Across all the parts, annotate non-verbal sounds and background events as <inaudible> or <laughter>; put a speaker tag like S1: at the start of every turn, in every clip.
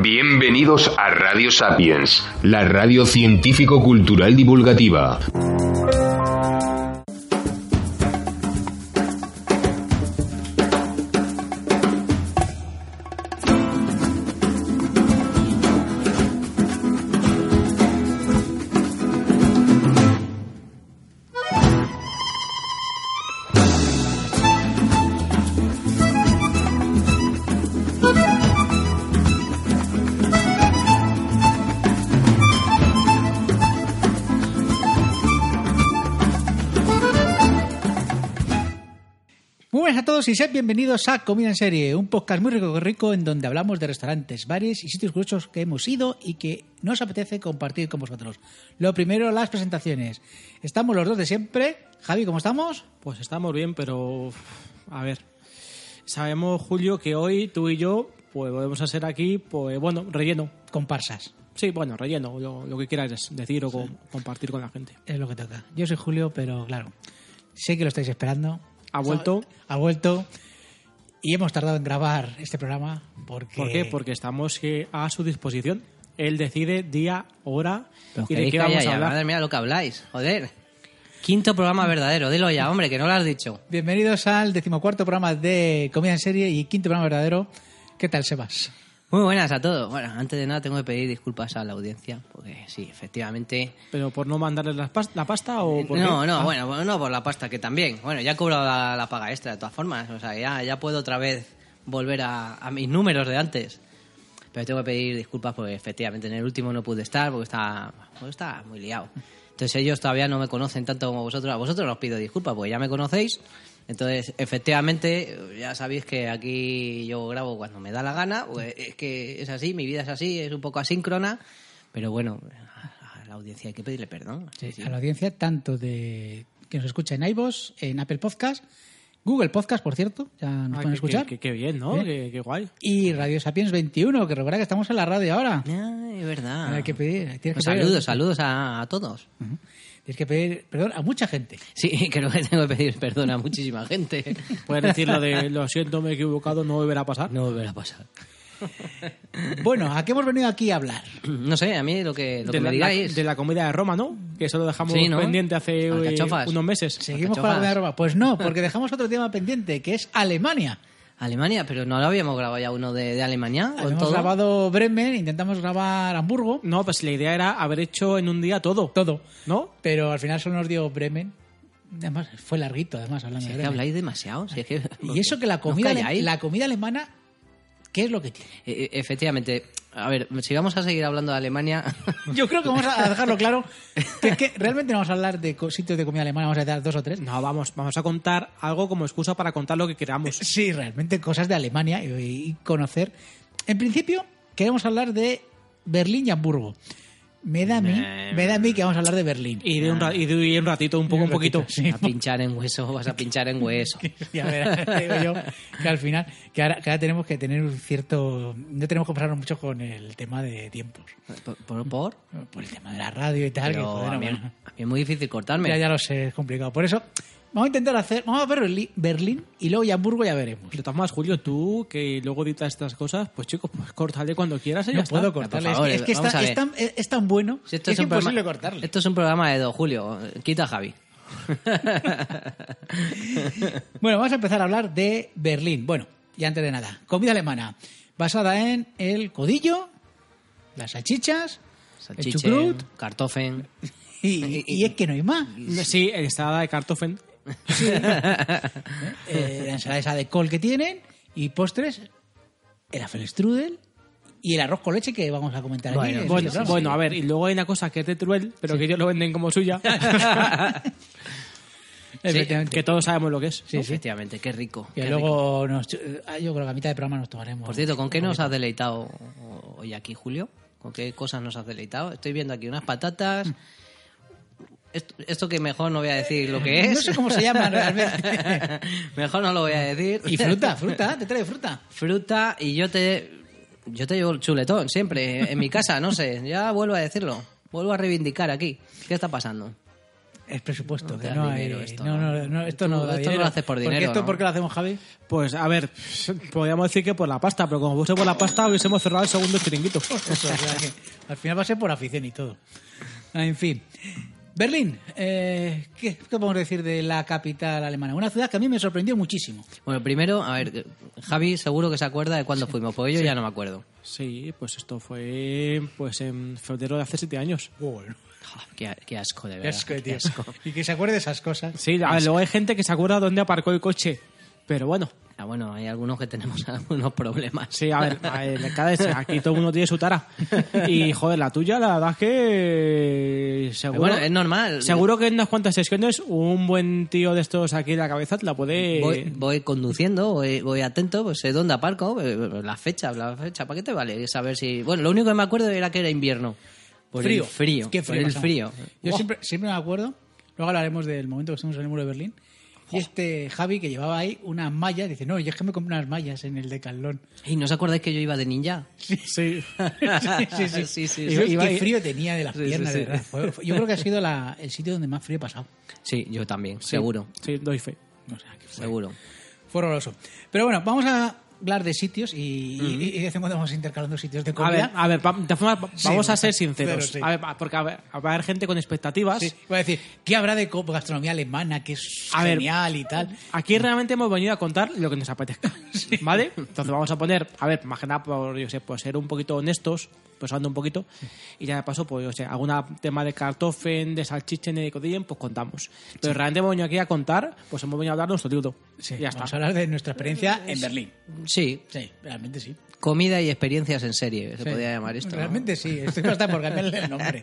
S1: Bienvenidos a Radio Sapiens, la radio científico-cultural divulgativa.
S2: Muy buenas a todos y sean bienvenidos a Comida en Serie, un podcast muy rico, rico en donde hablamos de restaurantes, bares y sitios curiosos que hemos ido y que nos apetece compartir con vosotros. Lo primero, las presentaciones. Estamos los dos de siempre. Javi, ¿cómo estamos?
S3: Pues estamos bien, pero a ver. Sabemos, Julio, que hoy tú y yo pues podemos hacer aquí, pues bueno, relleno.
S2: Comparsas.
S3: Sí, bueno, relleno, lo, lo que quieras decir o com- compartir con la gente.
S2: Es lo que toca. Yo soy Julio, pero claro, sé que lo estáis esperando.
S3: Ha vuelto.
S2: Ha vuelto. Y hemos tardado en grabar este programa porque...
S3: ¿Por qué? Porque estamos eh, a su disposición. Él decide día, hora
S4: Pero
S3: y
S4: que
S3: de qué
S4: diga
S3: vamos
S4: ya,
S3: a
S4: ya,
S3: hablar.
S4: Madre mía, lo que habláis, joder. Quinto programa verdadero, dilo ya, hombre, que no lo has dicho.
S2: Bienvenidos al decimocuarto programa de Comida en Serie y quinto programa verdadero. ¿Qué tal, Sebas?
S4: Muy buenas a todos. Bueno, antes de nada tengo que pedir disculpas a la audiencia, porque sí, efectivamente.
S3: ¿Pero por no mandarles la, pas- la pasta o por
S4: No,
S3: qué?
S4: no,
S3: Ah,
S4: bueno, bueno, no por la pasta que también. Bueno, ya he cobrado la, la paga extra de todas formas, o sea, ya, ya puedo otra vez volver a, a mis números de antes. Pero tengo que pedir disculpas porque efectivamente en el último no pude estar porque está, porque está muy liado. Entonces ellos todavía no me conocen tanto como vosotros. A vosotros os pido disculpas porque ya me conocéis. Entonces, efectivamente, ya sabéis que aquí yo grabo cuando me da la gana. porque Es que es así, mi vida es así, es un poco asíncrona. Pero bueno, a a la audiencia hay que pedirle perdón. Sí, sí.
S2: A la audiencia, tanto de que nos escucha en iVoox, en Apple Podcast, Google Podcast, por cierto, ya nos
S3: ah,
S2: pueden
S3: qué-
S2: escuchar,
S3: Qué, qué bien, ¿no?
S2: ¿Eh?
S3: Qué, qué guay.
S2: y Radio Sapiens 21, que recuerda que estamos en la radio ahora.
S4: Ah, es verdad.
S2: Hay que pedir, tienes
S4: Pues
S2: que pedir-
S4: saludos, saludos a, a todos.
S2: Tienes que pedir perdón a mucha gente.
S4: Sí, <laughs> creo que tengo que pedir perdón a muchísima
S2: <laughs>
S4: gente.
S3: Puedes decir lo de lo siento, me he equivocado, no volverá a pasar.
S4: No volverá a pasar.
S2: Bueno, ¿a qué hemos venido aquí a hablar?
S4: No sé, a mí lo que, lo que
S3: de,
S4: me
S3: la,
S4: digáis.
S3: de la comida de Roma, ¿no? Que eso lo dejamos
S4: Sí, ¿no?
S3: pendiente hace eh,
S4: Alcachofas.
S3: unos meses.
S2: ¿Seguimos con la
S4: Alcachofas.
S2: comida de Roma? Pues no,
S4: <laughs>
S2: porque dejamos otro tema pendiente, que es Alemania.
S4: Alemania, pero no lo habíamos grabado ya uno de, de Alemania. con
S2: Ah, Hemos
S4: todo.
S2: grabado Bremen, intentamos grabar Hamburgo,
S3: No, pues la idea era haber hecho en un día todo.
S2: todo.
S3: ¿No?
S2: Pero al final solo nos dio Bremen. Además, fue larguito, además, hablando
S4: Si
S2: de
S4: es que
S2: Bremen.
S4: habláis demasiado. si es que-
S2: <laughs> Y eso que la
S4: ¿No
S2: comida, ale-
S4: calláis?
S2: la comida alemana, ¿qué es lo que tiene?
S4: E- e- Efectivamente. A ver, si vamos a seguir hablando de Alemania. <laughs>
S2: Yo creo que vamos a dejarlo claro, que es <laughs> que realmente no vamos a hablar de co- sitios de comida alemana, vamos a dar dos o tres.
S3: No, vamos, vamos a contar algo como excusa para contar lo que queramos.
S2: Sí, realmente cosas de Alemania y y conocer. En principio, queremos hablar de Berlín y Hamburgo. Me da a mí, me da a mí que vamos a hablar de Berlín.
S3: Y de un, ra- y de ir un ratito, un poco, un poquito.
S2: Sí. <laughs>
S4: a pinchar en hueso, vas a pinchar en hueso.
S2: Ya verás, te digo yo que al final, que ahora, que ahora tenemos que tener un cierto. No tenemos que pasarnos mucho con el tema de tiempos.
S4: ¿Por? por- por?
S2: Por el tema de la radio y tal. que,
S4: Pero
S2: joder,
S4: a, mí,
S2: bueno.
S4: a mí es muy difícil cortarme.
S2: Ya, ya lo sé, es complicado. Por eso, vamos a intentar hacer. Vamos a ver Berlín, Berlín y luego ya Hamburgo ya veremos.
S3: De todas formas, Julio, tú que luego editas estas cosas, pues chicos, pues córtale cuando quieras. y
S2: No
S3: ya
S2: puedo
S3: está.
S2: cortarle.
S4: por
S2: es-
S4: favor,
S2: es, que
S4: vamos
S2: está-
S4: a ver.
S2: es, tan, es- es tan bueno
S4: Si
S2: que es,
S4: un
S2: imposible
S4: programa-
S2: cortarle.
S4: Esto es un programa de Don Julio. Quita a Javi.
S2: Bueno, vamos a empezar a hablar de Berlín. Bueno, y antes de nada, comida alemana. Basada en el codillo, las salchichas
S4: Salchiche,
S2: el chucrut.
S4: Kartoffeln.
S2: Y, y es que no hay más.
S3: Sí, ensalada de Kartofen.
S2: Eh, la ensalada esa de col que tienen y postres, el Apfelstrudel y el arroz con leche que vamos a comentar aquí.
S4: Bueno,
S2: en este
S3: Bueno,
S2: programa.
S3: bueno, a ver, y luego hay una cosa que es de Truel, pero que ellos lo venden como suya,
S2: Efectivamente.
S3: que todos sabemos lo que es.
S2: Sí, sí.
S4: Efectivamente, qué rico.
S2: Que
S4: qué rico.
S2: luego nos, ah, yo creo que a mitad de programa nos tomaremos.
S4: Por cierto, ¿con qué nos has deleitado hoy aquí, Julio? ¿Con qué cosas nos has deleitado? Estoy viendo aquí unas
S2: Mm.
S4: patatas. Esto, esto que mejor no voy a decir lo que es.
S2: No sé cómo se llama realmente.
S4: <laughs> mejor no lo voy a decir.
S2: <laughs> Y <laughs> fruta, fruta, te trae fruta.
S4: Fruta y yo te... Yo te llevo el chuletón siempre en mi casa, no sé. Ya vuelvo a decirlo. Vuelvo a reivindicar aquí. ¿Qué está pasando?
S2: Es presupuesto,
S4: No te
S2: que
S4: da
S2: no hay-
S4: dinero esto,
S2: no,
S4: ¿no?
S2: no, no, esto
S4: Tú-
S2: no da
S4: esto no lo
S2: dinero.
S4: haces por
S2: Porque
S4: dinero,
S2: esto
S4: ¿no?
S2: por qué lo hacemos, Javi?
S3: Pues a ver, <laughs> podríamos decir que por la pasta, pero como fuese por la pasta hubiésemos cerrado el segundo chiringuito.
S2: Eso, o sea que al final va a ser por afición y todo. Ah, En fin. Berlín, eh, ¿qué, qué podemos decir de la capital alemana? Una ciudad que a mí me sorprendió muchísimo.
S4: Bueno, primero, a ver,
S2: Mm.
S4: Javi seguro que se acuerda de cuándo fuimos, porque yo ya no me acuerdo.
S3: <laughs> Sí, pues esto fue pues en febrero de hace siete años.
S4: Ah, qué, qué asco, de
S2: Qué
S4: verdad.
S2: asco,
S4: qué
S2: tío.
S4: asco.
S2: Y que se acuerde de esas cosas.
S3: Sí, a ver, luego hay gente que se acuerda dónde aparcó el coche. Pero bueno,
S4: Ah, bueno, hay algunos que tenemos <laughs> algunos problemas.
S3: sí, a <laughs> ver, a ver, cada vez- aquí todo uno tiene su tara. <laughs> Y joder, la tuya, la verdad es que. Seguro,
S4: Bueno, es normal.
S3: Seguro que en unas cuantas sesiones un buen tío de estos aquí en la cabeza te la puede.
S4: Voy, voy conduciendo, voy, voy atento, pues sé dónde aparco, eh, las fechas, la fecha, ¿para qué te vale saber si...? Bueno, lo único que me acuerdo era que era invierno. Por
S2: frío.
S4: el frío.
S2: Qué
S4: por el
S2: pasaba.
S4: frío.
S2: Yo
S4: Oh,
S2: siempre, siempre me acuerdo, luego hablaremos del momento que estuvimos en el muro de Berlín, y este Javi que llevaba ahí unas mallas, dice, no, yo es que me compré unas mallas en el Decathlon.
S4: ¿Y no os acordáis que yo iba de ninja?
S3: <laughs> <laughs> Sí.
S2: <laughs> sí, sí.
S4: <laughs> sí, sí,
S2: Y
S4: sí.
S2: qué
S3: iba ahí-
S2: frío tenía de las
S4: Sí, sí,
S2: piernas, de
S4: sí.
S2: verdad. Fue- fue- Yo creo que ha sido la- el sitio donde más frío he pasado.
S4: Sí, yo también, seguro,
S3: Sí, doy fe.
S2: O sea, que fue,
S4: seguro.
S2: fue horroroso. Pero bueno, vamos a hablar de sitios y, y- y de vez en cuando vamos intercalando sitios de
S3: A
S2: comida.
S3: ver, a ver, va- de todas formas, va-
S2: Sí,
S3: vamos a
S2: vamos a-
S3: ser sinceros.
S2: pero sí.
S3: A ver, va- porque a ver, va a haber gente con expectativas.
S2: Sí, iba a decir, ¿qué habrá de co- gastronomía alemana que es
S3: A ver.
S2: genial y tal?
S3: Aquí realmente hemos venido a contar lo que nos
S2: <laughs>
S3: apetezca, ¿vale? Entonces vamos a poner, a ver, más que nada, por, yo sé, por ser un poquito honestos, pensando un poquito, y ya de paso, pues, yo sé, algún tema de cartofen, de salchichen y de codillen, pues contamos. Pero realmente hemos venido aquí a contar, pues hemos venido a hablar nuestro libro.
S2: Sí,
S3: ya
S2: vamos
S3: está.
S2: a hablar de nuestra experiencia en Berlín.
S4: Sí,
S2: Sí, realmente sí.
S4: comida y experiencias en serie, se
S2: Sí.
S4: podría llamar esto. ¿no?
S2: Realmente sí, estoy hasta por cambiarle el
S4: <laughs>
S2: nombre.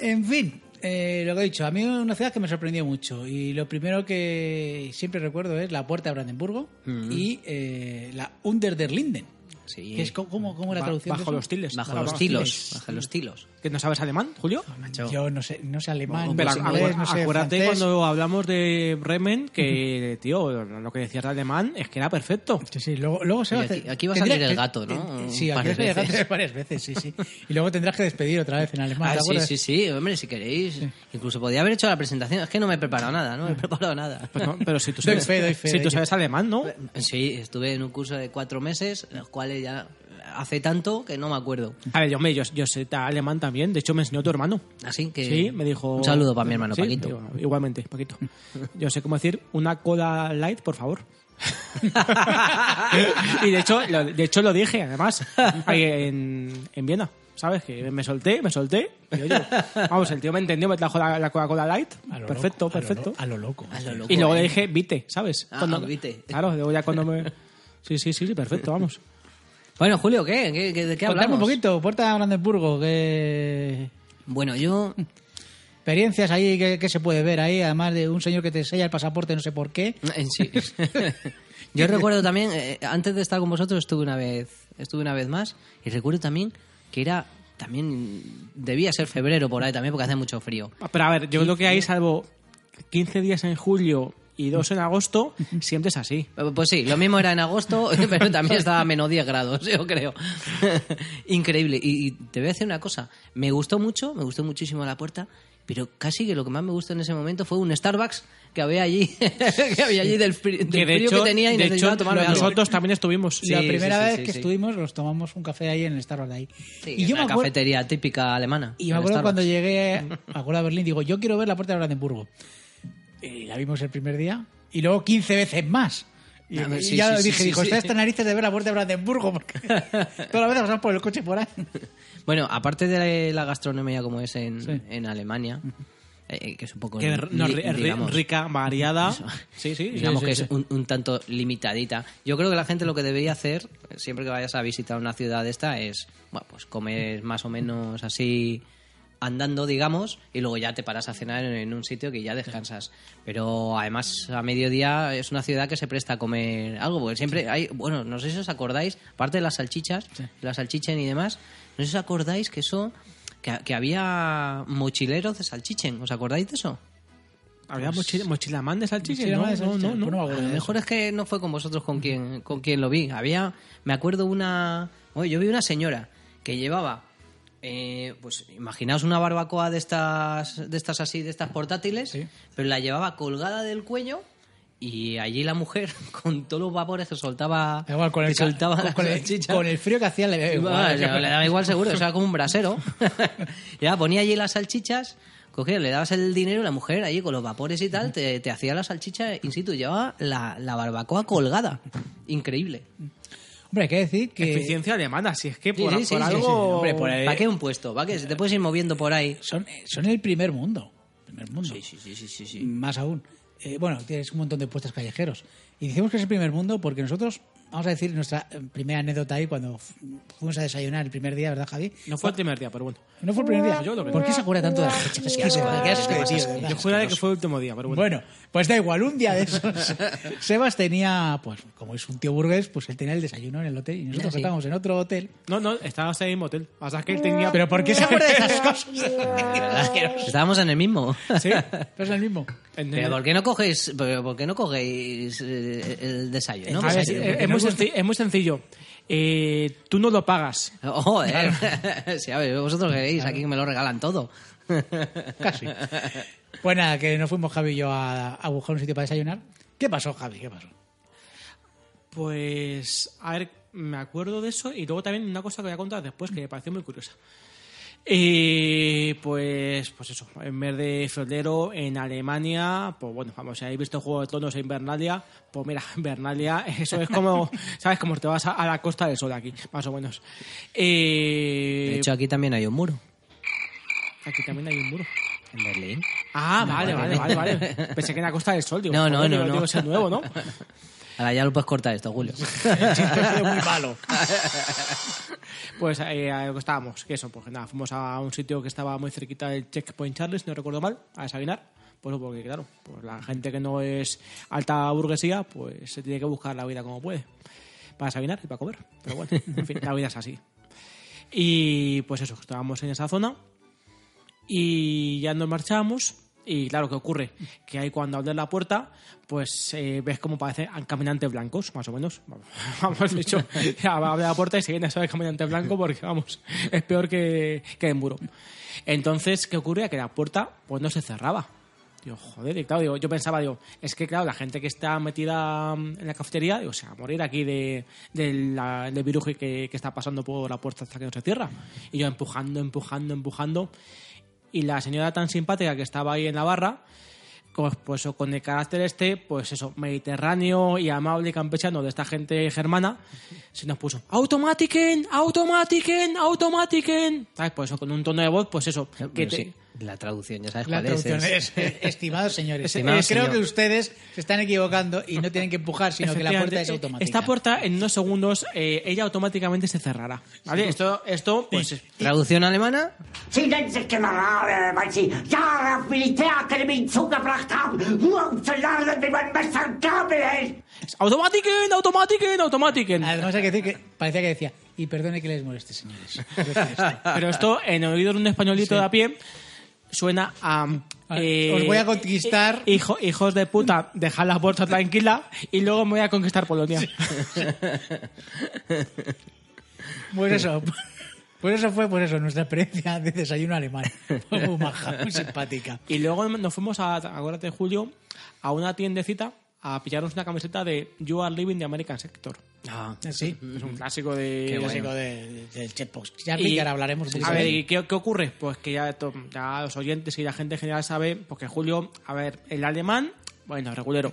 S2: En fin, eh, lo que he dicho, a mí una ciudad que me sorprendió mucho y lo primero que siempre recuerdo es la puerta de Brandenburgo
S4: Mm.
S2: y eh, la Under der Linden.
S4: Sí.
S2: Que es, co- ¿cómo, cómo era la
S3: Ba-
S2: traducción? de
S3: bajo
S2: eso?
S3: los tiles.
S4: Bajo
S3: Bajo
S4: los
S3: los
S4: tilos,
S3: tiles.
S4: bajo los tilos.
S3: ¿Que no sabes alemán, Julio?
S2: Yo no sé, no sé alemán,
S3: Pero
S2: no sé inglés,
S3: acu-
S2: no sé
S3: acuérdate
S2: francés.
S3: cuando hablamos de Bremen que, tío, lo que decías de alemán es que era perfecto.
S2: Sí, sí, luego, luego se va
S4: Oye,
S2: hacer-
S4: aquí- aquí va a
S2: tendría
S4: salir el
S2: que-
S4: gato, ¿no?
S2: eh, Sí, aquí
S4: Un par
S2: va a
S4: de
S2: salir el gato <laughs>
S4: veces.
S2: varias veces, sí, sí. Y luego tendrás que despedir otra vez en alemán,
S4: Ah,
S2: ¿te
S4: sí,
S2: acuerdas?
S4: sí, sí, hombre, si queréis. Incluso podía haber hecho la presentación. Es que no me he preparado nada, no me he preparado nada.
S3: Pues no, pero si tú
S2: Doy
S3: sabes,
S2: fe, doy fe,
S3: si
S2: doy
S3: tú
S2: fe.
S3: sabes alemán, ¿no?
S4: <laughs> Sí, estuve en un curso de cuatro meses, los cuales ya hace tanto que no me acuerdo.
S3: A ver, yo, hombre, yo, yo sé ta- alemán también. De hecho, me enseñó tu hermano.
S4: Así que.
S3: Sí, me dijo.
S4: Un saludo para mi hermano
S3: Sí,
S4: Paquito.
S3: digo, Igualmente, Paquito. Yo sé cómo decir una cola light, por
S4: <laughs>
S3: favor. y de hecho, lo, de hecho lo dije, además, ahí en, en Viena. ¿Sabes? Que me solté, me solté. y oye, vamos, el tío me entendió, me trajo la, la Coca-Cola Light.
S2: A lo
S3: Perfecto,
S2: loco, a lo
S3: perfecto.
S2: lo- A lo loco.
S4: A lo loco,
S3: Y luego le
S4: ¿eh?
S3: dije, vite, ¿sabes?
S4: Ah, ah, vite.
S3: Claro, luego ya cuando me... Sí, sí, sí, sí, perfecto, vamos.
S4: Bueno, Julio, ¿qué? ¿Qué- qué- ¿De qué
S2: Contadme
S4: hablamos?
S2: un poquito, Puerta de Brandenburgo, que...
S4: Bueno, yo.
S3: Mm.
S2: Experiencias ahí que, que se puede ver ahí, además de un señor que te sella el pasaporte, no sé por qué.
S4: En Eh,
S3: <laughs>
S4: sí. yo recuerdo también, eh, antes de estar con vosotros, estuve una vez, estuve una vez más, y recuerdo también que era. También debía ser febrero por ahí también, porque hace mucho frío.
S3: Pero a ver, yo creo que hay, salvo 15 días en julio y dos en agosto, siempre es así.
S4: Eh, Pues sí, lo mismo era en agosto, <laughs> pero también estaba a menos 10 grados, yo creo. <laughs> Increíble. Y, y te voy a decir una cosa, me gustó mucho, me gustó muchísimo la puerta, pero casi que lo que más me gustó en ese momento fue un Starbucks que había allí, <laughs> que había allí del, fri- del
S3: Que de
S4: frío
S3: hecho,
S4: que tenía y
S3: de
S4: necesitaba
S3: hecho,
S4: tomarme algo.
S3: nosotros también estuvimos.
S4: Sí,
S2: la
S4: sí,
S2: primera
S4: sí,
S2: vez
S4: sí,
S2: que
S4: sí.
S2: estuvimos nos tomamos un café ahí en el Starbucks de ahí.
S4: Sí,
S2: y
S4: en
S2: yo me
S4: la
S2: acuerdo,
S4: cafetería típica alemana.
S2: y me
S4: el
S2: acuerdo cuando
S4: Starbucks. <laughs>
S2: llegué me acuerdo a Berlín, digo, yo quiero ver la Puerta de Brandenburgo. Y la vimos el primer día, y luego 15 veces más. Y,
S4: A ver,
S2: y
S4: sí,
S2: ya
S4: sí, sí,
S2: dije,
S4: sí,
S2: dijo,
S4: sí.
S2: está esta narices de ver la Puerta de Brandenburgo, porque
S4: <laughs>
S2: todas las veces pasamos por el coche por ahí.
S4: Bueno, aparte de la gastronomía como es en,
S2: Sí.
S4: en Alemania, eh, que es un poco...
S3: Que
S4: li-
S3: no, ri- ri-
S4: digamos,
S3: rica, variada. Sí, sí,
S4: digamos
S3: sí,
S4: que
S3: sí,
S4: es
S3: sí.
S4: un, un tanto limitadita. Yo creo que la gente lo que debería hacer, siempre que vayas a visitar una ciudad esta, es bueno, pues comer más o menos así andando, digamos, y luego ya te paras a cenar en, en un sitio que ya descansas. Pero además a mediodía es una ciudad que se presta a comer algo, porque siempre hay, bueno, no sé si os acordáis, aparte de las salchichas, las salchichen y demás, no sé si os acordáis que eso... Que, que había mochileros de salchichen, ¿os acordáis de eso?
S3: ¿Había mochila, mochilamán de salchicha?
S2: Mochila
S3: no,
S2: más de
S3: no,
S2: salchicha. Pues no
S3: no, no.
S2: me acuerdo.
S4: A lo mejor es que no fue con vosotros con quien, con quien lo vi. Había, me acuerdo una, oye, yo vi una señora que llevaba eh, pues imaginaos una barbacoa de estas, de estas así, de estas portátiles,
S2: Sí.
S4: pero la llevaba colgada del cuello y allí la mujer <laughs> con todos los vapores que soltaba,
S2: Igual, con el,
S4: que soltaba
S2: ca-
S4: la
S2: con, el,
S4: salchicha.
S2: con el frío que hacía le daba igual. <laughs>
S4: Bueno, le daba igual seguro, o sea, como un brasero. <laughs> ya, ponía allí las salchichas, cogía, le dabas el dinero y la mujer allí con los vapores y tal, te, te hacía la salchicha in situ, llevaba la, la barbacoa colgada. Increíble.
S2: Hombre, hay que decir que
S3: Eficiencia alemana, si es que
S4: Sí,
S3: por,
S4: sí, sí,
S3: por
S4: sí,
S3: algo...
S4: sí, pues,
S2: hombre, por ahí-
S4: ¿Para qué un puesto? ¿Para qué? Si te puedes ir moviendo por ahí.
S2: son, son el primer mundo. Primer mundo.
S4: Sí, sí, sí, sí, sí. sí.
S2: Más aún. Eh, bueno, tienes un montón de puestos callejeros. Y decimos que es el primer mundo porque nosotros, vamos a decir nuestra eh, primera anécdota ahí cuando fu- fuimos a desayunar el primer día, ¿verdad, Javi?
S3: No fue el primer día, pero bueno.
S2: No fue el primer día.
S3: Yo lo creo.
S2: ¿Por qué se acuerda tanto de las fechas? Es que se va,
S4: qué asco,
S2: tío,
S4: asco.
S2: de verdad.
S3: Yo juraría que fue el último día, pero bueno.
S2: Bueno, pues da igual, un día de
S4: <laughs>
S2: esos. Sebas tenía, pues como es un tío burgués, pues él tenía el desayuno en el hotel y nosotros
S4: Sí.
S2: estábamos en otro hotel.
S3: No, no, estábamos en el mismo hotel. O sea, que
S4: Mm.
S3: él tenía...
S2: ¿Pero por qué se acuerda de esas <laughs> cosas?
S4: Estábamos en el mismo.
S3: Sí.
S2: No es el mismo.
S3: En-
S4: Pero ¿por qué no cogéis, pero ¿por qué no cogéis eh, el desayuno?
S3: A ver, eh,
S4: Desayuno.
S3: es, es muy senci- es muy sencillo. Eh, tú no lo pagas.
S4: <laughs> Joder. <laughs> Sí, a ver, vosotros queréis, aquí me lo regalan todo.
S2: Casi. Pues nada, que nos fuimos Javi y yo a, a buscar un sitio para desayunar. ¿Qué pasó, Javi? ¿Qué pasó?
S3: Pues, a ver, me acuerdo de eso y luego también una cosa que voy a contar después que me pareció muy curiosa. Eh, pues, pues eso, en vez de febrero en Alemania, pues bueno, vamos, si habéis visto Juego de Tronos en Invernalia, pues mira, <laughs> Invernalia, eso es
S4: <laughs>
S3: como, ¿sabes? Como te vas a, a la Costa del Sol aquí, más o menos. Eh,
S4: De hecho, aquí también hay un muro.
S3: aquí también hay un muro.
S4: En Berlín.
S3: Ah, vale, vale, vale,
S4: vale.
S3: vale. Pensé que en la Costa del Sol, digo.
S4: No, no,
S3: joder,
S4: no,
S3: digo,
S4: no.
S3: digo, es el nuevo,
S4: <laughs>
S3: ¿no?
S4: Ahora ya lo puedes cortar esto,
S3: <laughs>
S4: Julio.
S2: muy malo.
S3: Pues eh, a lo que estábamos, que eso, pues nada, fuimos a un sitio que estaba muy cerquita del Checkpoint Charlie, si no recuerdo mal, a desayunar. Pues porque, claro, pues la gente que no es alta burguesía, pues se tiene que buscar la vida como puede. Para desayunar y para comer. Pero bueno, en fin, la vida es así. Y pues eso, estábamos en esa zona y ya nos marchamos. Y claro, ¿qué ocurre? Que ahí cuando abres la puerta, pues eh, ves como parecen caminantes blancos, más o menos. Vamos, <laughs> de hecho, ya abre la puerta y se viene eso de caminante blanco porque, vamos, es peor que, que el muro. Entonces, ¿qué ocurría? Que la puerta, pues no se cerraba. Digo, joder, y claro, digo, yo pensaba, digo, es que claro, la gente que está metida mm, en la cafetería, digo, se va a morir aquí de, de la- del virus que, que está pasando por la puerta hasta que no se cierra. Y yo empujando, empujando, empujando. Y la señora tan simpática que estaba ahí en la barra, pues, pues, o con el carácter este, pues eso, mediterráneo y amable y campechano de esta gente germana, se nos puso automatiquen, automatiquen, automatiquen. ¿Sabes? Pues eso, con un tono de voz, pues eso. que
S4: Pero
S3: te-
S4: sí, La traducción, ya sabes
S2: La
S4: cuál
S2: traducción
S4: es.
S2: es, eh, estimados señores,
S4: Estimados
S2: eh, creo
S4: señor.
S2: que ustedes se están equivocando y no tienen que empujar, sino que la puerta es
S3: Efectivamente, eh,
S2: automática.
S3: Esta puerta en unos segundos eh, ella automáticamente se cerrará. ¿Vale? Esto, esto pues
S4: ¿Traducción alemana?
S5: Sie nennen sich Generale, weil sie Jahre auf Militärakademien zugebracht haben, nur um zu lernen, wie man Messer und Gabel hält.
S3: es automatiquen, automatiquen, automatiquen.
S2: Además hay que decir que parecía que decía, y perdone que les moleste, señores. Pues
S3: Pero esto en oído de un españolito de a pie suena a
S2: A ver, os voy a conquistar.
S3: eh, hijo- hijos de puta, dejad la puerta tranquila y luego me voy a conquistar Polonia.
S2: Pues eso. Pues eso fue, pues eso, nuestra experiencia de desayuno alemán. <laughs> Fue muy maja, muy simpática.
S3: Y luego nos fuimos a, acuérdate, Julio, a una tiendecita a pillarnos una camiseta de You Are Living the American Sector.
S4: Ah.
S2: Sí.
S3: Es un clásico de...
S4: Qué bueno.
S2: Clásico de- del checkpost. Ya vi que ahora hablaremos un poquito
S3: A
S2: de ¿eh?
S3: ver,
S2: él.
S3: ¿y qué, qué ocurre? Pues que ya, to- ya los oyentes y la gente en general sabe, porque Julio, a ver, el alemán, bueno, regulero.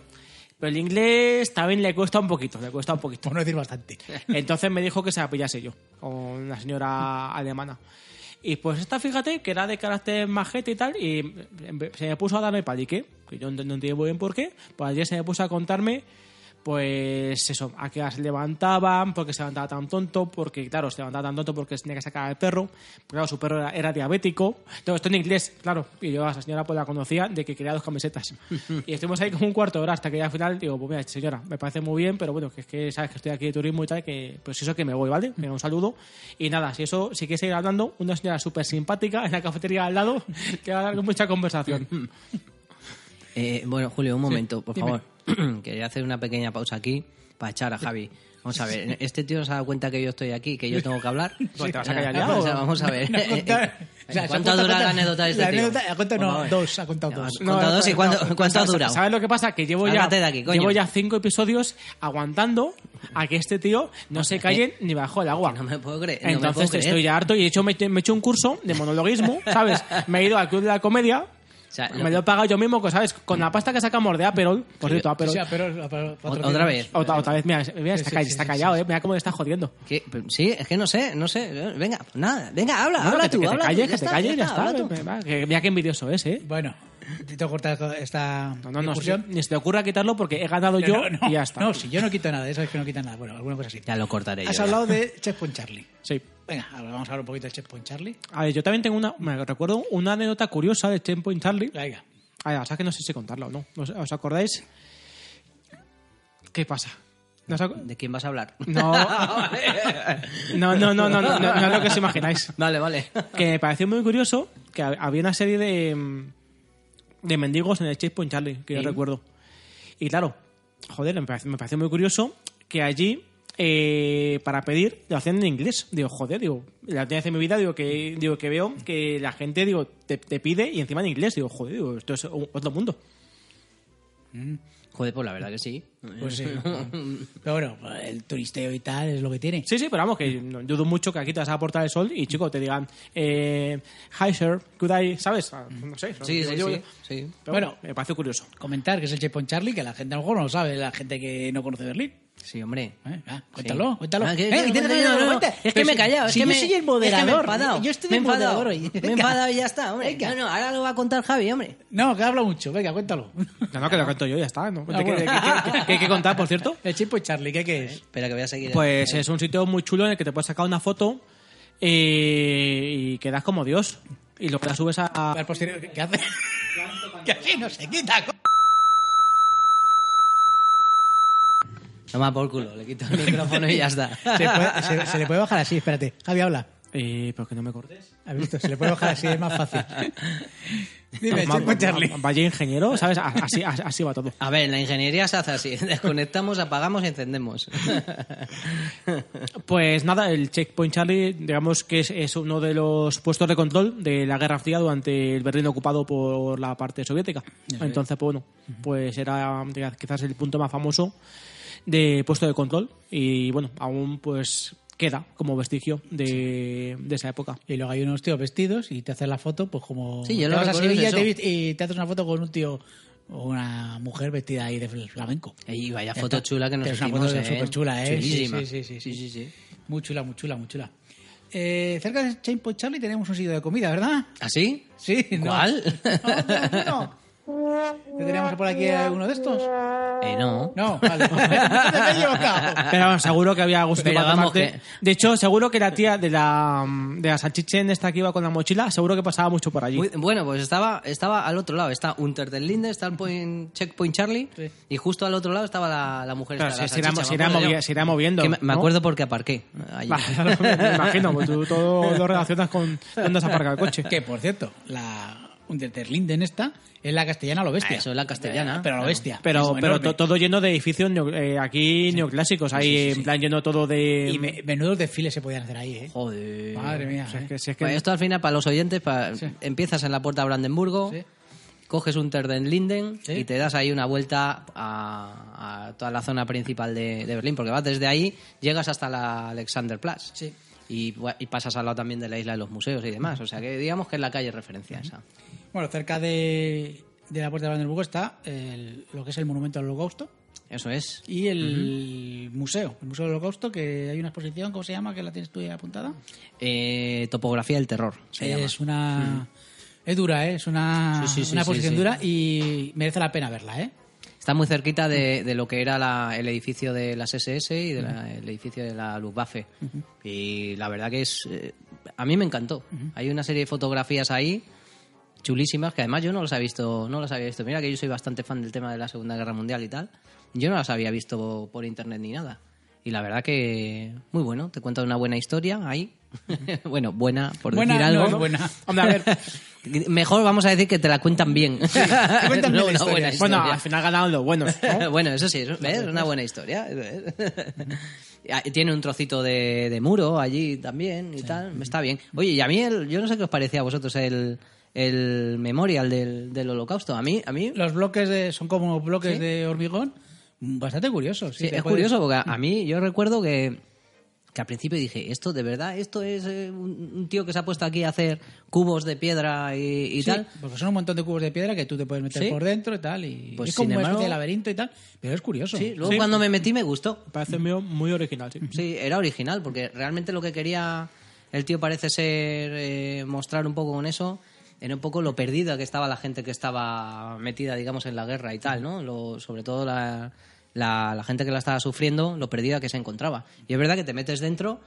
S3: Pero el inglés también le cuesta un poquito, le cuesta un poquito.
S2: por no decir bastante.
S3: Entonces me dijo que se la pillase yo, con la señora alemana. Y pues esta, fíjate, que era de carácter majete y tal, y em- se me puso a darme palique, que yo no no entiendo muy bien por qué, pues ayer se me puso a contarme, pues eso, a qué hora se levantaban, por qué se levantaba tan tonto, porque claro, se levantaba tan tonto porque tenía que sacar al perro, porque, claro, su perro era, era diabético, todo esto en inglés, claro, y yo a esa señora pues la conocía de que quería dos camisetas. y estuvimos ahí como un cuarto de hora hasta que ya al final digo, pues mira, señora, me parece muy bien, pero bueno, que es que sabes que estoy aquí de turismo y tal, que pues eso que me voy, ¿vale? Venga, un saludo. Y nada, si eso, si quieres seguir hablando, una señora súper simpática en la cafetería al lado, <laughs> que va a dar mucha conversación.
S4: Eh, bueno, Julio, un momento, por
S3: dime.
S4: <clears throat> favor. Quería hacer una pequeña pausa aquí para echar a Javi. Vamos a ver, este tío no se ha dado cuenta que yo estoy aquí, que yo tengo que
S3: <laughs>
S4: hablar.
S3: Bueno, Pues te vas a callar
S4: Ya,
S3: ya,
S4: vamos,
S3: o-
S4: a- vamos
S3: <laughs>
S4: a ver.
S2: <laughs> No, no, contar- o sea,
S4: <laughs>
S2: se
S4: ¿Cuánto ha
S2: contado-
S4: durado la
S2: contado-
S4: anécdota de este
S2: la
S4: tío?
S2: anécdota- ha contado,
S4: Por
S2: no,
S4: favor.
S2: dos, ha contado dos.
S4: No, Contado dos, ¿y cuánto- cuánto ha
S3: ¿sabes-
S4: durado?
S3: ¿Sabes lo que pasa? Que llevo ya,
S4: Háblate de aquí, coño.
S3: llevo ya cinco episodios aguantando a que este tío no se calle ni bajo el agua.
S4: <laughs> Eh, No me puedo creer, no me
S3: Entonces
S4: puedo creer.
S3: estoy ya harto y de hecho me, me he hecho un curso de
S4: <laughs>
S3: monologuismo, ¿sabes? Me he ido al Club de la Comedia,
S4: sea,
S3: me
S4: lo- Mm.
S3: lo he pagado yo mismo, pues, ¿sabes? Con la pasta que sacamos de Aperol, por cierto, Aperol.
S2: O sea, pero- pero-
S4: Ot- Otra vez.
S3: Otra, otra vez, mira, mira,
S2: Sí,
S3: está,
S2: sí,
S3: call-
S2: sí,
S3: está
S2: sí,
S3: callado,
S2: sí,
S3: ¿eh? Mira cómo le está jodiendo.
S4: ¿Qué? Sí, es que no sé, no sé. Venga, nada, venga, habla,
S3: No,
S4: habla
S3: que, te-
S4: tú,
S3: que te
S4: habla tú,
S3: calles,
S4: ya
S3: que te
S4: está,
S3: calles, ya está.
S4: habla tú.
S3: ven, va, que- Mira qué envidioso es, ¿eh?
S2: Bueno, te tengo que cortar esta
S3: No, no, no,
S2: discusión.
S3: ni se te ocurra quitarlo porque he ganado yo
S2: No, no,
S3: y ya está.
S2: No, si yo no quito nada, eso es que no quita nada. Bueno, alguna cosa así.
S4: Ya lo cortaré yo.
S2: Has
S4: ya.
S2: hablado de Checkpoint Charlie.
S3: Sí.
S2: Venga, ahora vamos a hablar un poquito de Checkpoint Charlie.
S3: A ver, yo también tengo una. Me recuerdo una anécdota curiosa de Tempo in Charlie.
S2: Venga.
S3: A ver, o sea que no sé si contarla o no. No sé, ¿Os acordáis? ¿Qué pasa? ¿No os acu-
S4: ¿De quién vas a
S2: <laughs>
S4: hablar?
S3: No. <laughs> no, no, no, no, no, no, no es lo que os imagináis.
S4: <laughs> Vale, vale.
S3: Que me pareció muy curioso que hab- había una serie de, mm, de mendigos en el Checkpoint Charlie, que yo recuerdo. Y claro, joder, me pareció, me pareció muy curioso que allí, eh, para pedir, lo hacían en inglés. Digo, joder, digo, la última vez en mi vida digo que, digo, que veo que la gente digo, te, te pide y encima en inglés. Digo, joder, digo, esto es o- otro mundo.
S4: Joder, pues la verdad que sí.
S2: Pues
S4: <laughs>
S2: sí. Pero bueno, pues el turisteo y tal es lo que tiene.
S3: Sí, sí, pero vamos, que no- dudo mucho que aquí te vas a aportar el sol y, chico, te digan, eh, hi, sir, could I, ¿sabes? Ah, No sé.
S4: Sí,
S3: digo
S4: sí,
S3: yo-
S4: sí, sí.
S3: Pero bueno, me pareció curioso.
S2: Comentar que es el Checkpoint Charlie, que la gente a lo mejor no lo sabe, la gente que no conoce Berlín.
S4: Sí, hombre.
S2: ¿Eh? Ah, cuéntalo,
S4: Sí.
S2: cuéntalo.
S4: Ah, ¿qué-
S2: Eh,
S4: qué-
S2: que tienes
S4: no,
S2: que
S4: no,
S2: darlo
S4: no,
S2: cuenta.
S4: Es que
S2: Pero
S4: me he
S2: si-
S4: callado. Es
S2: si
S4: que
S2: yo
S4: me,
S2: soy el
S4: Es que me he
S2: moderador.
S4: enfadado.
S2: Yo estoy de
S4: me he enfadado.
S2: moderador hoy. <laughs>
S4: Me he
S2: Venga.
S4: enfadado y ya está, hombre.
S2: Venga.
S4: No, no, ahora lo va a contar Javi, hombre.
S2: No, que habla mucho. Venga, cuéntalo. <laughs>
S3: No, no, que lo cuento yo, ya está. ¿no?
S2: Ah,
S3: ¿Qué-
S2: bueno.
S3: qué- qué- qué- qué hay que contar, por cierto?
S2: <laughs> El Checkpoint Charlie, ¿qué, qué
S4: <laughs>
S2: es?
S4: Espera que voy a seguir.
S3: Pues
S2: Eh.
S3: es un sitio muy chulo en el que te puedes sacar una foto eh, y quedas como Dios. Y luego la subes a...
S2: Al posterior- ¿Qué hace? <laughs> Que así no se quita. co-
S4: No más por culo. Le quito el micrófono y ya está.
S2: <laughs> Se, puede- se- se le puede bajar así, espérate. Javi, habla.
S3: Eh, pero que no me cortes.
S2: ¿Has visto? Se le puede bajar así, es más
S3: <laughs>
S2: fácil. Dime,
S3: Ma-
S2: Checkpoint Charlie.
S3: ma- Vaya ingeniero, ¿sabes? A- Así, a- así va todo.
S4: A ver, en la ingeniería se hace así. <laughs> Desconectamos, apagamos
S2: <laughs>
S4: y encendemos.
S3: Pues nada, el Checkpoint Charlie, digamos que es, es uno de los puestos de control de la Guerra Fría durante el Berlín ocupado por la parte soviética. Entonces, pues bueno, pues era digamos, quizás el punto más famoso de puesto de control y bueno, aún pues queda como vestigio de, de esa época.
S2: Y luego hay unos tíos vestidos y te haces la foto, pues como.
S4: Sí,
S2: te
S4: yo lo
S2: vas a
S4: recuerdo es
S2: Sevilla y
S4: eso.
S2: te vi- y te haces una foto con un tío o una mujer vestida ahí de flamenco.
S4: Y vaya foto chula que nos
S2: Es una
S4: hicimos,
S2: foto
S4: ¿eh?
S2: súper chula, ¿eh? Sí sí
S4: Chulísima.
S2: sí, sí, sí, Muy chula, muy chula, muy chula. Eh, cerca de Chainpoint Charlie tenemos un sitio de comida, ¿verdad?
S4: ¿Así?
S2: Sí, ¿no?
S4: ¿Cuál?
S2: <laughs> No, no, no. ¿Que teníamos por aquí uno de estos?
S4: Eh, no.
S2: No, vale. <laughs> Me he equivocado.
S3: Pero vamos, seguro que había gusto
S4: Ah, Pero
S3: para
S4: vamos
S3: tomarte.
S4: que-
S3: De hecho, seguro que la tía de la de la salchichen esta que iba con la mochila, seguro que pasaba mucho por allí.
S4: Muy- bueno, pues estaba, estaba al otro lado. Está Unter del Linde, está el point, Checkpoint Charlie.
S2: Sí.
S4: Y justo al otro lado estaba la, la mujer.
S3: Claro,
S4: esta, la
S3: se- se irá-
S4: salchicha,
S3: se
S4: me
S3: irá
S4: acuerdo
S3: movi-
S4: yo.
S3: se irá moviendo,
S4: Que me,
S3: ¿no?
S4: me acuerdo porque aparqué. eh, allí. <laughs>
S3: Vale, <laughs> me imagino, pues tú todo lo relacionas con dónde has aparcado el coche.
S2: Que, por cierto, la Unterlinden esta es la castellana a lo bestia.
S4: Ah, eso es la Ah. castellana.
S2: Pero a lo
S4: Claro.
S2: bestia.
S3: Pero,
S2: Es
S3: pero
S2: enorme.
S3: to- todo lleno de edificios neo- eh, aquí neoclásicos, ahí en plan lleno todo de...
S2: Y me- menudos desfiles se podían hacer ahí, ¿eh?
S4: Joder.
S2: Madre mía.
S3: O sea, es
S2: ¿eh?
S3: que- si es que-
S4: Pues esto al final, para los oyentes, para- empiezas en la puerta de Brandenburgo,
S2: Sí.
S4: coges un Terden Linden
S2: Sí.
S4: y te das ahí una vuelta a, a toda la zona principal de, de Berlín, porque vas desde ahí, llegas hasta la Alexanderplatz.
S2: Sí.
S4: Y, bu- y pasas al lado también de la isla de los museos y demás. O sea que digamos que es la calle referencia esa.
S2: Bueno, cerca de, de la puerta de Brandenburgo está el- lo que es el monumento al holocausto
S4: Eso es.
S2: y el museo, el museo del holocausto, que hay una exposición, ¿cómo se llama? Que la tienes tú ya apuntada.
S4: Eh, topografía del terror. Se llama.
S2: es una... Es dura, ¿eh? Es una,
S4: Sí, sí, sí,
S2: una
S4: sí,
S2: exposición
S4: sí.
S2: dura y merece la pena verla, ¿eh?
S4: Está muy cerquita de, de lo que era la- el edificio de las SS y del edificio de la Luftwaffe. Y la verdad que es. eh, a mí me encantó. Hay una serie de fotografías ahí chulísimas que además yo no las había visto no las había visto mira que yo soy bastante fan del tema de la segunda guerra mundial y tal yo no las había visto por internet ni nada y la verdad que muy bueno te cuenta una buena historia ahí <laughs> bueno buena por
S2: Buena
S4: decir
S2: no
S4: algo
S2: es buena. <laughs>
S3: Hombre, a ver,
S4: <laughs> Mejor vamos a decir que te la cuentan bien.
S2: cuentan bien la
S4: <laughs> No, una
S2: historia.
S4: buena
S2: Bueno,
S3: Bueno,
S4: historia.
S3: al final ganaron los buenos. ¿no?
S4: <laughs> bueno, eso sí, es ¿ves? una buena historia. <laughs> Ah, Tiene un trocito de, de muro allí también y tal. Está bien. Oye, y a mí, el- yo no sé qué os parecía a vosotros el, el memorial del, del holocausto. A mí, a mí
S2: Los bloques de, son como bloques de hormigón. mm, Bastante curiosos. sí,
S4: sí,
S2: te
S4: es
S2: puedes-
S4: curioso porque a, a mí yo recuerdo que, que al principio dije, esto de verdad, esto es eh, un, un tío que se ha puesto aquí a hacer cubos de piedra y, y
S2: Sí,
S4: tal.
S2: Porque son un montón de cubos de piedra que tú te puedes meter
S4: Sí.
S2: por dentro y tal. Y
S4: Pues
S2: es como
S4: sin
S2: una especie de
S4: embargo-
S2: laberinto y tal. Pero es curioso.
S4: Sí, luego
S3: Sí.
S4: cuando me metí me gustó.
S3: Parece mío muy original, sí.
S4: Sí, era original, porque realmente lo que quería el tío parece ser eh, mostrar un poco con eso, era un poco lo perdida que estaba la gente que estaba metida, digamos, en la guerra y tal, ¿no? Lo- sobre todo la, la- la gente que la estaba sufriendo, lo perdida que se encontraba. Y es verdad que te metes dentro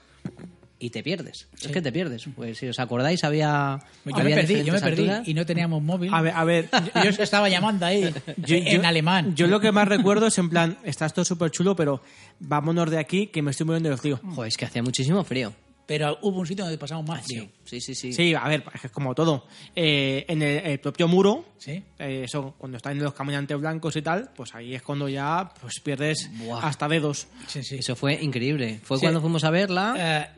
S4: y te pierdes. Es que te pierdes. Pues si os acordáis, había.
S2: Yo me
S4: había
S2: perdí, yo me
S4: diferentes
S2: perdí
S4: alturas.
S2: y no teníamos móvil.
S3: A ver, a ver.
S2: yo estaba llamando ahí
S3: <laughs> Yo-
S2: <laughs> en
S3: yo-
S2: alemán.
S3: Yo lo que más recuerdo es en plan, está esto súper chulo, pero vámonos de aquí que me estoy muriendo de frío.
S4: Joder, es que hacía muchísimo frío.
S2: Pero hubo un sitio donde pasamos
S4: Ah,
S2: más frío.
S4: Sí, sí, sí.
S3: Sí, a ver, es que es como todo. Eh, en el, el propio muro,
S2: Sí.
S3: eh, eso, cuando están los caminantes blancos y tal, pues ahí es cuando ya pues pierdes
S4: Buah.
S3: hasta dedos.
S2: Sí, sí.
S4: Eso fue increíble. Fue
S2: Sí.
S4: cuando fuimos a verla.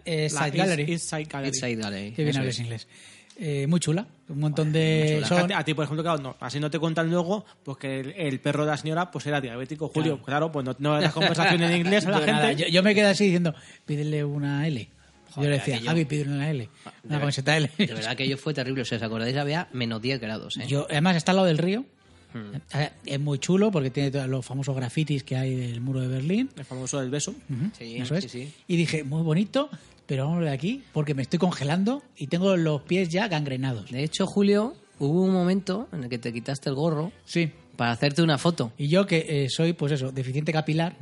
S2: Eh, eh,
S3: La
S2: Side
S3: East-
S2: Gallery.
S3: East Side Gallery.
S4: Inside Gallery.
S2: Qué bien
S4: Eso
S2: hablas
S4: es.
S2: inglés. Eh, muy chula. Un montón de.
S3: Es que
S2: son-
S3: a ti- a ti, por ejemplo, claro, no, así no te cuentan luego pues que el, el perro de la señora pues era diabético, Julio. Claro, pues no, no das conversación en inglés
S2: <laughs>
S3: a la
S2: Yo nada,
S3: gente.
S2: yo, yo me quedé así diciendo, pídele una L. yo le decía,
S4: aquello.
S2: Javi, pídele una L. Una
S4: ver-
S2: camiseta L.
S4: De verdad que ello fue terrible. O sea, ¿os acordáis? Había menos 10 grados. ¿eh?
S2: Yo, además, está al lado del río.
S3: Hmm.
S2: Eh, Es muy chulo porque tiene todos los famosos grafitis que hay del muro de Berlín.
S3: El famoso del beso.
S4: sí,
S2: Eso es.
S4: sí, sí.
S2: Y dije, muy bonito, pero vamos de aquí porque me estoy congelando y tengo los pies ya gangrenados.
S4: De hecho, Julio, hubo un momento en el que te quitaste el gorro
S2: Sí.
S4: para hacerte una foto.
S2: Y yo que eh, soy, pues eso, deficiente
S3: <laughs>
S2: capilar,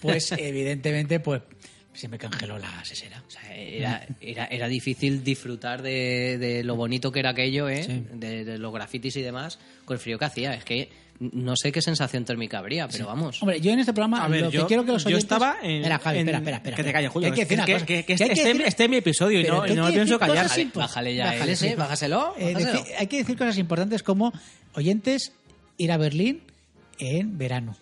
S2: pues evidentemente, pues se me congeló la sesera.
S4: O sea, era, era, era difícil disfrutar de, de lo bonito que era aquello, ¿eh? de, de los grafitis y demás, con el frío que hacía. Es que no sé qué sensación térmica habría, pero vamos.
S2: Hombre, yo en este programa
S3: A ver,
S2: lo
S3: yo,
S2: que quiero que los
S3: yo
S2: oyentes...
S3: estaba en.
S2: Espera, Javi,
S3: en-
S2: espera, espera, espera.
S3: Que te calles, Julio.
S2: Que hay que decir
S3: Es
S2: una
S3: que-
S2: cosa.
S3: que- que
S2: Que hay que
S3: este-
S2: decir-
S3: este es mi episodio y
S2: Pero
S3: no,
S2: que hay
S3: no
S2: que decir
S3: pienso callar.
S2: cosas
S4: Bájale,
S2: impo-
S4: bájale ya el ese,
S2: sí.
S4: bájaselo,
S2: Eh,
S4: bájaselo.
S2: decir- hay que decir cosas importantes como, oyentes, ir a Berlín en verano.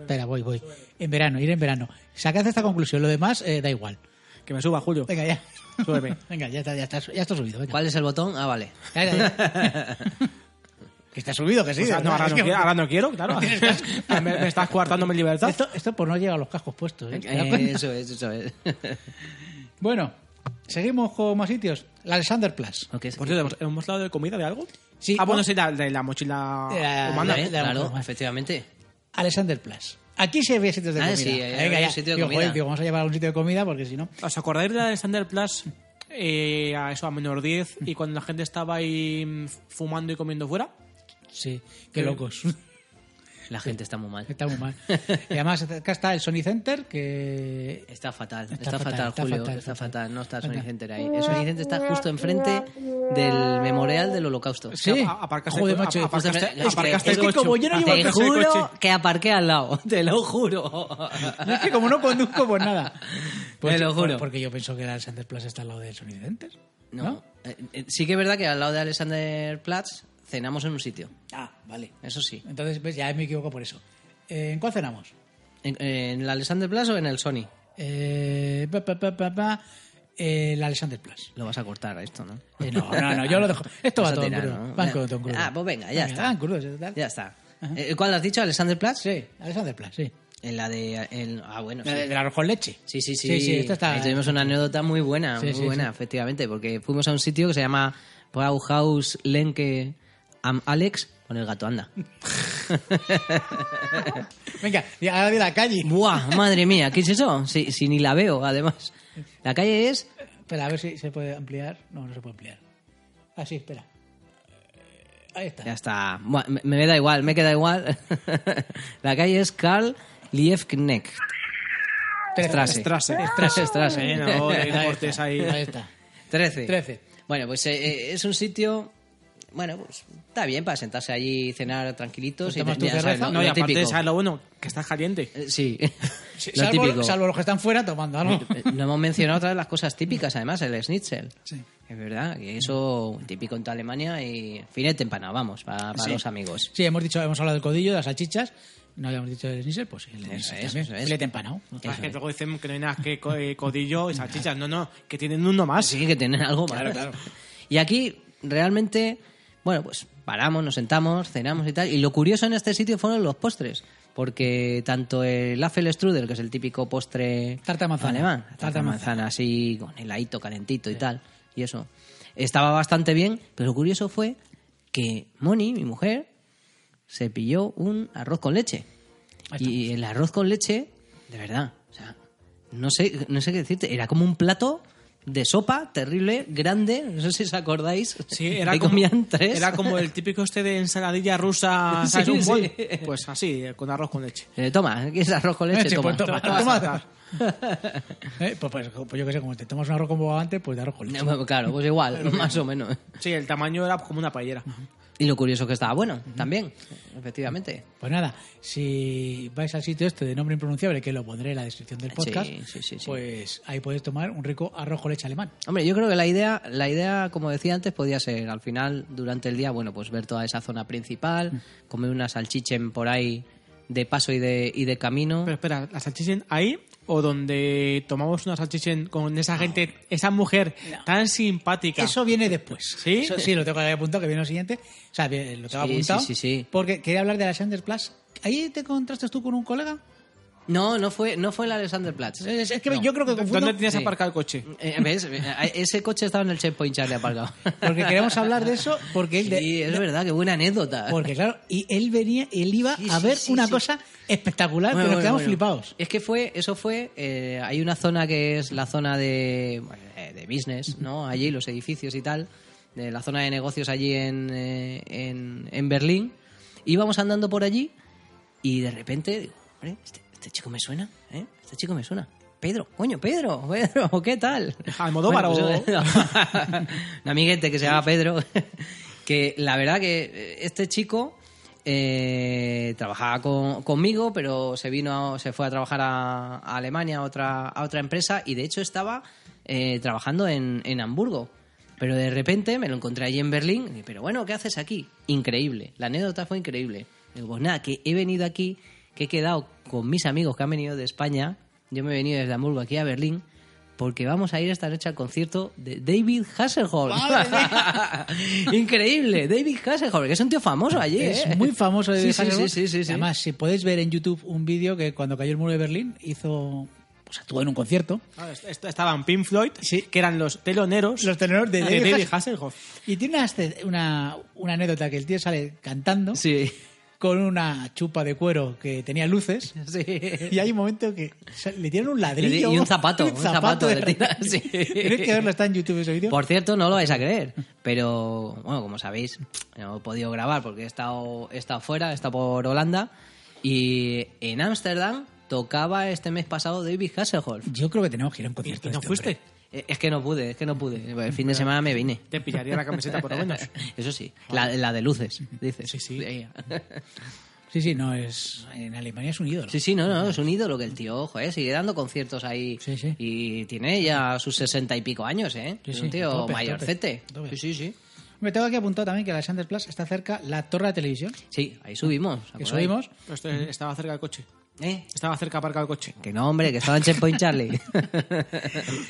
S2: Espera, voy, voy. En verano, ir en verano. Sacad esta conclusión, lo demás eh, da igual.
S3: Que me suba, Julio.
S2: Venga, ya.
S3: Súbeme.
S2: <laughs> Venga, ya está, ya está, ya está subido. Venga.
S4: ¿Cuál es el botón? Ah, vale.
S2: Ya, ya, <laughs> ya. que está subido, que sí.
S3: O sea,
S2: de <laughs>
S3: no,
S2: verdad,
S3: Pues ahora,
S2: es
S3: no
S2: que-
S3: quiero, ahora no quiero,
S2: <laughs>
S3: claro. Ah, me, me estás coartando mi libertad.
S2: esto, esto por no llevar los cascos puestos. ¿eh? ¿Te das
S4: Eh,
S2: cuenta?
S4: eso es, eso es.
S2: Bueno, seguimos con más sitios. La Alexanderplatz.
S4: Ok, sí.
S3: Por cierto, ¿hemos, hemos hablado de comida de algo?
S2: Sí,
S3: Ah, bueno,
S2: no.
S3: sí, la- de la mochila
S2: De la-
S3: humana.
S2: de la-
S4: ¿Eh?
S2: de la-
S4: Claro,
S2: vale.
S4: efectivamente.
S2: Alexanderplatz. Aquí se ve sitios de
S4: Ah,
S2: comida.
S4: sí, hay
S2: Venga,
S4: un
S2: ya.
S4: sitio de
S2: Digo,
S4: comida.
S2: joder, digo, vamos a llevar a un sitio de comida porque si no.
S3: ¿Os acordáis de Alexander Plus? Eh, a eso, a menos 10 y cuando la gente estaba ahí mm, fumando y comiendo fuera.
S2: Sí, qué
S3: Sí.
S2: locos. <laughs>
S4: La gente está muy mal.
S2: Está muy
S4: <laughs>
S2: mal. Y además, acá está el Sony Center,
S4: <laughs>
S2: que.
S4: Está fatal, está,
S2: Está
S4: fatal,
S2: fatal, está
S4: Julio,
S2: fatal,
S4: está
S2: fatal.
S4: fatal. No está
S2: Venga.
S4: Sony Center ahí. El Sony Center está justo enfrente del memorial del Holocausto.
S2: Sí.
S3: A- aparcaste-
S2: Joder, macho.
S3: a- aparcaste-
S4: Justo enfrente-
S3: aparcaste
S4: es
S3: el
S4: que
S3: coche.
S2: como yo no llevo
S4: Te
S2: el
S4: juro que aparqué al lado, <laughs> te lo juro.
S2: No es que como no conduzco, pues nada. Pues,
S4: Te lo juro.
S2: Porque yo pienso que el Alexanderplatz está al lado del Sony Center.
S4: No,
S2: ¿No?
S4: eh, eh, sí que es verdad que al lado de Alexanderplatz cenamos en un sitio,
S2: Ah, vale.
S4: eso sí.
S2: Entonces, ves, ya me equivoco por eso. Eh, ¿En cuál cenamos?
S4: ¿En, en el Alexanderplatz o en el Sony?
S2: Eh, pa, pa, pa, pa, pa, eh, el Alexanderplatz.
S4: Lo vas a cortar a esto, ¿no?
S2: Eh, no, no, no, yo lo
S4: <laughs>
S2: dejo. Esto va
S4: Vas a
S2: todo en
S4: tirar,
S2: crudo.
S4: ¿no?
S2: Van con todo en crudo.
S4: Ah, pues venga, ya está.
S2: Van crudos, ya está.
S4: Ya está. Eh, ¿Cuál has dicho? ¿Alexanderplatz?
S2: Sí, Alexanderplatz, sí.
S4: En la de... en- ah, bueno, Ah, sí.
S2: De, de la arroz con leche.
S4: Sí, sí, sí.
S2: Sí, sí, esto está-
S4: Ahí tuvimos una anécdota muy buena,
S2: Sí,
S4: muy
S2: sí,
S4: buena,
S2: sí.
S4: efectivamente, porque fuimos a un sitio que se llama Bauhaus Lenke am Alex con el
S2: <laughs>
S4: gato anda.
S2: Venga, y ahora de la calle.
S4: Buah, madre mía, ¿qué es eso? Si, si ni la veo, además. La calle es
S2: Espera, a ver si se puede ampliar. No, no se puede ampliar. Ah, sí, espera. Eh, Ahí está.
S4: ya está. Buah, me, me da igual, me queda igual. <laughs> la calle es Karl Liebknecht. Strasse.
S3: Strasse.
S4: Strasse, Strasse.
S2: <laughs>
S3: Eh, no, de cortes ahí.
S2: Ahí está.
S4: 13.
S2: 13.
S4: Bueno, pues eh, eh, es un sitio Bueno, pues está bien para sentarse allí y cenar tranquilitos.
S2: Pues tomas
S4: y
S2: tu
S4: ya sabes,
S2: cerveza.
S4: lo-
S3: No, y
S4: lo
S3: aparte,
S4: típico.
S3: ¿sabes lo bueno? Que estás caliente.
S4: Eh, Sí,
S2: <laughs> Sí,
S4: lo
S2: salvo,
S4: típico.
S2: salvo los que están fuera tomando algo.
S4: Eh, No hemos mencionado otras de las cosas típicas, además, el schnitzel.
S2: Sí.
S4: Es verdad, que eso típico en toda Alemania y filete empanado, vamos, para, para
S2: Sí.
S4: los amigos.
S2: Sí, hemos dicho, hemos hablado del codillo, de las salchichas. No habíamos dicho del schnitzel, pues sí, el
S4: Eso
S2: schnitzel
S4: es,
S2: también.
S4: eso es.
S2: Filete empanado.
S3: Ah, que luego dicen que no hay nada que co- eh, codillo y salchichas. No, no, que tienen uno más.
S4: Sí, que tienen algo más. Y aquí realmente, bueno, pues paramos, nos sentamos, cenamos y tal. Y lo curioso en este sitio fueron los postres. Porque tanto el Apfelstrudel, que es el típico postre
S2: Tarta de manzana.
S4: alemán,
S2: Tarta
S4: tarta,
S2: de
S4: de manzana, así con heladito calentito y tal, y eso, estaba bastante bien, pero lo curioso fue que Moni, mi mujer, se pilló un arroz con leche. Y el arroz con leche, de verdad, o sea, no sé, no sé qué decirte, era como un plato de sopa terrible, grande, no sé si os acordáis.
S3: Sí, era
S4: que
S3: como,
S4: comían tres.
S3: era como el típico este de ensaladilla
S4: <laughs>
S3: rusa, ¿sabes?
S4: Sí,
S3: un bol.
S4: sí.
S3: Pues así, eh, con arroz con leche.
S4: <laughs> Eh, toma, ¿quieres arroz con leche?
S2: Leche,
S4: toma.
S2: pues toma, toma, Eh, pues, pues, pues yo qué sé, como te tomas un arroz con bogavante, pues de arroz con leche.
S4: <laughs> Bueno, Claro, pues igual, más o menos.
S3: Sí, el tamaño era como una paellera.
S4: Y lo curioso que estaba bueno, también, efectivamente.
S2: Pues nada, si vais al sitio este de nombre impronunciable, que lo pondré en la descripción del
S4: Sí,
S2: podcast,
S4: sí, sí, sí.
S2: pues ahí podéis tomar un rico arroz con leche alemán.
S4: Hombre, yo creo que la idea, la idea, como decía antes, podía ser al final, durante el día, bueno, pues ver toda esa zona
S2: Mm.
S4: principal, comer una salchichen por ahí de paso y de, y de camino.
S3: Pero espera, ¿la salchichen ahí o donde tomamos una salchichen con esa gente, esa mujer tan simpática?
S2: Eso viene después.
S3: ¿Sí?
S2: Eso sí, lo tengo que apuntado, que viene lo siguiente. O sea, bien, lo tengo
S4: Sí,
S2: apuntado.
S4: sí, sí, sí.
S2: Porque quería hablar de la Sandersplatz. ¿Ahí te encontraste tú con un colega?
S4: No, no fue, no fue el Alexanderplatz.
S2: Es, es que
S4: No.
S2: yo creo que confundo.
S3: ¿Dónde tenías
S4: Sí.
S3: aparcado el coche?
S4: Eh, ¿ves? Eh, Ese coche estaba en el checkpoint Charlie aparcado.
S2: Porque queremos hablar de
S4: <laughs>
S2: eso, porque él... de-
S4: Sí, es verdad, qué buena anécdota.
S2: Porque claro, y él venía, él iba
S4: Sí,
S2: a
S4: sí,
S2: ver
S4: sí,
S2: una
S4: sí.
S2: cosa espectacular,
S4: Bueno,
S2: pero
S4: bueno,
S2: quedamos
S4: bueno.
S2: flipados.
S4: Es que fue, eso fue, eh, hay una zona que es la zona de, bueno, eh, de business, ¿no? Allí los edificios y tal, de la zona de negocios allí en, eh, en, en Berlín. Íbamos andando por allí y de repente digo, hombre, este, este chico me suena, ¿eh? Este chico me suena. Pedro, coño, Pedro, <laughs> Pedro, ¿qué tal? pues
S3: Almodóvar o-
S4: <laughs> un amiguete que se llama Pedro, <laughs> que la verdad que eh, este chico eh, trabajaba con- conmigo, pero se vino, a- se fue a trabajar a, a Alemania, a otra, a otra empresa, y de hecho estaba eh, trabajando en, en Hamburgo. Pero de repente me lo encontré allí en Berlín, y, pero bueno, ¿qué haces aquí? Increíble, la anécdota fue increíble. Digo, pues nada, que he venido aquí, que he quedado con mis amigos que han venido de España, yo me he venido desde Hamburgo aquí a Berlín, porque vamos a ir esta noche al concierto de David Hasselhoff. <laughs> Increíble, David Hasselhoff, que es un tío famoso allí. ¿eh?
S2: Es muy famoso de
S4: sí, sí,
S2: Hasselhoff.
S4: sí, sí, sí, sí.
S2: Además, si podéis ver en YouTube un vídeo que cuando cayó el muro de Berlín hizo, pues actuó en un concierto.
S3: Ah, est- est- Estaban Pink Floyd, que eran los teloneros
S2: Los tenores Ah, de David
S3: David
S2: Hasselhoff.
S3: Hasselhoff.
S2: Y tiene una, escena- una, una anécdota que el tío sale cantando
S4: Sí, <laughs>
S2: con una chupa de cuero que tenía luces.
S4: sí.
S2: Y hay un momento que sa- le tiran un ladrillo.
S4: Y
S2: <laughs>
S4: un zapato,
S2: y
S4: un zapato
S2: de
S4: le tiran,
S2: repente.
S4: sí.
S2: Tenéis que verlo, está en YouTube ese vídeo.
S4: Por cierto, no lo vais a creer, pero bueno, como sabéis, no he podido grabar porque he estado, he estado fuera, he estado por Holanda y en Ámsterdam tocaba este mes pasado David Hasselhoff.
S2: Yo creo que tenemos que ir a un concierto.
S3: ¿Y
S2: de
S3: no
S2: este
S3: fuiste?
S2: hombre.
S4: Eh, Es que no pude, es que no pude. El fin de semana me vine.
S3: Te pillaría la camiseta por
S2: <laughs>
S3: lo
S4: <laughs>
S3: menos.
S4: Eso sí, la, la de luces, dices. Eh,
S3: Sí, sí.
S2: Sí, sí, no, es. En Alemania es un ídolo.
S4: Sí, sí, no, no, es un ídolo que el tío, joder, sigue dando conciertos ahí.
S2: Sí, sí.
S4: Y tiene ya sus sesenta y pico años, ¿eh?
S2: Sí,
S4: es
S2: sí,
S4: un tío
S2: a tope, a
S4: mayorcete.
S2: tope, a tope.
S4: Sí, sí, sí.
S2: Me tengo aquí apuntado también que a la Sandersplatz está cerca la torre de televisión,
S4: Sí, Ah, ahí subimos.
S2: que
S4: ¿os acordáis?
S2: subimos.
S3: Pero esto- Este, Estaba cerca del coche.
S4: ¿Eh?
S3: Estaba cerca aparcado el coche.
S4: Que no, hombre, que estaba en Checkpoint Charlie. <laughs>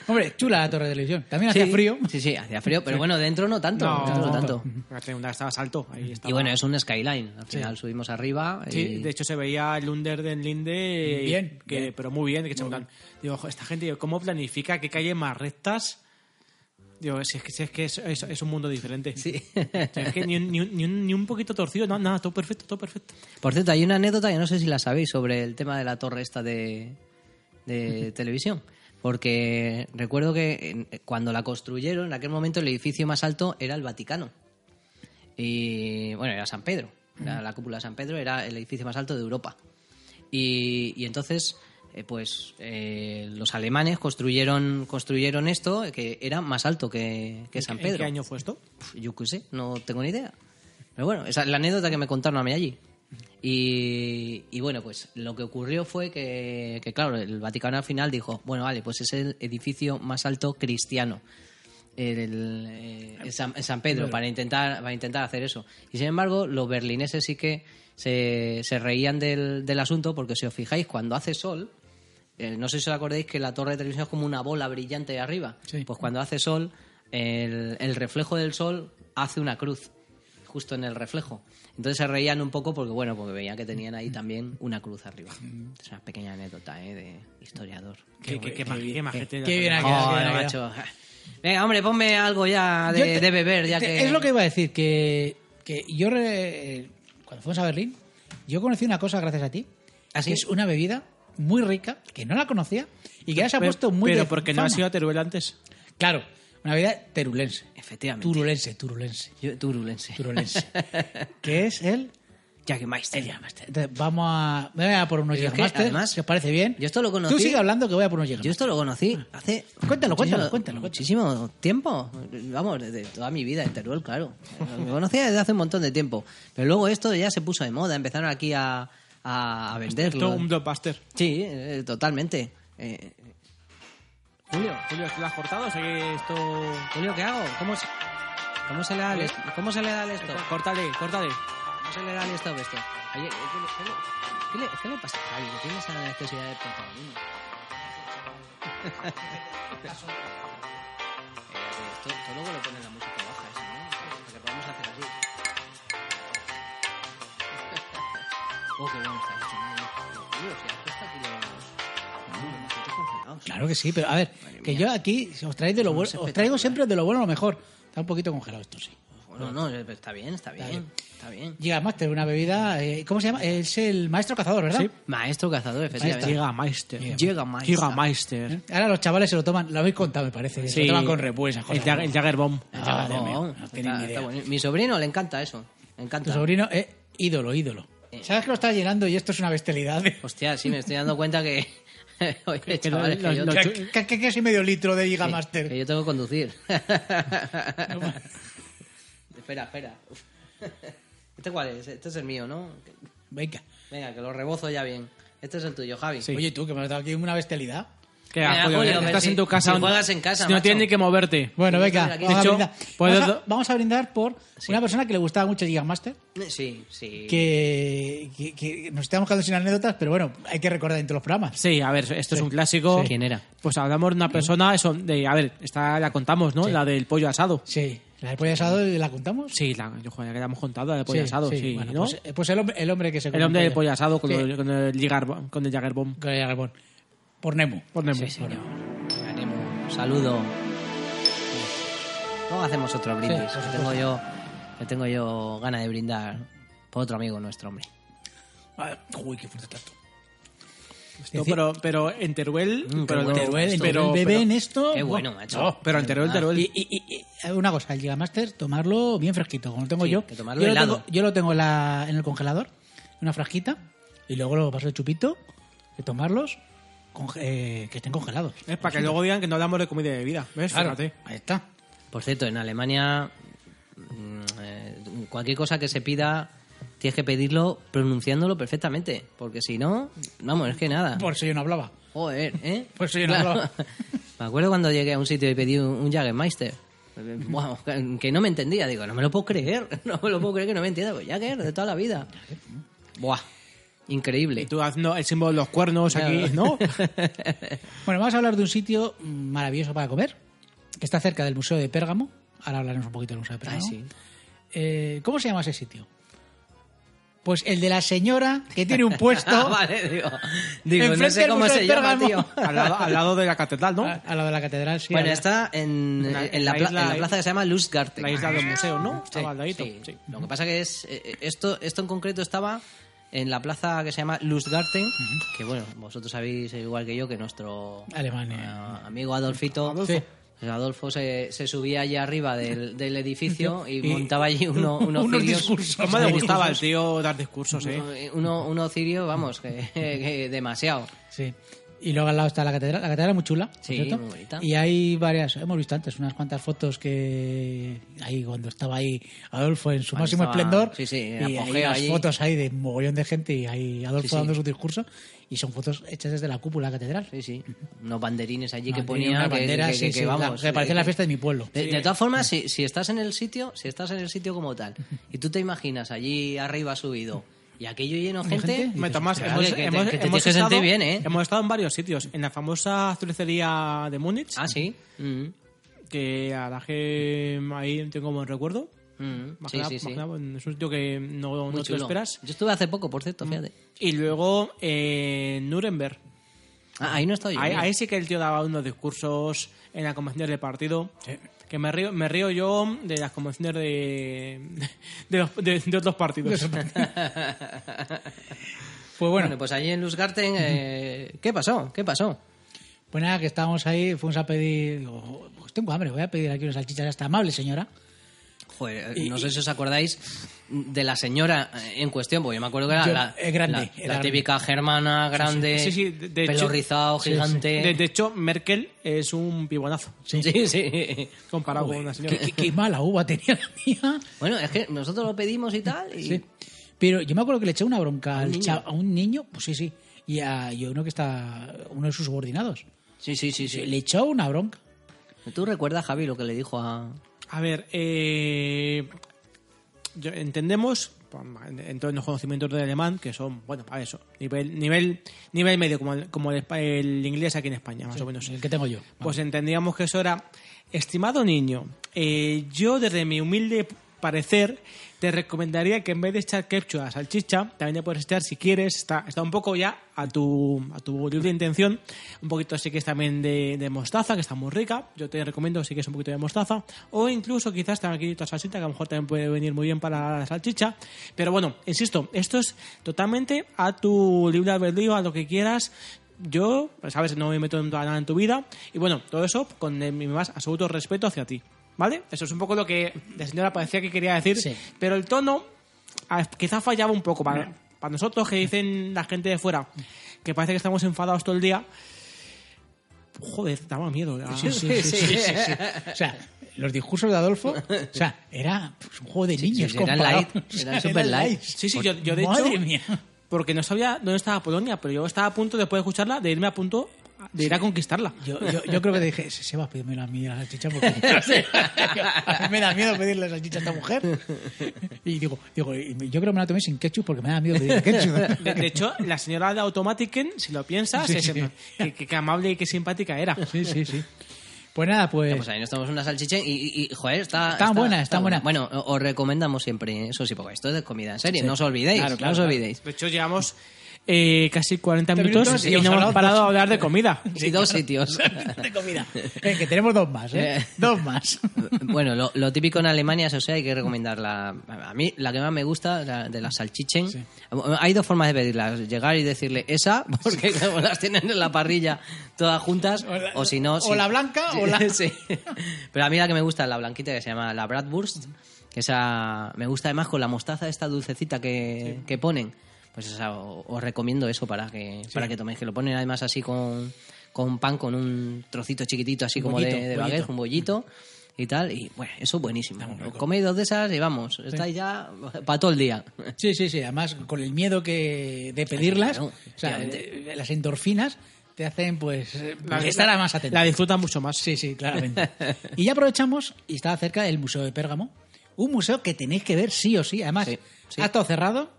S2: Hombre, chula la torre de televisión. También
S4: Sí,
S2: <laughs> hacía frío.
S4: Sí, sí, hacía frío, pero bueno, dentro no tanto.
S3: No,
S4: dentro no tanto.
S3: Fíjate, una estaba salto. Ahí estaba.
S4: Y bueno, es un skyline. Al final subimos arriba. y-
S3: Sí, de hecho se veía el under del Linde. eh,
S2: Bien,
S3: que-
S2: bien.
S3: Pero muy bien. Que se plan- Digo, "Jo, esta gente, digo, ¿cómo planifica qué calles más rectas? Digo, si es que, si es, que es, es- es un mundo diferente.
S4: Sí.
S3: Es que ni, un- ni un- ni un- ni un poquito torcido, no, nada, todo perfecto, todo perfecto.
S4: Por cierto, hay una anécdota que no sé si la sabéis sobre el tema de la torre esta de,
S3: <laughs>
S4: de televisión. Porque recuerdo que en- cuando la construyeron, en aquel momento el edificio más alto era el Vaticano. Y bueno, era San
S3: Mm.
S4: Pedro. Era la cúpula de San Pedro era el edificio más alto de Europa. Y, y entonces, eh, eh, pues eh, los alemanes construyeron, construyeron esto eh, que era más alto que, que San
S3: ¿En
S4: Pedro.
S3: qué año fue esto?
S4: Pf, Yo qué sé, no tengo ni idea. Pero bueno, esa es la anécdota que me contaron a mí allí. Y, y bueno, pues lo que ocurrió fue que, que, claro, el Vaticano al final dijo, bueno, vale, pues es el edificio más alto cristiano, el, eh, el San, el San Pedro, para intentar, para intentar hacer eso. Y sin embargo, los berlineses sí que se, se reían del, del asunto porque si os fijáis, cuando hace sol, eh, no sé si os acordéis que la torre de televisión es como una bola brillante de arriba.
S3: Sí.
S4: Pues cuando hace sol, el, el reflejo del sol hace una cruz justo en el reflejo. Entonces se reían un poco porque, bueno, porque veían que tenían ahí también una cruz arriba. Es una pequeña anécdota, ¿eh? De historiador.
S3: Qué, qué, qué, ma- qué majete.
S2: qué bien ha quedado.
S4: Joder,
S2: Navidad.
S4: macho. Venga, hombre, ponme algo ya de,
S2: Yo te-
S4: de beber, ya
S2: te-
S4: que...
S2: Es lo que iba a decir, que, que yo re- cuando fuimos a Berlín, yo conocí una cosa gracias a ti.
S4: ¿Ah, sí?
S2: que Es una bebida muy rica, que no la conocía y que ya se ha
S3: Pero-
S2: puesto muy
S3: Pero
S2: de
S3: porque no
S2: fama.
S3: ha sido a Teruel antes.
S2: Claro, una bebida terulense.
S4: Efectivamente.
S2: Turulense, turulense,
S4: Yo- turulense.
S2: turulense. que es el...
S4: Ya que más
S2: el Jägermeister. Entonces, vamos a... Voy a por unos
S4: Pero es que,
S2: Jägermeister,
S4: además,
S2: si os parece bien.
S4: yo esto lo conocí-
S2: Tú sigue hablando que voy a por unos
S4: Yo
S2: Jägermeister.
S4: esto lo conocí hace...
S2: Cuéntalo, cuéntalo,
S4: muchísimo-
S2: cuéntalo, cuéntalo.
S4: Muchísimo tiempo. Vamos, desde toda mi vida en Teruel, claro.
S2: <laughs>
S4: Me conocía desde hace un montón de tiempo. Pero luego esto ya se puso de moda. Empezaron aquí a, a, a
S3: Esto
S4: venderlo.
S3: un blockbuster.
S4: Sí, eh, totalmente. Eh,
S3: Julio, Julio, ¿tú lo has cortado? O sea que esto...
S4: Julio, ¿qué hago? ¿Cómo se, cómo se le da al est- ¿Cómo se le da al esto?
S3: Córtale, córtale.
S4: ¿Cómo se le da al esto esto? Oye, eh, ¿qué le, qué le- qué le- qué le pasa a Javi? Que tiene esa necesidad de protagonismo. <laughs> Eh, esto, esto luego le ponen la música baja, eso, ¿no? Para que podamos hacer así. <laughs> oh, qué bueno está esto, ¿no? Julio, si esto está aquí los... Julio, macho, estoy congelado.
S2: Claro que sí, pero a ver, que yo aquí os, traéis de lo
S4: Vamos,
S2: bueno, os traigo
S4: espectacular.
S2: siempre de lo bueno a lo mejor. Está un poquito congelado esto, sí.
S4: No, no, está bien, está bien, está bien.
S2: Jägermeister, una bebida... eh, ¿Cómo se llama? Es el maestro cazador, ¿verdad?
S3: Sí.
S4: Maestro cazador, efectivamente.
S3: Llega Meister.
S4: Llega Meister.
S3: Llega Meister.
S2: Ahora los chavales se lo toman, lo habéis contado, me parece. Se lo toman con repú esas
S3: El
S2: cosas.
S3: Jag- el Jaggerbomb.
S2: Ah, Dios mío,
S4: Oh,
S2: no tenéis
S4: está-
S2: ni
S4: está
S2: idea.
S4: bueno. Mi sobrino le encanta eso. Le
S2: Tu
S4: encanta.
S2: sobrino es ídolo, ídolo.
S4: Eh.
S2: ¿Sabes que lo está llenando y esto es una bestialidad?
S4: Hostia, sí, me estoy dando cuenta que. <laughs>
S2: <laughs>
S4: Oye, chavales, que
S3: lo-
S4: yo,
S3: lo-
S4: que-
S2: Que- que- que- Casi medio litro de
S4: que-
S2: Gigamaster.
S4: que yo tengo que conducir. <laughs> espera, espera. Uf. <laughs> ¿Este cuál es? Este es el mío, ¿no?
S2: Venga.
S4: Venga, que lo rebozo ya bien. Este es el tuyo, Javi.
S3: Sí.
S2: Oye, tú, que me has dado aquí una bestialidad.
S3: Que
S4: Venga,
S3: ah, Julio,
S4: Julio,
S3: estás
S4: si-
S3: en tu casa.
S4: si juegas en casa,
S3: si no
S4: macho.
S3: tienes ni que moverte.
S2: Bueno,
S4: Sí,
S2: venga,
S4: estoy aquí.
S2: vamos a,
S3: De hecho,
S2: brindar.
S3: puedo-
S2: Vamos a- vamos a brindar por
S4: Sí.
S2: una persona que le gustaba mucho Gigamaster,
S4: Eh, Sí, sí.
S2: que, que- que nos estamos quedando sin anécdotas, pero bueno, hay que recordar en todos los programas.
S3: Sí, a ver, esto es un clásico.
S4: Sí. ¿Quién era?
S3: Pues hablamos de una persona, eso, de, a ver, esta la contamos, ¿no? La del pollo asado.
S2: Sí, la del pollo asado la contamos.
S3: Sí, la, yo, joder, que la hemos contado, la del pollo asado, sí,
S2: bueno,
S3: ¿no?
S2: pues, eh, pues el, hombre, el hombre que se
S3: el
S2: come
S3: hombre del pollo asado con,
S2: Sí,
S3: el- con el Jagerbomb. Con el Jagerbomb.
S2: con el árbol. Por Nemo.
S3: Por Nemo.
S4: Sí, señor. Ganemos. Saludo. Luego hacemos otro brindis.
S2: por
S4: que
S2: supuesto.
S4: tengo yo, que tengo yo ganas de brindar por otro amigo nuestro, hombre.
S2: Ah, Uy, qué fuerte tanto.
S3: No, pero, pero en Teruel...
S4: Mm, qué
S3: pero,
S4: bueno.
S2: Teruel, en
S4: esto, ¿eh?
S2: Teruel
S3: pero-
S2: beben
S3: pero-
S2: esto.
S4: Qué
S2: buah.
S4: bueno, macho.
S2: No.
S3: Pero en Teruel,
S4: Ah,
S3: Teruel...
S2: Y, y- y- y una cosa, el Gigamaster, tomarlo bien fresquito, como lo tengo
S4: Sí,
S2: yo.
S4: que tomarlo
S2: yo, lo
S4: helado.
S2: tengo, yo lo tengo en, la- en el congelador, en una frasquita, y luego lo paso de chupito, de tomarlos, conge- eh, que estén congelados.
S3: Es para que luego digan que no hablamos de comida y bebida. ¿Ves?
S2: Claro,
S3: Fíjate.
S2: ahí está.
S4: Por cierto, en Alemania mm, eh, cualquier cosa que se pida tienes que pedirlo pronunciándolo perfectamente, porque si no, vamos, es que nada.
S2: Por eso yo no hablaba.
S4: Joder, ¿eh?
S2: Por eso yo no hablaba.
S4: <laughs> Me acuerdo cuando llegué a un sitio y pedí un, un Jagermeister. Wow, que no me entendía, digo, no me lo puedo creer, <laughs> no me lo puedo creer que no me entienda, pues Jagger de toda la vida. Buah,
S3: Y
S4: increíble.
S3: tú haciendo el símbolo de los cuernos aquí, ¿no?
S4: <laughs>
S2: Bueno, vamos a hablar de un sitio mm, maravilloso para comer, que está cerca del Museo de Pérgamo. Ahora hablaremos un poquito del Museo de
S4: Ay,
S2: Pérgamo.
S4: Ah, sí.
S2: Eh, ¿Cómo se llama ese sitio? Pues el de la señora que tiene un puesto
S4: <laughs> Ah, vale, digo, digo, no
S2: Enfrente
S4: sé
S2: del
S4: cómo
S2: Museo
S4: se
S2: de
S4: llama,
S2: Pérgamo.
S4: tío.
S3: al, lado, al lado de la catedral, ¿no?
S2: a, a la de la catedral. Sí,
S4: Bueno,
S2: a la-
S4: está en,
S3: la-
S4: en
S3: en
S4: la,
S3: la
S4: pla-
S3: isla-
S4: en la plaza que se llama Lustgarten.
S3: La isla del museo, ¿no?
S4: Sí,
S3: Estaba al ladito.
S4: sí.
S3: sí.
S4: Lo que pasa que es eh, eh, esto esto en concreto estaba en la plaza que se llama Lustgarten, que bueno, vosotros sabéis eh, igual que yo que nuestro
S2: Alemania.
S4: eh, amigo Adolfito
S2: Adolfo. Sí.
S4: pues Adolfo se, se subía allá arriba del, del edificio y,
S2: Y-
S4: montaba allí uno- <laughs> unos,
S2: unos
S4: cirios-
S2: discursos.
S3: ¿Cómo le gustaba al tío dar discursos, eh?
S4: <laughs> uno- uno- unos cirios, vamos, que, que demasiado.
S2: Sí. Y luego al lado está la catedral. La catedral es muy chula. por
S4: Sí,
S2: cierto.
S4: muy bonita.
S2: Y hay varias, hemos visto antes unas cuantas fotos que ahí cuando estaba ahí Adolfo en su
S4: Cuando
S2: máximo
S4: estaba-
S2: esplendor.
S4: sí, sí, en
S2: y hay
S4: apogeo
S2: unas
S4: allí.
S2: fotos ahí de mogollón de gente y ahí Adolfo
S4: Sí, sí.
S2: dando su discurso. Y son fotos hechas desde la cúpula de la catedral.
S4: Sí, sí. Unos banderines allí que
S2: Mantiene
S4: ponía.
S2: unas
S4: que-
S2: banderas,
S4: que, que-
S2: sí,
S4: que
S2: sí, la-
S4: vamos,
S2: que parecía
S4: eh,
S2: la fiesta de mi pueblo. <laughs>
S4: De, de todas formas, si, si estás en el sitio, si estás en el sitio como tal, y tú te imaginas allí arriba subido y aquello lleno de gente,
S2: gente?
S4: dices,
S3: Metamás,
S4: "Ostras,
S3: hemos,
S4: que te-
S3: hemos-
S4: que te
S3: hemos
S4: tienes que
S3: estado,
S4: sentir bien, ¿eh?
S3: hemos estado en varios sitios. En la famosa cervecería de Múnich,
S4: Ah, sí. Mm,
S3: que a la que ahí tengo buen recuerdo.
S4: mm,
S3: Más que
S4: Sí,
S3: nada-
S4: sí,
S3: más
S4: sí.
S3: que nada, Es un sitio que no,
S4: Muy
S3: no te lo
S4: chulo.
S3: esperas. Mm.
S4: Yo estuve hace poco, por cierto, fíjate.
S3: Y luego eh, en Nuremberg.
S4: Ah, ahí no estoy yo.
S3: Ahí,
S4: mira.
S3: ahí sí que el tío daba unos discursos en las convenciones de partido. Que me río, me río yo de las convenciones de, <laughs> de, los- de- de otros partidos.
S2: Pues bueno,
S4: Bueno, pues allí en Luzgarten, eh, ¿qué pasó? ¿Qué pasó?
S2: Pues nada, que estábamos ahí, fuimos a pedir. digo, "Pues tengo hambre, voy a pedir aquí unas salchichas hasta amable, señora.
S4: Joder, eh, no sé si os acordáis de la señora eh, en cuestión, porque yo me acuerdo que era
S2: Yo-
S4: la,
S2: eh, grande,
S4: la-
S2: era
S4: la
S2: grande.
S4: típica germana grande,
S3: Sí, sí, de- de
S4: pelo
S3: hecho-
S4: rizado,
S2: sí, sí.
S4: gigante.
S3: De, de hecho, Merkel es un pibonazo.
S4: Sí, sí. sí.
S3: Comparado con una señora.
S2: Qué, qué- qué mala uva tenía la mía.
S4: Bueno, es que nosotros lo pedimos y tal. Y...
S2: Sí. Pero yo me acuerdo que le eché una bronca al
S4: niño?
S2: cha- a un niño, pues sí, sí, y a y a uno que está, uno de sus subordinados.
S4: sí, sí, sí, sí.
S2: Le echó una bronca.
S4: ¿Tú recuerdas, Javi, lo que le dijo a.
S3: A ver, eh, yo- entendemos por- en todos los conocimientos del alemán que son, bueno, para eso, nivel, nivel, nivel medio, como, el, como el espa- el inglés aquí en España, más o menos.
S2: El que tengo yo.
S3: Pues entendíamos que eso era, estimado niño, eh, yo desde mi humilde parecer te recomendaría que en vez de echar ketchup a la salchicha, también le puedes echar si quieres, está, está un poco ya a tu, a tu libre intención, un poquito sí que es también de, de mostaza, que está muy rica, yo te recomiendo si quieres un poquito de mostaza, o incluso quizás también aquí otra salsita, que a lo mejor también puede venir muy bien para la salchicha, pero bueno, insisto, esto es totalmente a tu libre albedrío, a lo que quieras, yo, pues, sabes, no me meto en nada en tu vida. Y bueno, todo eso con el- mi más absoluto respeto hacia ti. ¿Vale? Eso es un poco lo que la señora parecía que quería decir.
S2: Sí.
S3: Pero el tono a- quizá fallaba un poco para, para nosotros que dicen la gente de fuera que parece que estamos enfadados todo el día. Joder, daba miedo. Ah,
S2: Sí, sí, sí, sí, sí, sí. O sea, los discursos de Adolfo, o sea, era pues, un juego de
S4: Sí,
S2: niños.
S4: sí, sí, eran
S2: comparado. <laughs>
S4: light,
S2: O sea,
S4: eran super light.
S3: Sí, sí, yo, yo de
S2: Madre
S3: hecho,
S2: mía.
S3: porque no sabía dónde estaba Polonia, pero yo estaba a punto, después de escucharla, de irme a punto de ir a conquistarla.
S2: Yo, yo, yo creo que dije, se va a pedirme la mía la salchicha porque <laughs> a mí me da miedo pedirle salchicha a esta mujer. Y digo, digo, y yo creo que me la tomé sin ketchup porque me da miedo pedir
S3: <laughs>
S2: ketchup.
S3: De, de hecho, la señora de Automatiken, si lo piensas,
S2: Sí,
S3: es-
S2: sí.
S3: que- que- que amable y que simpática era.
S2: Sí, sí, sí. Pues nada, pues,
S4: Pues ahí nos tomamos una salchicha y, y- y, joder, está.
S2: Está buena, está buena.
S4: Bueno, o- os recomendamos siempre, eso sí, porque esto es de comida en serie,
S2: Sí.
S4: no os olvidéis.
S2: Claro, claro,
S4: no os
S2: claro.
S4: olvidéis.
S3: De hecho, llevamos eh, casi 40 minutos,
S2: minutos y
S3: y
S2: hemos
S3: no hemos
S2: hablado
S3: parado
S2: dos.
S3: a hablar
S2: <laughs>
S3: de comida.
S4: y dos sitios. <laughs>
S2: de comida. Eh, que tenemos dos más, ¿eh?
S4: Eh.
S2: Dos más. <laughs>
S4: bueno, lo, lo típico en Alemania es, o sea, hay que recomendarla. A mí, la que más me gusta, la de las salchichen. Hay dos formas de pedirlas: llegar y decirle esa, porque como <laughs> las tienen en la parrilla todas juntas,
S2: O
S4: o,
S2: la-
S4: si no.
S2: o
S4: si-
S2: la blanca
S4: <laughs>
S2: o la-
S4: Sí. Pero a mí la que me gusta es la blanquita que se llama la Bratwurst, que esa me gusta además con la mostaza esta dulcecita que, que ponen. Pues esa, o- os recomiendo eso para que, para que toméis, que lo ponen además así con, con pan, con un trocito chiquitito así como
S2: bollito,
S4: de, de
S2: bollito.
S4: baguette, un bollito y tal. Y bueno, eso es buenísimo. Coméis dos de esas y vamos, estáis ya para todo el día. <laughs>
S2: Sí, sí, sí. Además, con el miedo que de pedirlas,
S4: Claro,
S2: o sea,
S4: efectivamente.
S2: eh, las endorfinas te hacen, pues, eh, estar más atento.
S3: La disfruta mucho más.
S2: Sí, sí, claramente. Y ya aprovechamos y estaba cerca del Museo de Pérgamo. Un museo que tenéis que ver sí o sí. Además,
S4: Sí, sí. Mm.
S2: ha estado cerrado.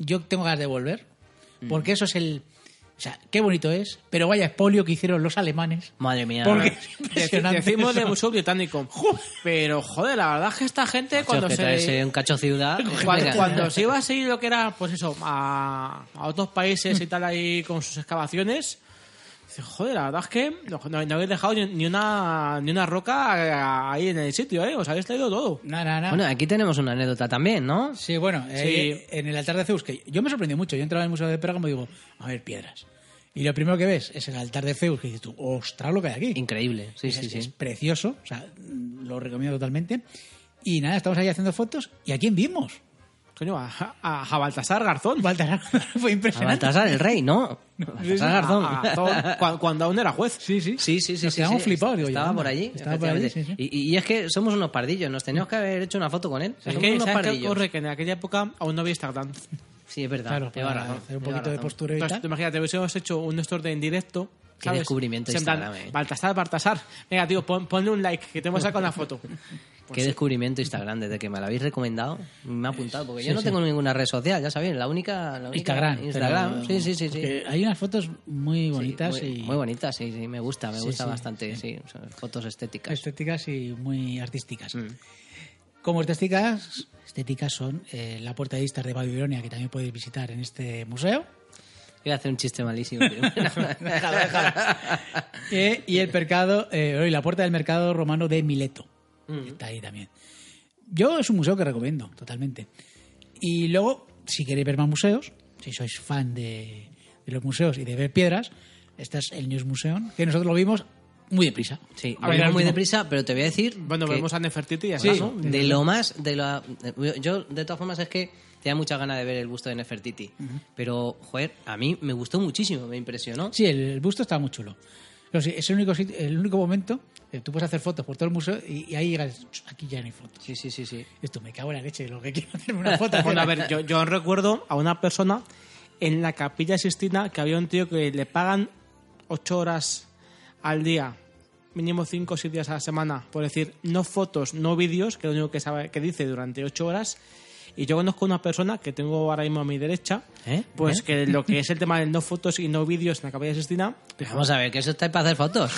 S2: Yo tengo ganas de volver. Porque eso es el. O sea, qué bonito es. Pero vaya expolio que hicieron los alemanes.
S4: Madre mía.
S2: Porque
S4: Macho,
S2: es
S3: Deci-
S2: impresionante. <laughs>
S3: Decimos
S2: eso.
S3: de Museo Británico. Pero, joder, la verdad es que esta gente, cuando
S4: que traes, eh,
S3: se...
S4: un cacho ciudad.
S3: Cuando,
S4: venga.
S3: cuando se iba a seguir lo que era, pues eso, a, a otros países y tal ahí con sus excavaciones, dice, joder, la verdad es que no, no- no habéis dejado ni- ni una, ni una roca ahí en el sitio, ¿eh? Os habéis traído todo.
S2: No, no, no.
S4: Bueno, aquí tenemos una anécdota también, ¿no?
S2: Sí, bueno, eh, en el altar de Zeus, que yo me sorprendí mucho. Yo entraba al Museo de Pérgamo y digo, a ver, piedras. Y lo primero que ves es el altar de Zeus, que dices tú, ostras, lo que hay aquí.
S4: Increíble. Sí,
S2: es,
S4: sí,
S2: es
S4: sí.
S2: precioso, o sea, mm, lo recomiendo totalmente. Y nada, estamos ahí haciendo fotos y ¿a quién vimos?
S3: Coño, a, a, a Baltasar Garzón.
S2: Baltasar fue
S4: A
S2: impresionante.
S4: Baltasar el
S2: <laughs>
S4: Rey, ¿no? Baltasar Garzón.
S3: A- a Garzón, cuando, cuando aún era juez.
S2: Sí, sí.
S4: Sí, sí, sí.
S2: Ah, Nos
S4: sí,
S2: quedamos
S4: sí.
S2: flipados. digo yo,
S4: Estaba
S2: anda,
S4: por allí.
S2: Estaba por allí, sí,
S4: efectivamente.
S2: sí.
S4: Y, y es que somos unos pardillos. Nos teníamos que haber hecho una foto con él.
S3: Es
S4: Somos
S3: que,
S4: unos
S3: ¿sabes qué
S4: pardillos.
S3: ocurre? Que en aquella época aún no había Instagram.
S4: Sí, es verdad.
S2: Claro,
S4: lleva
S2: para
S4: razón.
S2: hacer un
S4: lleva
S2: poquito de
S4: razón.
S2: postura y
S3: Entonces,
S2: tal.
S3: te imagínate, hubiésemos hecho un store en directo.
S4: Qué
S3: ¿sabes?
S4: descubrimiento de
S3: En plan,
S4: Instagram, eh.
S3: Baltasar, Baltasar. Venga, tío, pon- ponle un like, que te hemos sacado una foto.
S4: Qué descubrimiento Instagram, desde que me la habéis recomendado, me ha apuntado, porque yo no tengo ninguna red social, ya sabéis, la única... la única-
S2: Instagram.
S4: Instagram,
S2: pero-
S4: sí, sí, sí. sí.
S2: porque Hay unas fotos muy
S4: Sí,
S2: bonitas
S4: muy,
S2: y.
S4: muy bonitas, sí, sí, me gusta, me
S2: Sí,
S4: gusta
S2: sí,
S4: bastante, sí, son fotos estéticas.
S2: Estéticas y muy artísticas.
S4: Mm.
S2: Como estéticas, estéticas son eh, la puerta de vistas de Babilonia, que también podéis visitar en este museo.
S4: Voy a hacer un chiste malísimo.
S2: <laughs>
S4: pero bueno.
S3: <laughs>
S2: Eh, y el mercado, eh, y la puerta del mercado romano de Mileto. que Está ahí también. Yo es un museo que recomiendo, totalmente. Y luego, si queréis ver más museos, si sois fan de, de los museos y de ver piedras, este es el News Museum, que nosotros lo vimos muy deprisa.
S4: Sí,
S3: A
S4: <laughs> a
S3: ver, el
S4: muy
S3: último.
S4: deprisa, pero te voy a decir...
S3: Bueno,
S4: que
S3: vemos a Nefertiti y así.
S4: paso de lo más... De la, yo, de todas formas, es que tenía mucha ganas de ver el busto de Nefertiti, pero, joder, a mí me gustó muchísimo, me impresionó.
S2: Sí, el, el busto está muy chulo. Pero sí, es el único, sitio- el único momento que tú puedes hacer fotos por todo el museo y, y ahí llegas, "Ch, aquí ya no hay fotos.
S4: Sí, sí, sí, sí.
S2: Esto me cago en la leche, lo que quiero hacerme una foto.
S3: <laughs> Bueno, a ver, yo, yo recuerdo a una persona en la capilla Sistina que había un tío que le pagan ocho horas al día, mínimo cinco o 6 días a la semana, por decir, no fotos, no vídeos, que es lo único que, sabe, que dice durante ocho horas. Y yo conozco una persona que tengo ahora mismo a mi derecha,
S4: ¿Eh?
S3: pues
S4: ¿Eh?
S3: que lo que es el tema del no fotos y no vídeos en la capilla Sistina,
S4: Pero Vamos a ver, que eso está ahí para hacer fotos.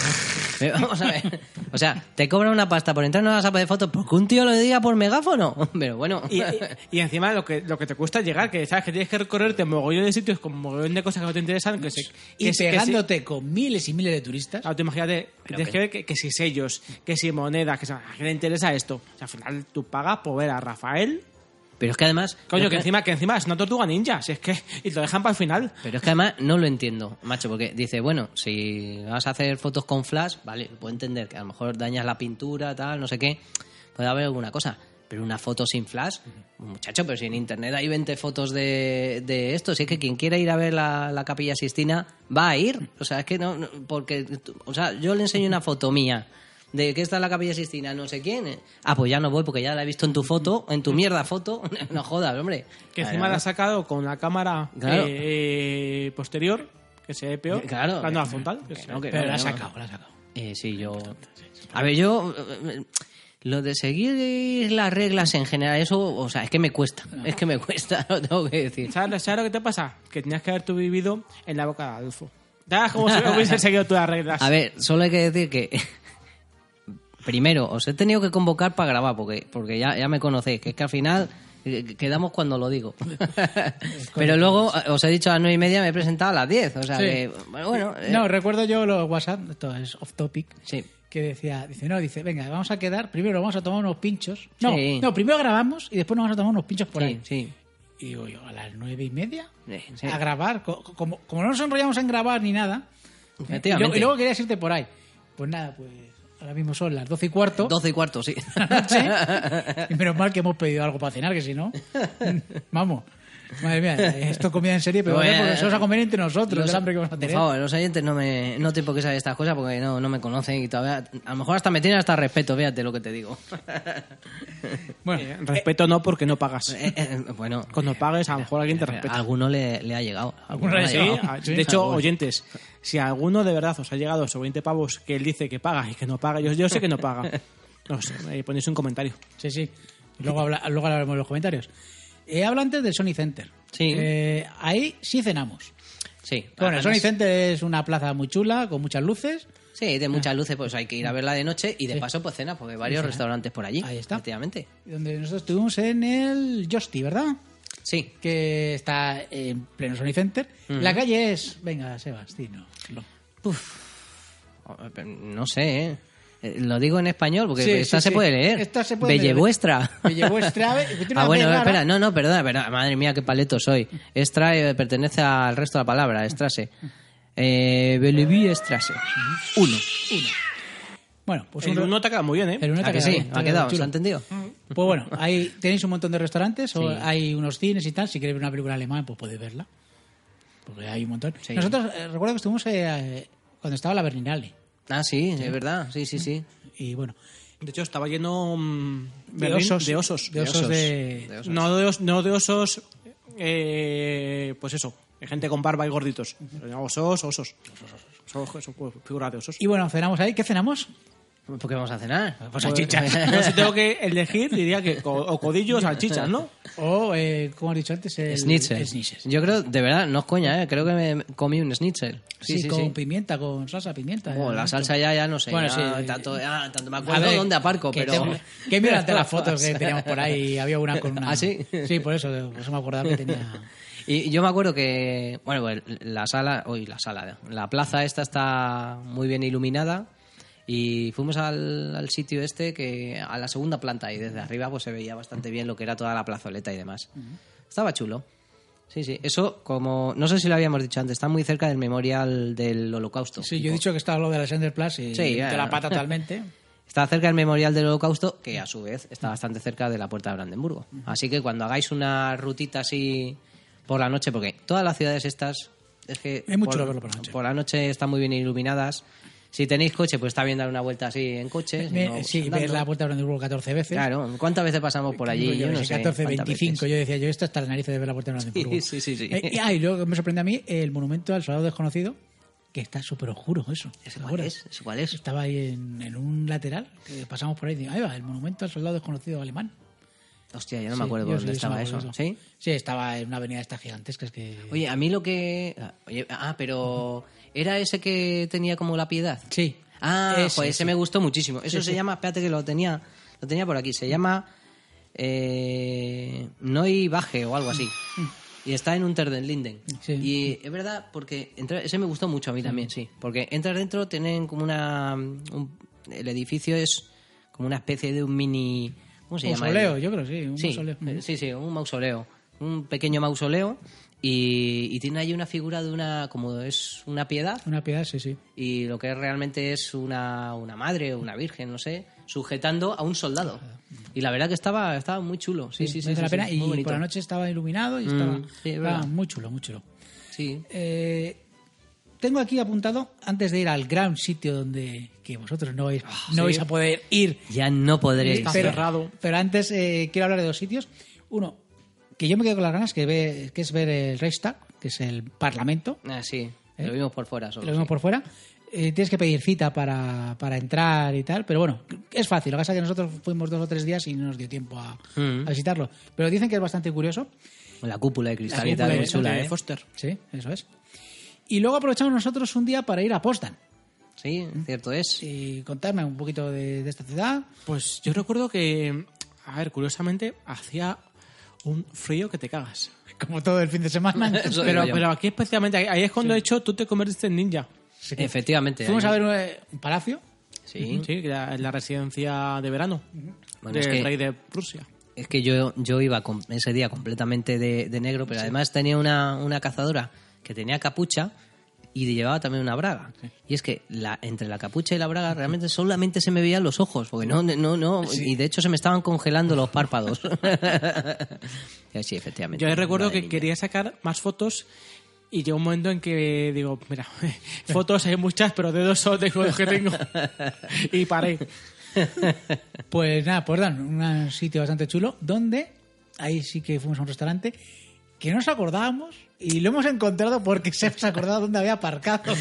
S4: Pero Vamos a ver. O sea, te cobra una pasta por entrar en una sala de fotos porque un tío lo diga por megáfono. <laughs> Pero bueno.
S3: Y, y- y encima lo que, lo que te cuesta llegar, que sabes que tienes que recorrerte mogollón de sitios con mogollón de cosas que no te interesan. Que se-
S2: y
S3: que se- que se-
S2: pegándote con miles y miles de turistas.
S4: Ah,
S3: Claro, tú imagínate, que tienes
S4: que-
S3: que ver que, que si sellos, que si monedas, que si a quién le interesa esto. O sea, al final tú pagas por ver a Rafael.
S4: Pero es que además.
S3: Coño,
S4: lo
S3: que encima, que encima es una tortuga ninja, si es que. Y te lo dejan para el final.
S4: Pero es que además no lo entiendo, macho, porque dice, bueno, si vas a hacer fotos con flash, vale, lo puedo entender, que a lo mejor dañas la pintura, tal, no sé qué, puede haber alguna cosa. Pero una foto sin flash, muchacho, pero si en internet hay 20 fotos de, de esto, si es que quien quiera ir a ver la, la capilla Sistina va a ir. O sea, es que no, no, porque, tú- o sea, yo le enseño una foto mía de que está la capilla Sistina, no sé quién. Ah, pues ya no voy porque ya la he visto en tu foto, en tu mierda foto, <laughs> no jodas, hombre.
S3: Que encima la ha sacado con la cámara
S4: Claro.
S3: eh, eh, posterior, que se ve peor.
S4: Claro. eh,
S3: La nueva frontal. que
S4: Que
S3: se
S4: no,
S3: ve
S4: que
S3: peor.
S2: pero la ha
S4: no.
S2: sacado, la ha sacado.
S4: Eh, sí, yo. A ver, yo. eh, Lo de seguir las reglas en general, eso, o sea, es que me cuesta. Es que me cuesta, <laughs> lo tengo que decir.
S3: ¿Sabes, sabes lo que te pasa? Que tenías que haber tú vivido en la boca de Adolfo. ¿Sabes cómo se
S4: <laughs>
S3: hubiese seguido tú las reglas?
S4: A ver, solo hay que decir que. <laughs> Primero, os he tenido que convocar para grabar, porque, porque ya, ya me conocéis, que es que al final eh, quedamos cuando
S2: <laughs>
S4: lo digo. <laughs> Pero luego eh, os he dicho a las nueve y media, me he presentado a las diez. O sea
S2: Sí.
S4: que, bueno, eh,
S2: No, recuerdo yo los WhatsApp, esto es off topic,
S4: sí.
S2: que decía, dice, no, dice, venga, vamos a quedar, primero vamos a tomar unos pinchos. No,
S4: Sí.
S2: no, primero grabamos y después nos vamos a tomar unos pinchos por
S4: sí,
S2: ahí.
S4: sí.
S2: Y digo yo, a las nueve y media,
S4: Eh, sí.
S2: a grabar, co- co- como, como no nos enrollamos en grabar ni nada, y
S4: Efectivamente.
S2: luego, y luego querías irte por ahí. Pues nada, pues ahora mismo son las doce y cuarto.
S4: Doce y
S2: <laughs>
S4: cuarto, sí. <laughs>
S2: noche. Y <laughs> menos mal que hemos pedido algo para cenar, que si no. <laughs> Vamos. Madre mía, esto es comida en serie, pero
S4: Bueno,
S2: vale, porque eso os a comer entre nosotros,
S4: Los-
S2: el hambre que vamos a
S4: Por
S2: tener.
S4: favor, los oyentes no, me, no tengo que saber estas cosas porque no, no me conocen y todavía. A lo mejor hasta me tienen hasta respeto, fíjate lo que te digo. <laughs>
S2: Bueno,
S3: Eh, respeto no, porque no pagas.
S4: Eh, eh, bueno,
S3: Cuando pagues, a lo mejor alguien te
S4: a
S3: respeta.
S4: alguno le, le ha llegado. a
S2: Alguno
S4: alguno le ha
S2: Ah, sí,
S4: llegado.
S2: a-
S3: ah, De hecho, oyentes, si a alguno de verdad os ha llegado sobre 20 pavos que él dice que paga y que no paga, yo, yo sé que
S2: <laughs>
S3: no paga. No sé, ahí ponéis un comentario.
S2: sí, sí. Luego, habla, luego hablaremos en los comentarios. Eh, habla antes del Sony Center.
S4: Sí. Ah,
S2: Eh, ahí sí cenamos.
S4: Sí,
S2: Bueno, el
S4: además-
S2: Sony Center es una plaza muy chula, con muchas luces.
S4: Sí, de
S2: Ah.
S4: muchas luces, pues hay que ir a verla de noche y de paso, pues cena, porque hay varios restaurantes por allí.
S2: Ahí está.
S4: Efectivamente.
S2: Donde nosotros estuvimos en el Josti, ¿verdad?
S4: Sí.
S2: Que está en pleno Sony Center. La calle es. Venga, Sebastino. No.
S4: No sé, ¿eh? Eh, Lo digo en español porque
S2: Sí,
S4: esta
S2: sí,
S4: se
S2: sí.
S4: puede leer.
S2: Esta se puede
S4: Belle
S2: leer.
S4: vuestra.
S2: Belle vuestra, a ver, tiene una
S4: <laughs> ah, bueno,
S2: B rara.
S4: espera, no, no, perdona, perdona. Madre mía, qué paleto soy. Extra eh, pertenece al resto de la palabra, extrase. Eh, Bellevue extrase. Uno.
S2: Bueno, pues
S3: el
S2: un-
S3: uno te ha quedado muy ¿eh? bien, ¿eh?
S2: El pues uno te
S4: ¿A que
S2: quedado
S4: sí?
S2: bien, te
S4: ¿Ha quedado?
S2: chulo.
S4: ¿Se ha entendido?
S2: Pues bueno, ahí tenéis un montón de restaurantes, o
S4: Sí.
S2: hay unos cines y tal. Si queréis ver una película alemana, pues podéis verla. Porque hay un montón.
S4: Sí.
S2: Nosotros, eh, recuerdo que estuvimos eh, cuando estaba la Berlinale.
S4: Ah, sí, es verdad. Sí, sí, sí.
S2: Y bueno,
S3: De hecho, estaba lleno mm,
S2: de
S3: Berlín
S2: osos.
S3: De osos.
S2: De
S4: de
S2: osos
S4: osos,
S2: de-
S4: de osos.
S3: No, de os- no de osos. eh, pues eso, de gente con barba y gorditos. Osos, osos. Son son figuras de osos.
S2: Y bueno, cenamos ahí. ¿Qué cenamos? Mm.
S4: ¿Por qué vamos a <laughs> cenar?
S2: Pues salchichas.
S3: <laughs> No, si tengo que elegir, diría que co- o codillo o salchichas, ¿no?
S2: O, eh, como he dicho antes, el
S4: Schnitzel.
S2: el schnitzel.
S4: Yo creo, de verdad, no es coña, ¿eh? creo que me comí un schnitzel.
S2: Sí, con pimienta, con salsa pimienta.
S4: Bueno, la
S2: Esto.
S4: salsa ya, ya no sé.
S2: Eh, Bueno,
S4: ya
S2: sí.
S4: Tanto, ya, tanto me
S2: A
S4: acuerdo
S2: ver,
S4: dónde aparco,
S2: que
S4: pero.
S2: te- que mira
S4: <laughs>
S2: ante las fotos que teníamos por ahí. Había una con una.
S4: ¿Ah, sí?
S2: Sí, por eso, por eso me acordaba que tenía.
S4: <laughs> <laughs> Y yo me acuerdo que, bueno, pues, la sala, hoy la sala, la plaza esta está muy bien iluminada y fuimos al, al sitio este que a la segunda planta y desde arriba pues se veía bastante bien lo que era toda la plazoleta y demás. Estaba chulo. Sí, sí, eso como no sé si lo habíamos dicho antes, está muy cerca del memorial del Holocausto.
S2: Sí, yo he dicho que estaba lo de la Sender Plus y
S4: Sí,
S2: metí
S4: ya,
S2: la
S4: ya.
S2: pata totalmente.
S4: Está cerca del Memorial del Holocausto, que a su vez está bastante cerca de la Puerta de Brandenburgo. Así que cuando hagáis una rutita así por la noche, porque todas las ciudades estas es que
S2: Hay mucho que verlo por la noche.
S4: noche están muy bien iluminadas. Si tenéis coche, pues está bien dar una vuelta así en coche. si
S2: Me-
S4: no, pues
S2: sí,
S4: andando.
S2: ver la puerta de Brandenburgo 14 veces.
S4: Claro, ¿cuántas veces pasamos por allí?
S2: Yo
S4: Yo
S2: que
S4: no
S2: sé,
S4: sé,
S2: 14,
S4: ¿cuántas
S2: 25.
S4: veces?
S2: Yo decía, yo esto hasta la nariz de ver la puerta de Brandenburgo.
S4: Sí, sí, sí, sí.
S2: Eh, y, ah, y luego me sorprende a mí el monumento al soldado desconocido, que está súper oscuro eso.
S4: ¿Ese
S2: ¿te
S4: cuál
S2: acuerdas?
S4: es? ¿Ese cuál es?
S2: Estaba ahí en, en un lateral, eh, pasamos por ahí y digo, ahí va, el monumento al soldado desconocido alemán.
S4: Hostia, yo no
S2: Sí,
S4: me acuerdo
S2: yo sí,
S4: dónde
S2: yo sí
S4: estaba
S2: me
S4: eso.
S2: acuerdo de
S4: ¿Sí?
S2: Sí, estaba en una avenida de estas gigantescas que...
S4: Oye, a mí lo que... oye, ah, pero... ¿Era ese que tenía como la piedad?
S2: sí.
S4: Ah,
S2: Ese,
S4: pues ese
S2: ese.
S4: me gustó muchísimo. Eso
S2: Sí,
S4: se
S2: sí.
S4: llama, espérate que lo tenía, lo tenía por aquí, se llama eh, Noi Baje o algo así. Y está en un Linden.
S2: Mm. Sí.
S4: Y es verdad, porque entra- ese me gustó mucho a mí también, sí. Porque entras dentro, tienen como una. un- el edificio es como una especie de un mini. ¿Cómo se llama?
S2: Mausoleo, yo creo, sí, un
S4: sí,
S2: mausoleo.
S4: eh, sí, sí, un mausoleo. Un pequeño mausoleo. Y, y tiene ahí una figura de una. como es una piedad
S2: Una piedad, sí, sí.
S4: y lo que es realmente es una, una madre o una virgen, no sé, sujetando a un soldado. Y la verdad que estaba, estaba muy chulo. Sí, sí, sí.
S2: merece
S4: sí,
S2: la
S4: sí,
S2: pena.
S4: muy
S2: y
S4: bonito. Mm,
S2: por la noche estaba iluminado y estaba,
S4: sí, es
S2: estaba
S4: verdad.
S2: muy chulo, muy chulo.
S4: Sí.
S2: Eh, tengo aquí apuntado, antes de ir al gran sitio donde que vosotros no vais, no vais a poder ir,
S4: Ya no podré.
S3: Está
S2: pero,
S3: cerrado.
S2: pero antes eh, quiero hablar de dos sitios. Uno, que yo me quedo con las ganas, que, ve- que es ver el Reichstag, que es el Parlamento,
S4: Ah, sí. Lo vimos por fuera solo.
S2: ¿Eh? lo vemos
S4: sí.
S2: por fuera. Eh, tienes que pedir cita para, para entrar y tal, pero bueno, es fácil. Lo que pasa es que nosotros fuimos dos o tres días y no nos dio tiempo a,
S4: Mm.
S2: a visitarlo. Pero dicen que es bastante curioso.
S4: La cúpula de cristalita
S2: cúpula
S4: muy
S2: de-
S4: chula,
S2: de
S4: ¿eh?
S3: Foster.
S2: Sí, eso es. Y luego aprovechamos nosotros un día para ir a Potsdam
S4: Sí, cierto es.
S2: y contarme un poquito de, de esta ciudad. <laughs>
S3: Pues yo recuerdo que, a ver, curiosamente, hacía un frío que te cagas.
S2: Como todo el fin de semana.
S4: <laughs> Eso
S3: Pero,
S4: digo yo.
S3: pero aquí especialmente, ahí- ahí es cuando de hecho tú te convertiste en ninja.
S2: Sí.
S4: Efectivamente.
S2: Fuimos
S4: ahí-
S2: a ver eh, un palacio.
S4: Sí.
S3: Sí, que era la residencia de verano
S4: Bueno,
S3: del
S4: es que-
S3: rey de Rusia.
S4: Es que yo, yo iba com- ese día completamente de, de negro, pero además tenía una, una cazadora que tenía capucha y llevaba también una braga. Y es que la, entre la capucha y la braga realmente solamente se me veían los ojos, porque no, no, no, y de hecho se me estaban congelando los
S2: <laughs>
S4: párpados. <laughs> Eh, sí, efectivamente.
S3: Yo ahí recuerdo
S4: Madre
S3: que
S4: mía.
S3: quería sacar más fotos y llegó un momento en que digo, mira, <laughs> fotos hay muchas, pero dedos solo tengo los que
S4: <laughs>
S3: tengo. y paré.
S2: Pues nada, Potsdam, un sitio bastante chulo, donde ahí sí que fuimos a un restaurante que no nos acordábamos y lo hemos encontrado porque <laughs> se hemos acordado dónde había aparcado.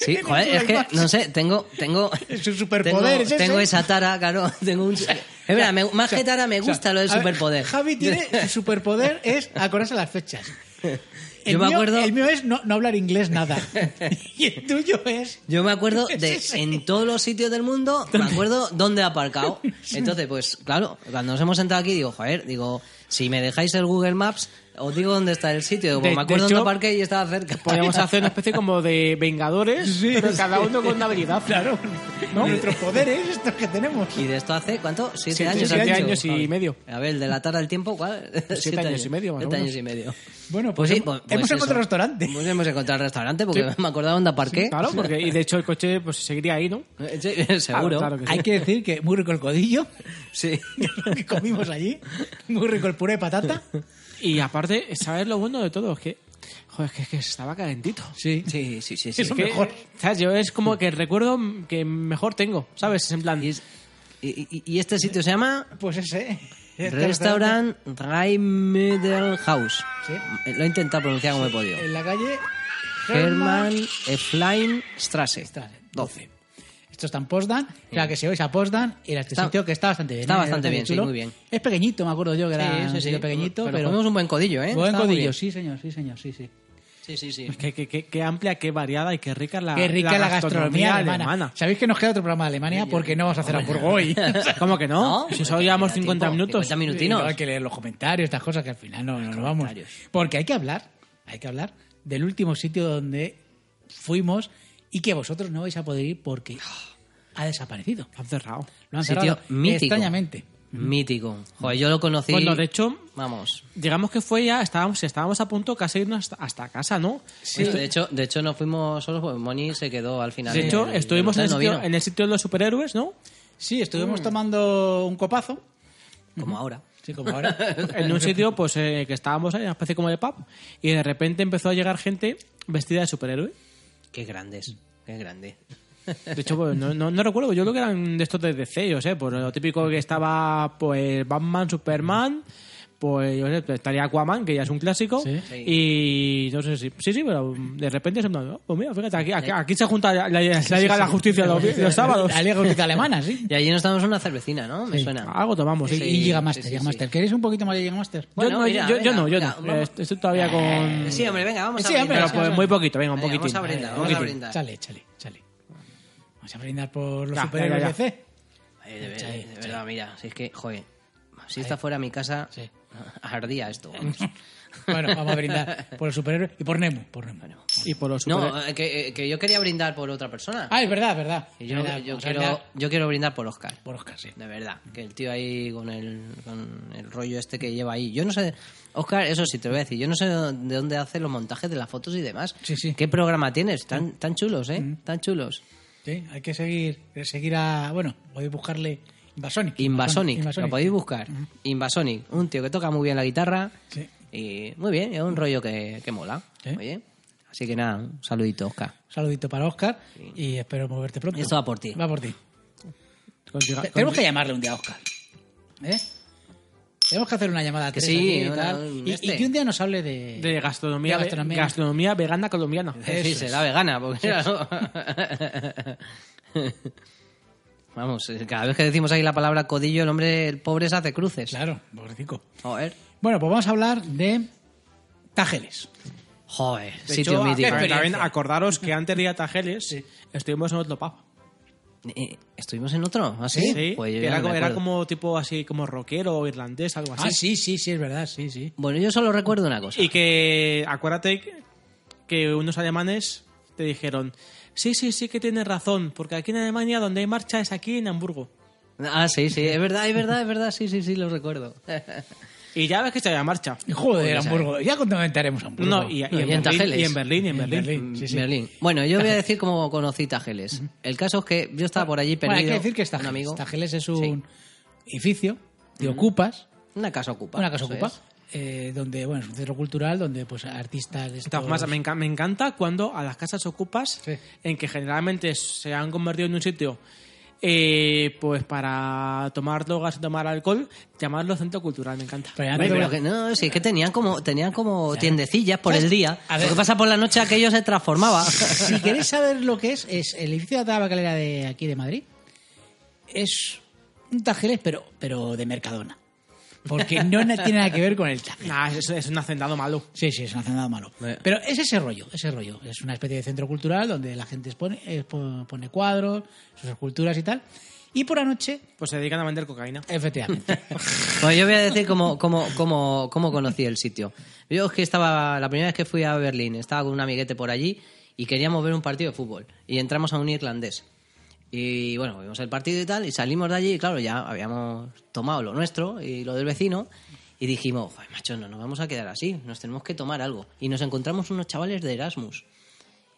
S4: Sí, joder, es que, no sé, tengo... tengo
S2: Es un superpoder,
S4: tengo,
S2: es ese.
S4: tengo esa tara, claro. <laughs> Tengo un, es verdad, me- más que tara me gusta lo del
S2: A ver,
S4: superpoder.
S2: Javi
S4: <laughs>
S2: tiene su superpoder es acordarse las fechas. El
S4: Yo me
S2: mío-
S4: acuerdo-
S2: El mío es no, no hablar inglés
S4: <laughs>
S2: nada. Y el tuyo es.
S4: Yo
S3: <laughs>
S4: me acuerdo
S2: Sí,
S4: de
S2: sí.
S4: en todos los sitios del mundo, me acuerdo dónde
S3: <laughs>
S4: he aparcado. Entonces, pues claro, cuando nos hemos sentado aquí, digo, joder, digo, si me dejáis el Google Maps, Os digo dónde está el sitio. Como
S3: De-
S4: me acuerdo
S3: de
S4: dónde
S3: hecho,
S4: parqué y estaba cerca. <laughs>
S3: Podríamos hacer una especie como de Vengadores, pero cada uno con una habilidad.
S2: Claro, nuestros poderes, estos que tenemos.
S4: Y de esto hace, ¿cuánto? Siete,
S3: Siete,
S4: años.
S3: siete
S4: has dicho.
S3: años y
S4: Vale.
S3: medio. Pues
S4: A ver, de la tarde al tiempo, ¿cuál? Siete,
S3: años y medio, más o
S4: Siete
S3: menos.
S4: años y medio.
S2: Bueno, pues hem- hemos encontrado restaurante.
S4: Pues hemos encontrado restaurante, porque me acordaba dónde
S2: <laughs>
S4: aparqué.
S3: Claro, porque y de hecho el coche pues seguiría ahí, ¿no?
S4: <laughs> Sí, seguro.
S3: Claro, claro que sí.
S2: Hay que decir que muy rico el
S4: <laughs>
S2: codillo,
S4: Sí.
S2: que es lo que comimos allí. Muy rico el puré de patata.
S3: Y aparte, ¿sabes lo bueno de todo? Es que, joder, es que, es que estaba calentito.
S2: Sí.
S4: Sí, sí, sí. sí.
S3: <laughs> Es
S2: Eso
S3: que,
S2: mejor.
S3: ¿sabes? Yo es como que el recuerdo que mejor tengo, ¿sabes? Es en plan,
S4: Y, es- y- y- y este sitio se llama
S2: Pues ese. este
S4: Restaurant Rheimedel House.
S2: Sí.
S4: Lo he intentado pronunciar como he podido.
S2: En la calle
S4: Hermann Eflain Strasse.
S2: Strasse.
S4: 12.
S2: Estos están Postdan, la que se oís a Postdan y la este
S4: Está-
S2: sitio que está bastante bien.
S4: está
S2: ¿eh?
S4: bastante bien, sí,
S2: chulo.
S4: muy bien.
S2: Es pequeñito, me acuerdo yo que era un sitio pequeñito,
S4: Pero,
S2: pero,
S4: comimos un buen codillo, ¿eh?
S2: buen
S4: Estaba muy
S2: codillo,
S4: bien.
S2: sí señor, sí señor, sí, sí.
S4: Sí, sí, sí.
S3: es que, que- que- qué amplia, qué variada y qué rica Ah, la,
S2: Qué rica la, gastronomía alemana. Sabéis que nos queda otro programa de Alemania porque no vamos a hacer hamburgo hoy.
S3: ¿Cómo que no?
S4: No,
S3: si
S4: porque
S3: solo llevamos
S4: queda
S3: 50
S4: tiempo,
S3: minutos.
S4: 50
S2: Y
S4: minutinos.
S2: luego hay que leer los comentarios, estas cosas que al final no, no nos vamos. Porque hay que hablar, hay que hablar del último sitio donde fuimos y que vosotros no vais a poder ir porque ha desaparecido.
S3: Lo han cerrado.
S2: Lo han
S4: Sitio
S2: cerrado
S4: mítico.
S2: extrañamente.
S4: Mítico. Joder, yo lo conocí.
S3: Bueno, de hecho,
S4: Vamos.
S3: digamos que fue ya, estábamos, estábamos a punto casi de irnos hasta, hasta casa, ¿no?
S4: de hecho, de hecho no fuimos solos porque Moni se quedó al final.
S3: De
S4: en
S3: hecho,
S4: el-
S3: estuvimos en el,
S4: hotel, no
S3: sitio,
S4: vino.
S3: en el sitio de los superhéroes, ¿no?
S2: Sí, estuvimos tomando un copazo.
S4: como ahora.
S2: Sí, como ahora.
S3: En un sitio pues eh, que estábamos ahí, una especie como de pub, y de repente empezó a llegar gente vestida de superhéroe.
S4: Qué grandes, qué grande.
S3: De hecho, pues, no, no, no recuerdo, yo creo que eran de estos de DC, yo sé, pues lo típico que estaba pues Batman, Superman, pues yo sé, pues, estaría Aquaman, que ya es un clásico,
S2: Sí.
S3: y no sé si... Sí, sí, pero de repente se me no, pues mira, fíjate, aquí, aquí, aquí se junta la, la, la Liga de la Justicia los, los sábados.
S2: La Liga Justicia Alemana, sí.
S4: Y allí nos damos una cervecina, ¿no? Me suena.
S3: Algo tomamos.
S2: Y-
S4: Sí,
S2: y Giga Master,
S4: sí, sí,
S2: Giga
S4: sí.
S2: Master. ¿Queréis un poquito más de Giga Master?
S4: Bueno,
S3: yo, no,
S4: mira,
S3: yo, yo
S4: venga,
S3: no, yo
S4: venga,
S3: no.
S4: vamos.
S3: Eh, Estoy todavía con...
S4: Sí, hombre, venga, vamos
S2: Sí,
S4: a
S2: hombre,
S4: brindar.
S3: Pero pues muy poquito, venga, un
S4: Venga,
S3: poquitín.
S4: Vamos a brindar,
S3: Un
S4: vamos a
S3: poquitín.
S4: brindar.
S2: Chale, chale, chale. Vamos a brindar por los
S3: Ya,
S2: superhéroes
S3: ya, ya, ya.
S2: DC.
S4: Ay, Eh, de, ver-
S2: Chale,
S4: de
S2: chale.
S4: verdad, mira, si es que, joder, si esta fuera mi casa,
S2: Sí.
S4: <laughs> ardía esto. vamos.
S2: Bueno, vamos a brindar por los superhéroes y por Nemo, por Nemo.
S3: Y por los superhéroes.
S4: No, eh, que, eh, que yo quería brindar por otra persona.
S2: Ah, es verdad, es verdad.
S4: Y yo,
S2: Verdad,
S4: yo
S2: vamos a
S4: quiero,
S2: brindar
S4: yo quiero brindar por Oscar.
S2: por Oscar, sí.
S4: De verdad, que el tío ahí con el, con el rollo este que lleva ahí. Yo no sé, Oscar, eso sí te lo voy a decir, yo no sé de dónde hace los montajes de las fotos y demás.
S2: Sí, sí. Mm.
S4: ¿Qué programa tienes? Tan, tan chulos, ¿eh? Tan chulos.
S2: Sí, hay que seguir, seguir a. Bueno, podéis buscarle Invasonic.
S4: Invasonic,
S2: Invasonic. Mm.
S4: lo podéis buscar. Invasonic, un tío que toca muy bien la guitarra.
S2: Sí.
S4: Y muy bien, es
S3: Mm.
S4: un rollo que, que mola.
S3: ¿Eh?
S2: Sí.
S4: Oye, así que nada, un saludito, Oscar.
S2: Un saludito para Oscar y espero moverte pronto.
S4: Esto va por ti.
S2: Va por ti.
S3: Con Giga-
S2: Te-
S3: con-
S2: Tenemos que llamarle un día a Oscar. ¿Eh? Tenemos que hacer una llamada a
S4: Que
S2: Teresa
S4: sí,
S2: aquí y,
S4: una-
S2: tal.
S4: un
S2: Y-
S4: este.
S2: y que un día nos hable de,
S3: de gastronomía,
S2: de gastronomía.
S3: gastronomía vegana colombiana.
S4: Sí, será vegana, porque era- <laughs> Vamos, eh, cada vez que decimos ahí la palabra codillo, el hombre, el pobre se hace cruces.
S2: Claro, pobrecico.
S4: Joder.
S2: Bueno, pues vamos a hablar de Tágeles.
S4: Joder,
S3: De
S4: sitio
S3: hecho,
S4: mítico. ¿eh? Mm.
S3: a- También
S2: experiencia.
S3: acordaros que antes de ir a Tajeles estuvimos en otro pub.
S4: Eh, ¿Estuvimos en otro? ¿Así? Pues yo
S3: que
S4: ya
S3: era,
S4: no
S3: co-
S4: me
S3: era
S4: acuerdo. Ah,
S3: como tipo así, como rockero o irlandés, algo así.
S2: sí, Ah, sí, sí, es verdad, sí, sí.
S4: Bueno, yo solo recuerdo una cosa.
S3: Y que acuérdate que- que unos alemanes te dijeron, sí, sí, sí que tienes razón, porque aquí en Alemania donde hay marcha es aquí en Hamburgo.
S4: Ah, sí, sí, es verdad, es verdad, es verdad, sí, sí, sí, lo recuerdo. <laughs>
S3: Y ya ves que se había marcha.
S4: Pues
S2: Joder, Hamburgo. Ya comentaremos Hamburgo.
S3: No, y, y
S4: Y en
S3: en Berlín,
S4: Tajeles.
S3: y en Berlín, y en
S2: En
S3: Berlín.
S2: Berlín. sí, sí.
S4: Berlín. Bueno, yo voy a decir cómo conocí Tajeles. El caso es que yo estaba por allí
S2: Bueno,
S4: perdido.
S2: hay que decir que es
S4: un
S2: Tágeles.
S4: amigo.
S2: Tágeles es
S4: Sí.
S2: un edificio que ocupas,
S4: Una casa ocupa.
S2: una casa
S4: eso
S2: ocupa,
S4: es.
S2: eh, donde, bueno, es un centro cultural donde pues artistas de
S3: Está-
S2: estos-
S3: más, me, enca- me encanta cuando a las casas ocupas,
S2: Sí.
S3: en que generalmente se han convertido en un sitio eh, pues para tomar drogas y tomar alcohol, llamarlo centro cultural, me encanta.
S2: Pero ya no
S4: Bueno,
S2: te-
S4: pero que no, sí, es que tenían como, tenían como tiendecillas por el día.
S2: Pues, A ver.
S4: Lo que pasa por la noche aquello se
S2: <laughs>
S4: transformaba.
S2: si queréis saber lo que es, es el edificio de la tabacalera de aquí de Madrid. Es un Tajeles, pero, pero de Mercadona. Porque no na- tiene nada que ver con el Tajeles.
S3: Nah, es, es un hacendado malo.
S2: Sí, sí, es un hacendado malo.
S4: Eh.
S2: Pero es ese rollo, ese rollo. Es una especie de centro cultural donde la gente expone, expo- pone cuadros, sus esculturas y tal. Y por la noche,
S3: Pues se dedican a vender cocaína. <laughs>
S2: efectivamente.
S4: Bueno, yo voy a decir cómo, cómo, cómo, cómo conocí el sitio. Yo es que estaba, la primera vez que fui a Berlín, estaba con un amiguete por allí y queríamos ver un partido de fútbol. Y entramos a un irlandés. Y bueno, vimos el partido y tal, y salimos de allí, y claro, ya habíamos tomado lo nuestro y lo del vecino. Y dijimos, joder, macho, no nos vamos a quedar así, nos tenemos que tomar algo. Y nos encontramos unos chavales de Erasmus.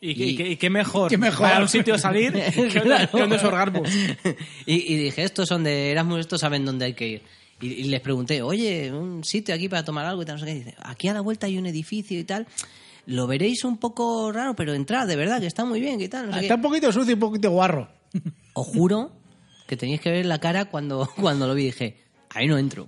S3: Y,
S4: Y-
S3: y qué- y qué mejor,
S2: Qué mejor.
S3: para un sitio
S4: <laughs>
S3: salir que
S4: Claro.
S3: que unos orgasmos.
S4: <laughs> y, y dije, estos son de Erasmus, estos saben dónde hay que ir. Y, y les pregunté, oye, un sitio aquí para tomar algo y tal, no sé qué. Y dice, aquí a la vuelta hay un edificio y tal. Lo veréis un poco raro, pero entrad, de verdad, que está muy bien y
S3: Ah,
S4: tal. No sé
S2: Está
S4: qué".
S2: un poquito sucio y un poquito guarro.
S4: Os juro que teníais que ver la cara cuando, <laughs> cuando lo vi. Dije, ahí no entro.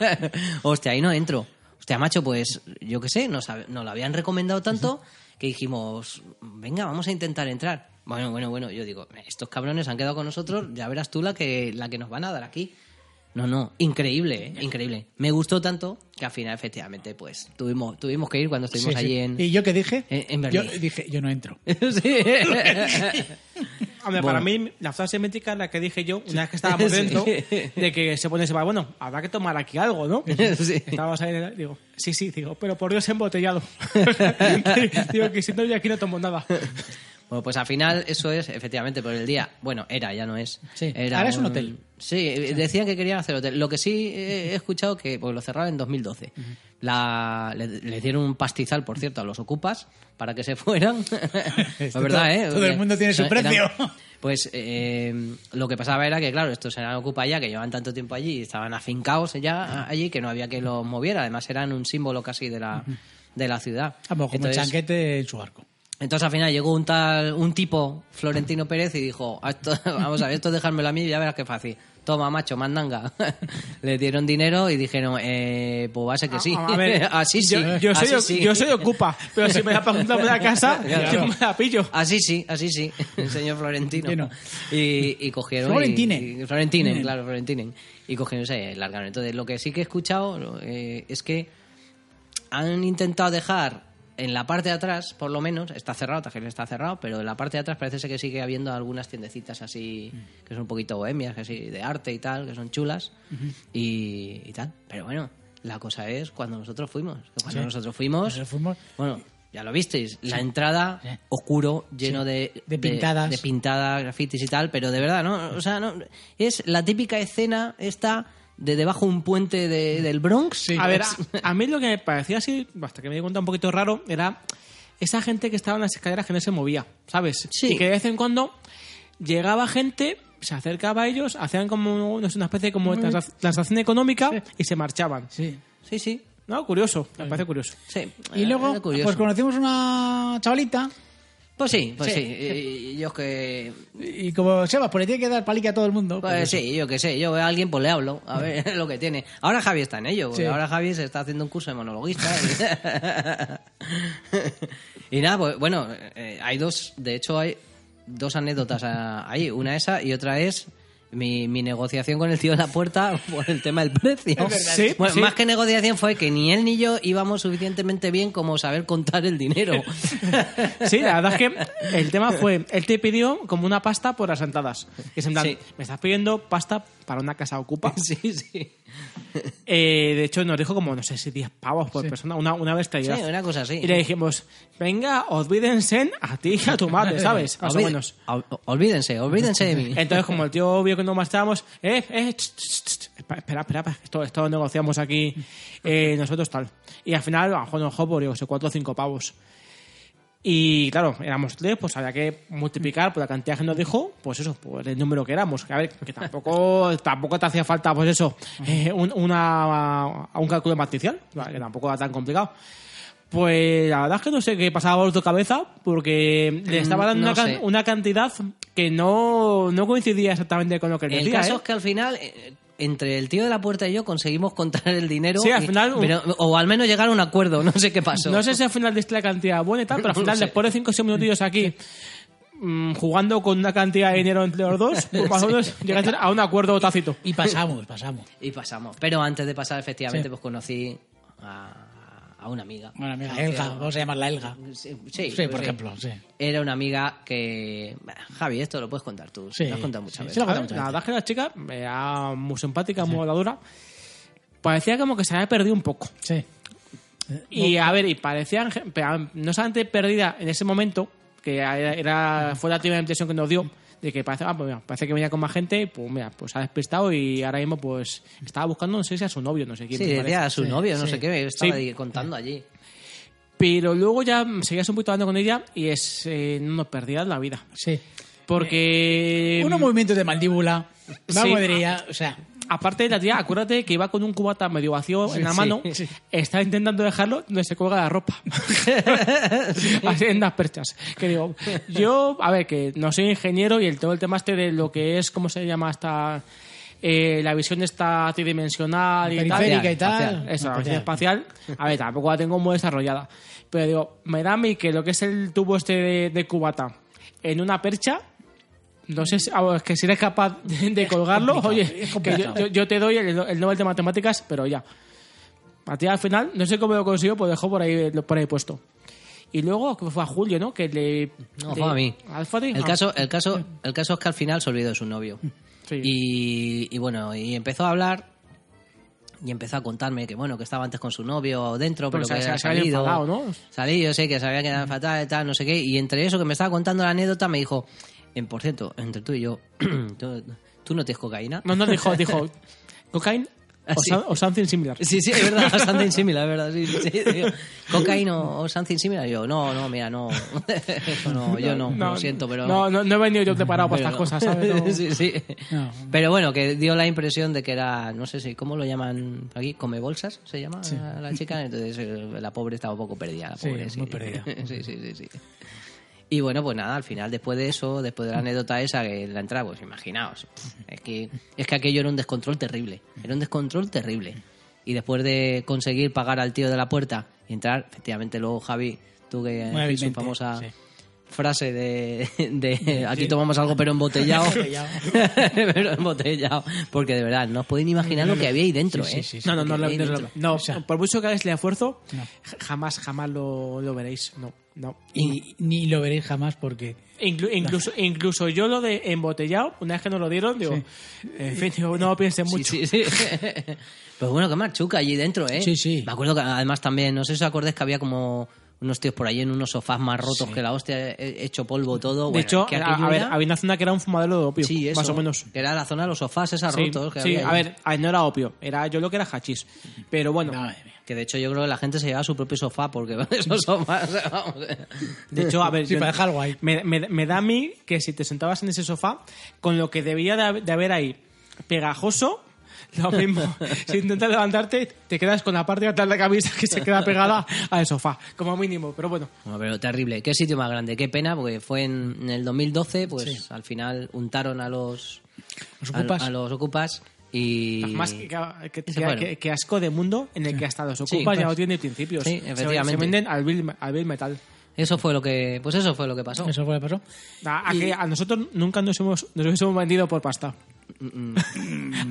S4: <laughs> Hostia, ahí no entro. Hostia, macho, pues yo qué sé, nos, hab- nos lo habían recomendado tanto que dijimos, venga, vamos a intentar entrar. Bueno, bueno, bueno, yo digo, estos cabrones han quedado con nosotros, ya verás tú la que, la que nos van a dar aquí. No, no, increíble, ¿eh? increíble. Me gustó tanto que al final, efectivamente, pues tuvimos, tuvimos que ir cuando estuvimos
S2: Sí, sí.
S4: allí en...
S2: ¿Y yo qué dije?
S4: En- en
S2: yo
S4: Berlín.
S2: dije, yo no entro. <laughs>
S4: <laughs> Sí.
S3: Hombre,
S4: Bueno.
S3: Para mí, la frase métrica es la que dije yo una vez que estábamos
S4: Sí.
S3: dentro, de que se pone ese bar, bueno, habrá que tomar aquí algo, ¿no?
S4: Sí.
S3: Estábamos ahí, digo, sí, sí, digo, pero por Dios
S4: <laughs>
S3: embotellado. <laughs> digo, que si no, yo aquí no tomo nada.
S4: Bueno, pues al final eso es, efectivamente, por el día. Bueno, era, ya no es.
S2: Sí,
S4: Era
S2: ahora es un hotel.
S4: Sí, eh, decían que querían hacer hotel. Lo que sí eh, he escuchado que pues, lo cerraron en 2012. La, le, le dieron un pastizal, por cierto, a los ocupas para que se fueran. <laughs> es
S2: Esto
S4: verdad,
S2: todo-
S4: ¿eh?
S2: todo el mundo tiene su
S4: Eran-
S2: precio.
S4: <laughs> pues eh, lo que pasaba era que, claro, estos eran ocupa ya, que llevaban tanto tiempo allí, y estaban afincados ya allí, que no había que los moviera. Además, eran un símbolo casi de la, de la ciudad.
S2: A lo mejor como
S4: Entonces-
S2: chanquete en su barco.
S4: entonces al final llegó un tal, un tipo, Florentino Pérez, y dijo, "A esto- <laughs> vamos a ver, esto dejármelo a mí y ya verás qué fácil. Toma, macho, mandanga. <laughs> Le dieron dinero y dijeron, eh, pues va a ser que sí.
S3: A, a ver,
S4: <laughs> así sí.
S3: Yo, yo soy,
S4: así sí.
S3: yo soy ocupa, pero si me la preguntan por la
S4: <laughs>
S3: casa,
S4: Claro.
S3: yo me la pillo.
S4: Así sí, así sí, <laughs> el señor Florentino.
S2: Bueno.
S4: Y, y cogieron. y-
S2: Florentinen.
S4: y- Florentinen, claro, Florentinen. Y cogieron y se largaron. Entonces, lo que sí que he escuchado eh, es que han intentado dejar en la parte de atrás, por lo menos, está cerrado, también está cerrado, pero en la parte de atrás parece ser que sigue habiendo algunas tiendecitas así,
S2: Mm.
S4: que son un poquito bohemias, que así, de arte y tal, que son chulas y, y tal. Pero bueno, la cosa es cuando nosotros fuimos. que Cuando
S2: Sí.
S4: nosotros fuimos,
S2: Nosotros fuimos-
S4: bueno, ya lo visteis. La entrada
S2: Sí.
S4: oscuro, lleno
S2: Sí.
S4: de,
S2: De pintadas.
S4: de, pintadas, grafitis y tal, pero de verdad, ¿no? O sea, no, es la típica escena esta de debajo un puente de- del Bronx.
S3: A ver, a, a mí lo que me parecía así, hasta que me di cuenta un poquito raro, era esa gente que estaba en las escaleras que no se movía, ¿sabes?
S4: Sí.
S3: Y que de vez en cuando llegaba gente, se acercaba a ellos, hacían como no sé, una especie como de transac- transacción económica y se marchaban.
S2: Sí.
S4: Sí, sí.
S3: ¿No? Curioso, me parece curioso.
S4: sí.
S2: Y
S4: Eh,
S2: luego,
S4: era curioso.
S2: pues conocimos una chavalita.
S4: Pues sí, pues
S2: Sí.
S4: sí. Eh, Yo es que.
S2: Y como Sebas, pues le tiene que dar palique a todo el mundo.
S4: Pues sí, yo que sé, yo a alguien pues le hablo, a ver <laughs> lo que tiene. Ahora Javi está en ello, porque
S2: Sí.
S4: ahora Javi se está haciendo un curso de monologuista. y <laughs> nada, pues bueno, eh, hay dos, de hecho hay dos anécdotas a- ahí, una esa y otra es mi, mi negociación con el tío de la puerta <laughs> por el tema del precio.
S3: Sí,
S4: Bueno,
S3: sí.
S4: Más que negociación fue que ni él ni yo íbamos suficientemente bien como saber contar
S3: <laughs>
S4: el dinero. <laughs>
S3: Sí, la verdad es que el tema fue, él te pidió como una pasta por las sentadas. Que es en plan,
S4: Sí.
S3: me estás pidiendo pasta para una casa ocupa.
S4: sí, sí.
S3: Eh, de hecho, nos dijo como, no sé si 10 pavos por persona, una, una bestialidad.
S4: Sí, una cosa así. ¿eh?
S3: Y le dijimos, venga, olvídense a ti y a tu madre, ¿sabes? Más o
S4: Olvid-
S3: menos.
S4: ol- Olvídense, olvídense de mí.
S3: Entonces, como el tío vio que no marchábamos, eh, eh, ch, ch, ch, ch, espera, espera, espera, esto, esto lo negociamos aquí eh, nosotros tal. Y al final, a lo mejor nos dejó por, yo qué sé, cuatro o cinco pavos. Y claro, éramos tres, pues había que multiplicar por la cantidad que nos dijo, pues eso, por el número que éramos. Que A ver, que tampoco, <laughs> tampoco te hacía falta, pues eso, eh, un, una, un cálculo matricial, que tampoco era tan complicado. Pues la verdad es que no sé qué pasaba por tu cabeza, porque le estaba dando
S4: no
S3: una, can-
S4: sé.
S3: una cantidad que no, no coincidía exactamente con lo que él
S4: El
S3: decía.
S4: caso
S3: ¿eh?
S4: es que al final, eh, entre el tío de la puerta y yo, conseguimos contar el dinero.
S3: Sí, al
S4: y-
S3: final un-
S4: pero- o al menos llegar a un acuerdo, <laughs> no sé qué pasó.
S3: No sé si al final diste la cantidad buena y tal, pero al
S4: No lo
S3: final,
S4: sé.
S3: después de 5 o 6 minutillos aquí, mm, jugando con una cantidad de dinero entre los
S4: <laughs>
S3: dos, pues más o menos llegaste a un acuerdo tácito.
S2: Y pasamos, pasamos.
S4: Y pasamos. Pero antes de pasar, efectivamente,
S2: Sí.
S4: pues conocí pues a, a a una amiga. Eh,
S2: Bueno, amiga, Elga, vamos a llamarla Elga.
S4: Sí,
S2: Sí,
S4: pues
S2: por ejemplo, sí.
S4: Era una amiga que... Bah, Javi, esto lo puedes contar tú.
S2: Sí,
S4: lo has contado muchas
S2: sí,
S4: veces.
S2: sí lo he
S3: A
S2: contado
S3: ver,
S2: muchas
S3: La
S2: veces.
S3: verdad es que la chica era muy simpática, muy habladora. Parecía como que se había perdido un poco.
S2: Sí.
S3: Y a ver, y parecía en- pero, no solamente perdida en ese momento, que era, era- fue la primera impresión que nos dio, de que parece, ah, pues mira, parece que venía con más gente, y pues mira, pues ha despistado y ahora mismo pues estaba buscando, no sé si a su novio, no sé quién.
S4: Sí,
S3: me parece.
S4: decía a su
S2: Sí,
S4: novio, no
S2: sí.
S4: sé qué, estaba
S3: Sí.
S4: ahí contando allí.
S3: Pero luego ya mm, seguías un poquito hablando con ella y es, eh, nos perdías la vida.
S2: Sí.
S3: Porque...
S4: Em,
S3: mm,
S2: Unos movimientos de mandíbula, una
S3: sí.
S2: modría, o sea,
S3: Aparte de la tía, acuérdate que iba con un cubata medio vacío en la
S2: sí,
S3: mano,
S2: sí.
S3: estaba intentando dejarlo donde se cuelga
S2: <laughs>
S3: la ropa. <laughs> Así en las perchas. Que digo, yo, a ver, que no soy ingeniero y el, todo el tema este de lo que es, ¿cómo se llama esta? eh, la visión esta tridimensional y tal.
S2: periférica y tal.
S3: Eso, la
S2: Espacial.
S3: visión espacial. A ver, tampoco la tengo muy desarrollada. Pero digo, me da a mí que lo que es el tubo este de, de cubata en una percha, no sé si, ah, bueno, es que si eres capaz de, de colgarlo,
S2: complicado,
S3: oye,
S2: es
S3: que
S2: complicado.
S3: yo, yo- yo te doy el, el Nobel de Matemáticas, pero ya. A ti al final, no sé cómo lo consigo, pues dejó por ahí, lo- por ahí puesto. Y luego que fue a Julio, ¿no? Que le...
S4: No,
S3: le-
S4: fue a mí.
S3: Alfari,
S4: El
S3: ah,
S4: caso, el, caso, el caso es que al final se olvidó de su novio.
S3: Sí.
S4: Y, y bueno, y empezó a hablar y empezó a contarme que bueno, que estaba antes con su novio dentro,
S3: Pero
S4: pero,
S3: se-
S4: que
S3: Pues se-
S4: había
S3: se había
S4: salido.
S3: enfadado, ¿no? Mm.
S4: Salido, sé que se había quedado fatal, tal, no sé qué. Y entre eso que me estaba contando la anécdota, me dijo, en por cierto, entre tú y yo, <clears throat> ¿tú, tú no tienes cocaína?
S3: No, no, dijo,
S4: <laughs>
S3: dijo, cocaine o,
S4: Ah, Sí.
S3: some- o something similar.
S4: Sí, sí, es verdad,
S3: <laughs>
S4: something similar, es verdad, sí, sí, sí, digo, cocaína o something similar. Y yo, no, no, mira, no, <laughs> Eso no, yo no, lo siento, pero
S3: No, no, no he venido yo preparado para
S4: Pero
S3: estas
S4: no.
S3: cosas,
S4: <laughs>
S3: ¿sabes? No.
S4: sí, sí.
S2: No.
S4: Pero bueno, que dio la impresión de que era, no sé si, ¿cómo lo llaman aquí? ¿Come bolsas se llama a la chica? Entonces eh, la pobre estaba un poco perdida, la
S2: Sí,
S4: pobre.
S2: muy perdida.
S4: <laughs> sí, sí, sí, sí. Y bueno, pues nada, al final, después de eso, después de la anécdota esa, que la entrada, pues imaginaos. Es que, es que aquello era un descontrol terrible. Era un descontrol terrible. Y después de conseguir pagar al tío de la puerta y entrar, efectivamente, luego Javi, tú
S2: Muy
S4: que en fin, su
S2: hábilmente,
S4: famosa
S2: sí.
S4: frase de,
S3: <laughs>
S4: de aquí tomamos algo pero embotellado. <laughs> pero embotellado. Porque de verdad, no os podéis ni imaginar lo que había ahí dentro,
S2: Sí, sí,
S4: ¿eh?
S2: sí, sí.
S3: No, no, no,
S4: Lo
S3: no,
S4: que hay
S3: no, no,
S4: dentro.
S3: no,
S2: O sea-
S3: por mucho que hagáis el esfuerzo,
S2: No.
S3: j- jamás, jamás lo, lo veréis. No, no.
S2: y ni lo veréis jamás porque
S3: Inclu- incluso, incluso yo lo de embotellado, una vez que nos lo dieron, digo, en fin, digo, no piensen mucho.
S4: Sí,
S3: <laughs>
S4: sí, sí. <laughs> Pues bueno, qué marchuca allí dentro, ¿eh?
S2: Sí, sí.
S4: Me acuerdo que además también, no sé si os acordáis que había como unos tíos por allí en unos sofás más rotos que la hostia, he- hecho polvo todo.
S3: De
S4: Bueno,
S3: hecho,
S4: que
S3: a,
S4: aquello
S3: a ver,
S4: era-
S3: había una zona que era un fumadero de opio,
S4: Sí, eso,
S3: más o menos.
S4: Que era la zona de los sofás, esas
S3: Sí,
S4: rotos. Que
S3: sí,
S4: había
S3: a
S4: ahí.
S3: ver, a ver, no era opio, era yo lo que era hachís. Pero bueno,
S4: Que de hecho yo creo que la gente se llevaba su propio sofá porque <laughs> esos sofás, vamos.
S3: de hecho, a
S4: <laughs>
S3: ver,
S2: Sí,
S3: yo-
S2: para dejarlo ahí.
S3: Me, me- me da a mí que si te sentabas en ese sofá, con lo que debía de, hab- de haber ahí pegajoso, lo
S4: <laughs>
S3: mismo. si intentas levantarte, te quedas con la parte de atrás de la camisa que se queda
S4: <laughs>
S3: pegada al sofá, como mínimo. Pero bueno,
S4: Bueno, pero terrible. Qué sitio más grande. Qué pena, porque fue en, en el 2012, pues al final untaron a los,
S2: Los
S4: a-
S2: ocupas.
S4: A, los ocupas y...
S3: Más que, que- que-
S4: se fueron.
S3: que- que asco de mundo en el que hasta los
S4: Sí,
S3: ocupas ya
S4: pues.
S3: no tiene principios.
S4: Sí,
S3: Se-
S4: efectivamente.
S3: Se venden al Bill, al Bill Metal.
S4: Eso fue lo que... Pues eso fue lo que pasó.
S2: eso fue lo que pasó.
S3: A, a que a nosotros nunca nos hemos, nos hubiésemos vendido por pasta.
S4: Mm,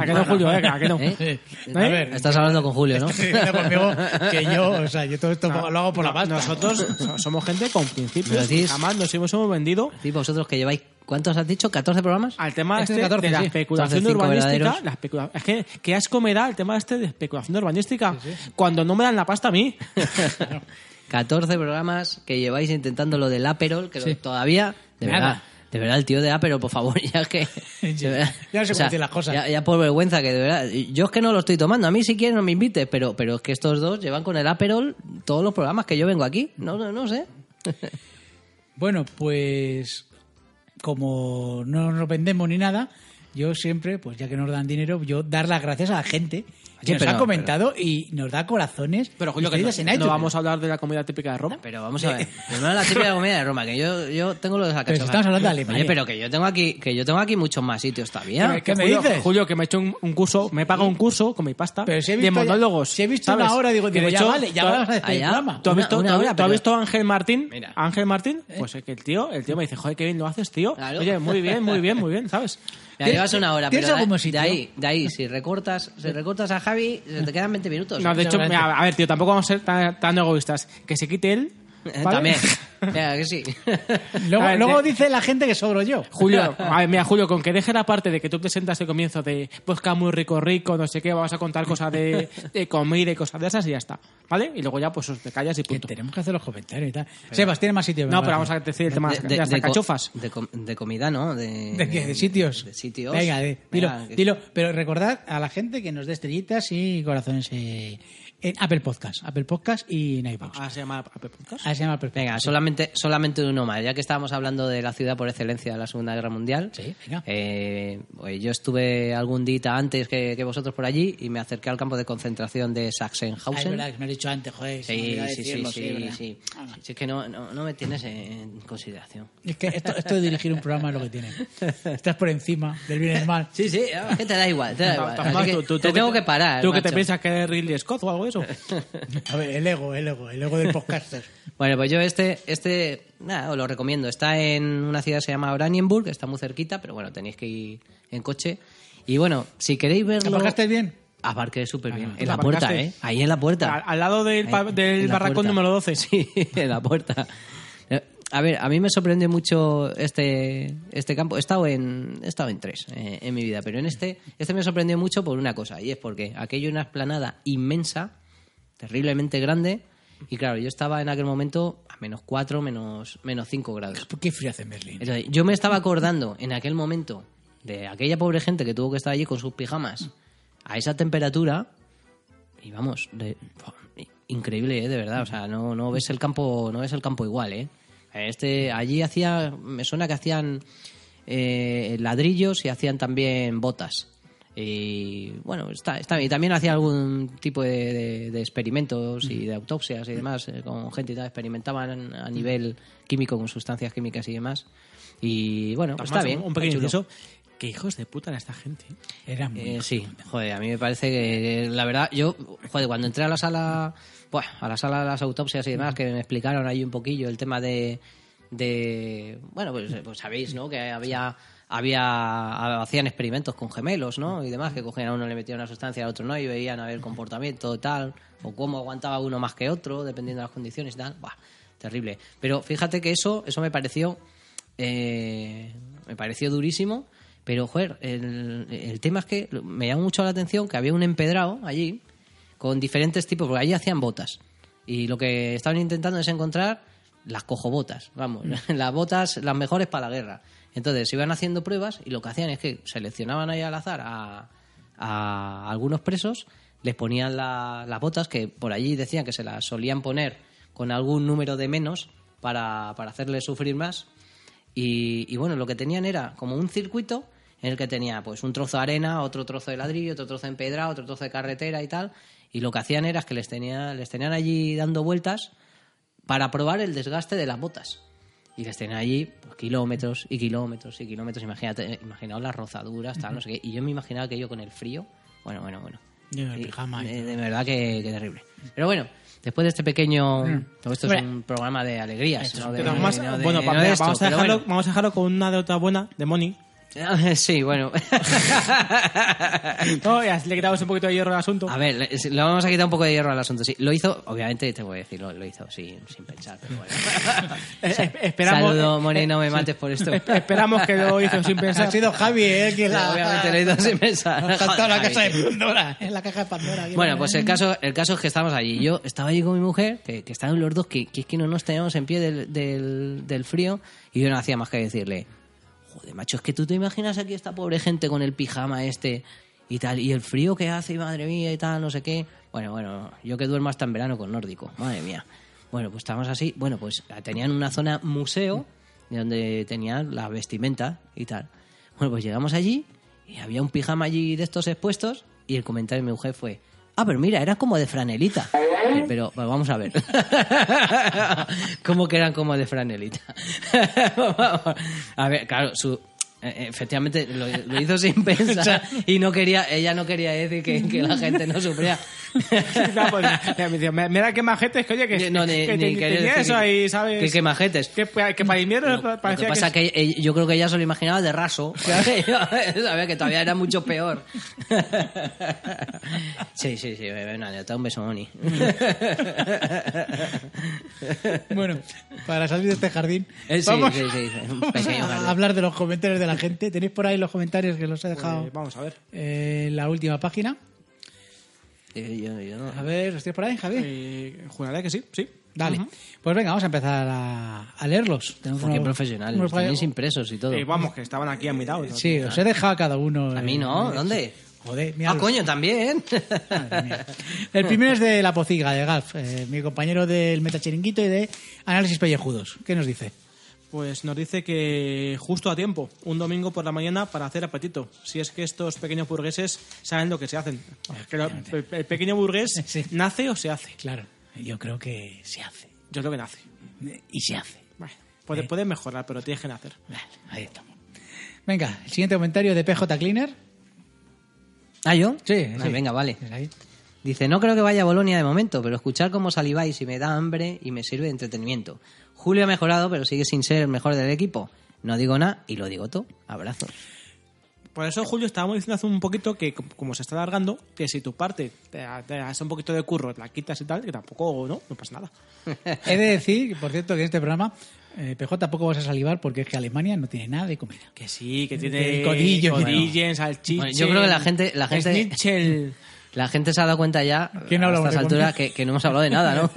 S3: ¿A que no, Julio? Eh? ¿A que no?
S4: ¿Eh?
S2: A ver,
S4: Estás hablando con Julio,
S2: <laughs>
S4: ¿no?
S2: Sí, cuenta conmigo que yo, o sea, yo todo esto lo hago por la pasta.
S3: Nosotros so- somos gente con
S4: ¿Me
S3: principios.
S4: lo decís?
S3: Jamás nos hemos hemos vendido
S4: Sí, vosotros que lleváis... ¿Cuántos has dicho? ¿14 programas?
S3: al tema
S2: Este
S3: este
S2: de 14,
S3: de la
S2: sí.
S3: especulación
S4: Entonces, cinco
S3: urbanística.
S4: verdaderos.
S3: la especula- Es que qué asco me da el tema este de especulación urbanística cuando no me dan la pasta a mí.
S4: <laughs> 14 programas que lleváis intentando lo del Aperol, que lo-
S2: Sí.
S4: todavía, de
S2: Nada.
S4: verdad, de verdad, el tío de Aperol, por favor, <laughs> ya es que... de verdad,
S2: Ya no sé cómo decir las cosas.
S4: Ya, ya por vergüenza, que de verdad... Yo es que no lo estoy tomando, a mí si quieres no me invites, pero, pero es que estos dos llevan con el Aperol todos los programas que yo vengo aquí, no, no, no sé.
S2: Bueno, pues como no nos vendemos ni nada, yo siempre, pues ya que nos dan dinero, yo dar las gracias a la gente que
S4: Oye,
S2: nos
S4: pero-
S2: ha comentado y nos da corazones.
S3: que
S2: estrellas en
S3: no, no
S2: iTunes.
S3: vamos a hablar de la comida típica de Roma.
S4: Pero
S2: <laughs>
S4: vamos a ver, primero la típica comida de Roma, que yo, yo tengo lo de la
S2: Pero si estamos hablando de Alemania.
S4: pero que yo tengo aquí, que yo tengo aquí muchos más sitios todavía.
S2: ¿Qué me
S3: Julio,
S2: dices?
S3: Julio, que me he hecho un, un curso, me he pagado un curso con mi pasta
S2: Pero si he
S3: de
S2: visto ya-
S3: monólogos.
S2: si he visto
S3: ¿sabes?
S2: una hora, digo,
S3: Que
S2: digo,
S3: de
S2: ya
S3: hecho,
S2: vale, ya
S3: tú-
S2: hablamos a este
S4: allá,
S2: programa.
S3: ¿Tú has
S4: Una-
S3: visto,
S4: una
S3: tú has-
S4: hora,
S3: tú
S4: pero-
S3: has visto a Ángel Martín?
S4: Mira. ¿Eh?
S3: Ángel Martín, pues es que el tío, el tío me dice, joder, qué bien lo haces, tío.
S4: Claro.
S3: Oye, muy bien, muy bien, muy bien, ¿sabes?
S4: <laughs> Ya llevas una hora,
S2: ¿Tienes
S4: pero de-
S2: algún buen
S4: de
S2: sitio?
S4: ahí, de ahí, si recortas, si recortas a Javi, se te quedan 20 minutos.
S3: No, de hecho, mira, a ver, tío, tampoco vamos a ser tan, tan egoístas. Que se quite él. ¿vale?
S4: Eh,
S3: <laughs>
S4: También. Mira, que sí. <laughs>
S2: Luego,
S3: A ver,
S2: luego
S3: de-
S2: dice la gente que sobro yo.
S3: Julio, a ver, mira, Julio, con que deje la parte de que tú presentas el comienzo de busca muy rico, rico, no sé qué, vamos a contar cosas de, de comida y cosas de esas y ya está. ¿Vale? Y luego ya, pues os te callas y
S2: Que
S3: punto.
S2: tenemos que hacer los comentarios y tal. Sebas, tiene más sitio. me
S3: No, pero vamos
S2: parece.
S3: a decir el tema de, las
S4: co-
S3: cachofas.
S4: De, com- de comida, ¿no? De,
S2: ¿De qué? ¿De sitios?
S4: De sitios.
S2: Venga, de- dilo,
S4: Venga, que-
S2: dilo. Pero recordad a la gente que nos dé estrellitas y corazones eh, en Apple Podcast. Apple Podcast y en iVoox.
S3: Ah, se llama Apple Podcast.
S2: Ahí se llama Ah, Apple Podcast.
S4: Venga, solamente, solamente uno más. Ya que estábamos hablando de la ciudad por excelencia de la Segunda Guerra Mundial,
S2: Sí, venga.
S4: eh, oye, yo estuve algún día antes que, que vosotros por allí y me acerqué al campo de concentración de
S2: Ah, es
S4: Sachsenhausen.
S2: verdad que me lo he dicho antes, joder. se me
S4: Sí,
S2: olvidaba
S4: sí, sí,
S2: decirlo,
S4: sí, sí,
S2: ¿verdad? Ah,
S4: Sí, Es que no, no, no me tienes en consideración.
S2: Es que esto, esto de dirigir un programa es lo que tiene. Estás por encima del bien y del mal.
S4: Sí, sí,
S3: ah.
S4: es que te da igual, te da igual.
S3: Tampoco,
S4: Así que
S3: tú- tú-
S4: te
S3: tú
S4: tengo que parar.
S3: ¿Tú que te
S4: macho.
S3: piensas que eres Ridley Scott o algo de
S4: <laughs>
S3: eso?
S2: A ver, el ego, el ego, el ego del podcaster.
S4: Bueno, pues yo este, este, nada, os lo recomiendo. Está en una ciudad que se llama Oranienburg, está muy cerquita, pero bueno, tenéis que ir en coche. Y bueno, si queréis verlo...
S2: ¿Aparcaste bien?
S4: Aparqué súper bien. En
S3: ¿Tú
S4: la
S3: aparcaste?
S4: puerta, ¿eh? Ahí en la puerta.
S3: al, al lado del, pa-
S4: Ahí,
S3: del
S4: en la
S3: barracón
S4: puerta.
S3: número 12.
S4: Sí, <laughs> en la puerta. Eh, A ver, a mí me sorprende mucho este, este campo. He estado en, he estado en tres eh, en mi vida, pero en este, este me sorprendió mucho por una cosa, y es porque aquello era una explanada inmensa, terriblemente grande, y claro, yo estaba en aquel momento a menos cuatro, menos, menos cinco grados.
S2: ¿Por qué frío hace en Berlín?
S4: Entonces, yo me estaba acordando en aquel momento de aquella pobre gente que tuvo que estar allí con sus pijamas a esa temperatura y vamos, de- fua, increíble, ¿eh? de verdad, o sea, no, no ves el campo, no ves el campo igual, ¿eh? Este allí hacía me suena que hacían eh, ladrillos y hacían también botas. Y bueno, está, está bien. y también hacía algún tipo de, de- de experimentos y de autopsias y demás eh, con gente y tal, experimentaban a nivel químico con sustancias químicas y demás. Y bueno,
S3: Tomás,
S4: está bien.
S3: Un, un pequeño
S4: está chulo.
S3: inciso. Qué hijos de puta era esta gente.
S2: Era muy...
S4: Eh, sí, joder, a mí me parece que eh, la verdad, yo, joder, cuando entré a la sala, buah, a la sala de las autopsias y demás, que me explicaron ahí un poquillo el tema de, de bueno, pues, eh, pues sabéis, ¿no? Que había, había, hacían experimentos con gemelos, ¿no? Y demás, que cogían a uno, le metían una sustancia, al otro no, y veían a ver el comportamiento tal, o cómo aguantaba uno más que otro, dependiendo de las condiciones y tal, buah, terrible. Pero fíjate que eso, eso me pareció eh, me pareció durísimo, pero joder, el, el tema es que me llamó mucho la atención que había un empedrado allí con diferentes tipos, porque allí hacían botas. Y lo que estaban intentando es encontrar las cojobotas, vamos, <laughs> las botas las mejores para la guerra. Entonces iban haciendo pruebas y lo que hacían es que seleccionaban ahí al azar a, a algunos presos, les ponían la- las botas que por allí decían que se las solían poner con algún número de menos para, para hacerles sufrir más. Y, y bueno, lo que tenían era como un circuito en el que tenía pues un trozo de arena, otro trozo de ladrillo, otro trozo de empedrado, otro trozo de carretera y tal. Y lo que hacían era que les, tenía, les tenían allí dando vueltas para probar el desgaste de las botas. Y les tenían allí pues, kilómetros y kilómetros y kilómetros. Imagínate, eh, imaginaos las rozaduras, tal, no sé qué. Y yo me imaginaba que yo con el frío. Bueno, bueno, bueno.
S2: Yo en el
S4: Y-
S2: pijama ¿eh? y
S4: de, de verdad que, que terrible. Pero bueno, después de este pequeño.
S3: Mm.
S4: Todo esto es
S2: Hombre.
S4: un programa de alegrías.
S3: <laughs>
S4: ¿no? De-
S3: Pero más-
S4: no de-
S3: bueno,
S4: no
S3: pa-
S4: de
S3: mira,
S4: esto,
S3: vamos, a
S4: pero
S3: dejarlo,
S4: bueno.
S3: vamos a dejarlo con una otra buena de
S4: <laughs>
S3: Moni. <laughs>
S4: Sí, bueno.
S3: No, Oh, ya le quitamos un poquito de hierro al asunto.
S4: A ver, le, le vamos a quitar un poco de hierro al asunto. Sí, lo hizo, obviamente, te voy a decir, lo, lo hizo sin, sin pensar. Pero bueno.
S3: Eh, eh, <laughs> esperamos- <laughs>
S4: Saludo,
S3: eh,
S4: Moni, no me mates por esto.
S3: <laughs> Espe- Esperamos que lo hizo
S4: <laughs>
S3: sin pensar.
S2: Ha sido Javi, ¿eh? Que la...
S4: Obviamente lo hizo sin pensar.
S2: Nos ha <laughs> saltado la
S4: Joder,
S2: casa
S4: Javi.
S2: de Pandora. En la caja de Pandora. aquí.
S4: Bueno, pues el caso, el caso es que estamos allí. Yo estaba allí con mi mujer, que, que estaban los dos, que, que es que no nos teníamos en pie del, del, del frío, y yo no hacía más que decirle, joder, macho, es que tú te imaginas aquí esta pobre gente con el pijama este y tal, y el frío que hace, y madre mía, y tal, no sé qué. Bueno, bueno, yo que duermo hasta en verano con nórdico, madre mía. Bueno, pues estábamos así. Bueno, pues tenían una zona museo donde tenían la vestimenta y tal. Bueno, pues llegamos allí y había un pijama allí de estos expuestos y el comentario de mi mujer fue, ah, pero mira, era como de franelita. Eh, Pero bueno, vamos a ver. <laughs> <laughs> ¿Cómo que eran como de franelita? a ver, claro, su... Eh, Efectivamente, lo, lo
S3: <laughs>
S4: hizo sin pensar y no quería, ella no quería decir que, que la gente
S3: <laughs>
S4: no sufría.
S3: Mira,
S4: <laughs>
S3: pues, mira, me dice, "Me- mira qué majetes, que oye, que,
S4: No, ni-
S3: que
S4: ni
S3: te-
S4: quería
S3: tenía
S4: decir
S3: eso
S4: que-
S3: ahí, ¿sabes?
S4: que qué majetes.
S3: Que, que para invierno
S4: Lo que
S3: parecía
S4: pasa que, eh, yo creo que ella se lo imaginaba
S2: <laughs>
S4: de raso. <laughs> eh, Sabía que todavía era mucho peor. <laughs> sí, sí, sí, una anécdota, un beso,
S2: <laughs>
S4: Moni.
S2: Bueno, para salir de este jardín,
S4: Eh, sí,
S2: vamos,
S4: sí, sí, sí, un
S2: vamos
S4: pequeño
S2: a
S4: jardín.
S2: hablar de los comentarios de la gente. Tenéis por ahí los comentarios que los he dejado
S3: Pues, vamos a ver.
S2: eh, en la última página.
S4: Eh, yo- yo no-
S2: A ver, ¿los tienes por ahí, Javier?
S3: Eh, juraría que sí, sí.
S2: Dale.
S3: Ujú.
S2: Pues venga, vamos a empezar a, a leerlos. Tenemos
S4: Porque
S2: unos-
S4: profesionales,
S2: unos-
S4: los tenéis impresos y todo.
S3: Eh, vamos, que estaban aquí a mitad.
S2: Sí, os he dejado a cada uno.
S4: A
S2: eh,
S4: mí no,
S2: eh,
S4: ¿dónde?
S2: Joder, mira.
S4: Ah, coño, también.
S2: El primero es de La Pociga, de Galf, eh, mi compañero del Metachiringuito y de Análisis Pellejudos. ¿Qué nos dice?
S3: Pues nos dice que justo a tiempo, un domingo por la mañana para hacer apetito. Si es que estos pequeños burgueses saben lo que se hacen. Que lo- el, el pequeño burgués
S4: <laughs>
S2: Sí.
S3: nace o se hace.
S2: Claro, yo creo que se hace.
S3: Yo creo que nace.
S2: Y se hace.
S3: Bueno, puede,
S4: Eh.
S3: puede mejorar, pero tienes que nacer.
S2: Vale, ahí estamos. Venga, el siguiente comentario de PJ Cleaner.
S4: <laughs> ¿Ah, yo?
S2: Sí,
S4: Ah,
S2: sí.
S4: Venga, vale.
S2: Es ahí.
S4: Dice, no creo que vaya a Bolonia de momento, pero escuchar cómo saliváis y me da hambre y me sirve de entretenimiento. Julio ha mejorado, pero sigue sin ser el mejor del equipo. No digo nada y lo digo todo. Abrazos.
S3: Por eso, Julio, estábamos diciendo hace un poquito que, com- como se está alargando, que si tu parte te, te hace un poquito de curro, te la quitas y tal, que tampoco, ¿no? No pasa nada.
S2: He de decir, por cierto, que en este programa eh, PJ tampoco vas a salivar porque es que Alemania no tiene nada de comida.
S3: Que sí, que tiene.
S2: El codillo,
S3: Codillen, salchichen,
S4: Bueno, yo creo que la gente- la gente-
S3: schnitzel.
S4: La gente se ha dado cuenta ya
S2: ¿Quién no
S4: a
S2: hablamos
S4: estas
S2: de comida?
S4: alturas que, que no hemos hablado de
S3: <laughs>
S4: nada, ¿no?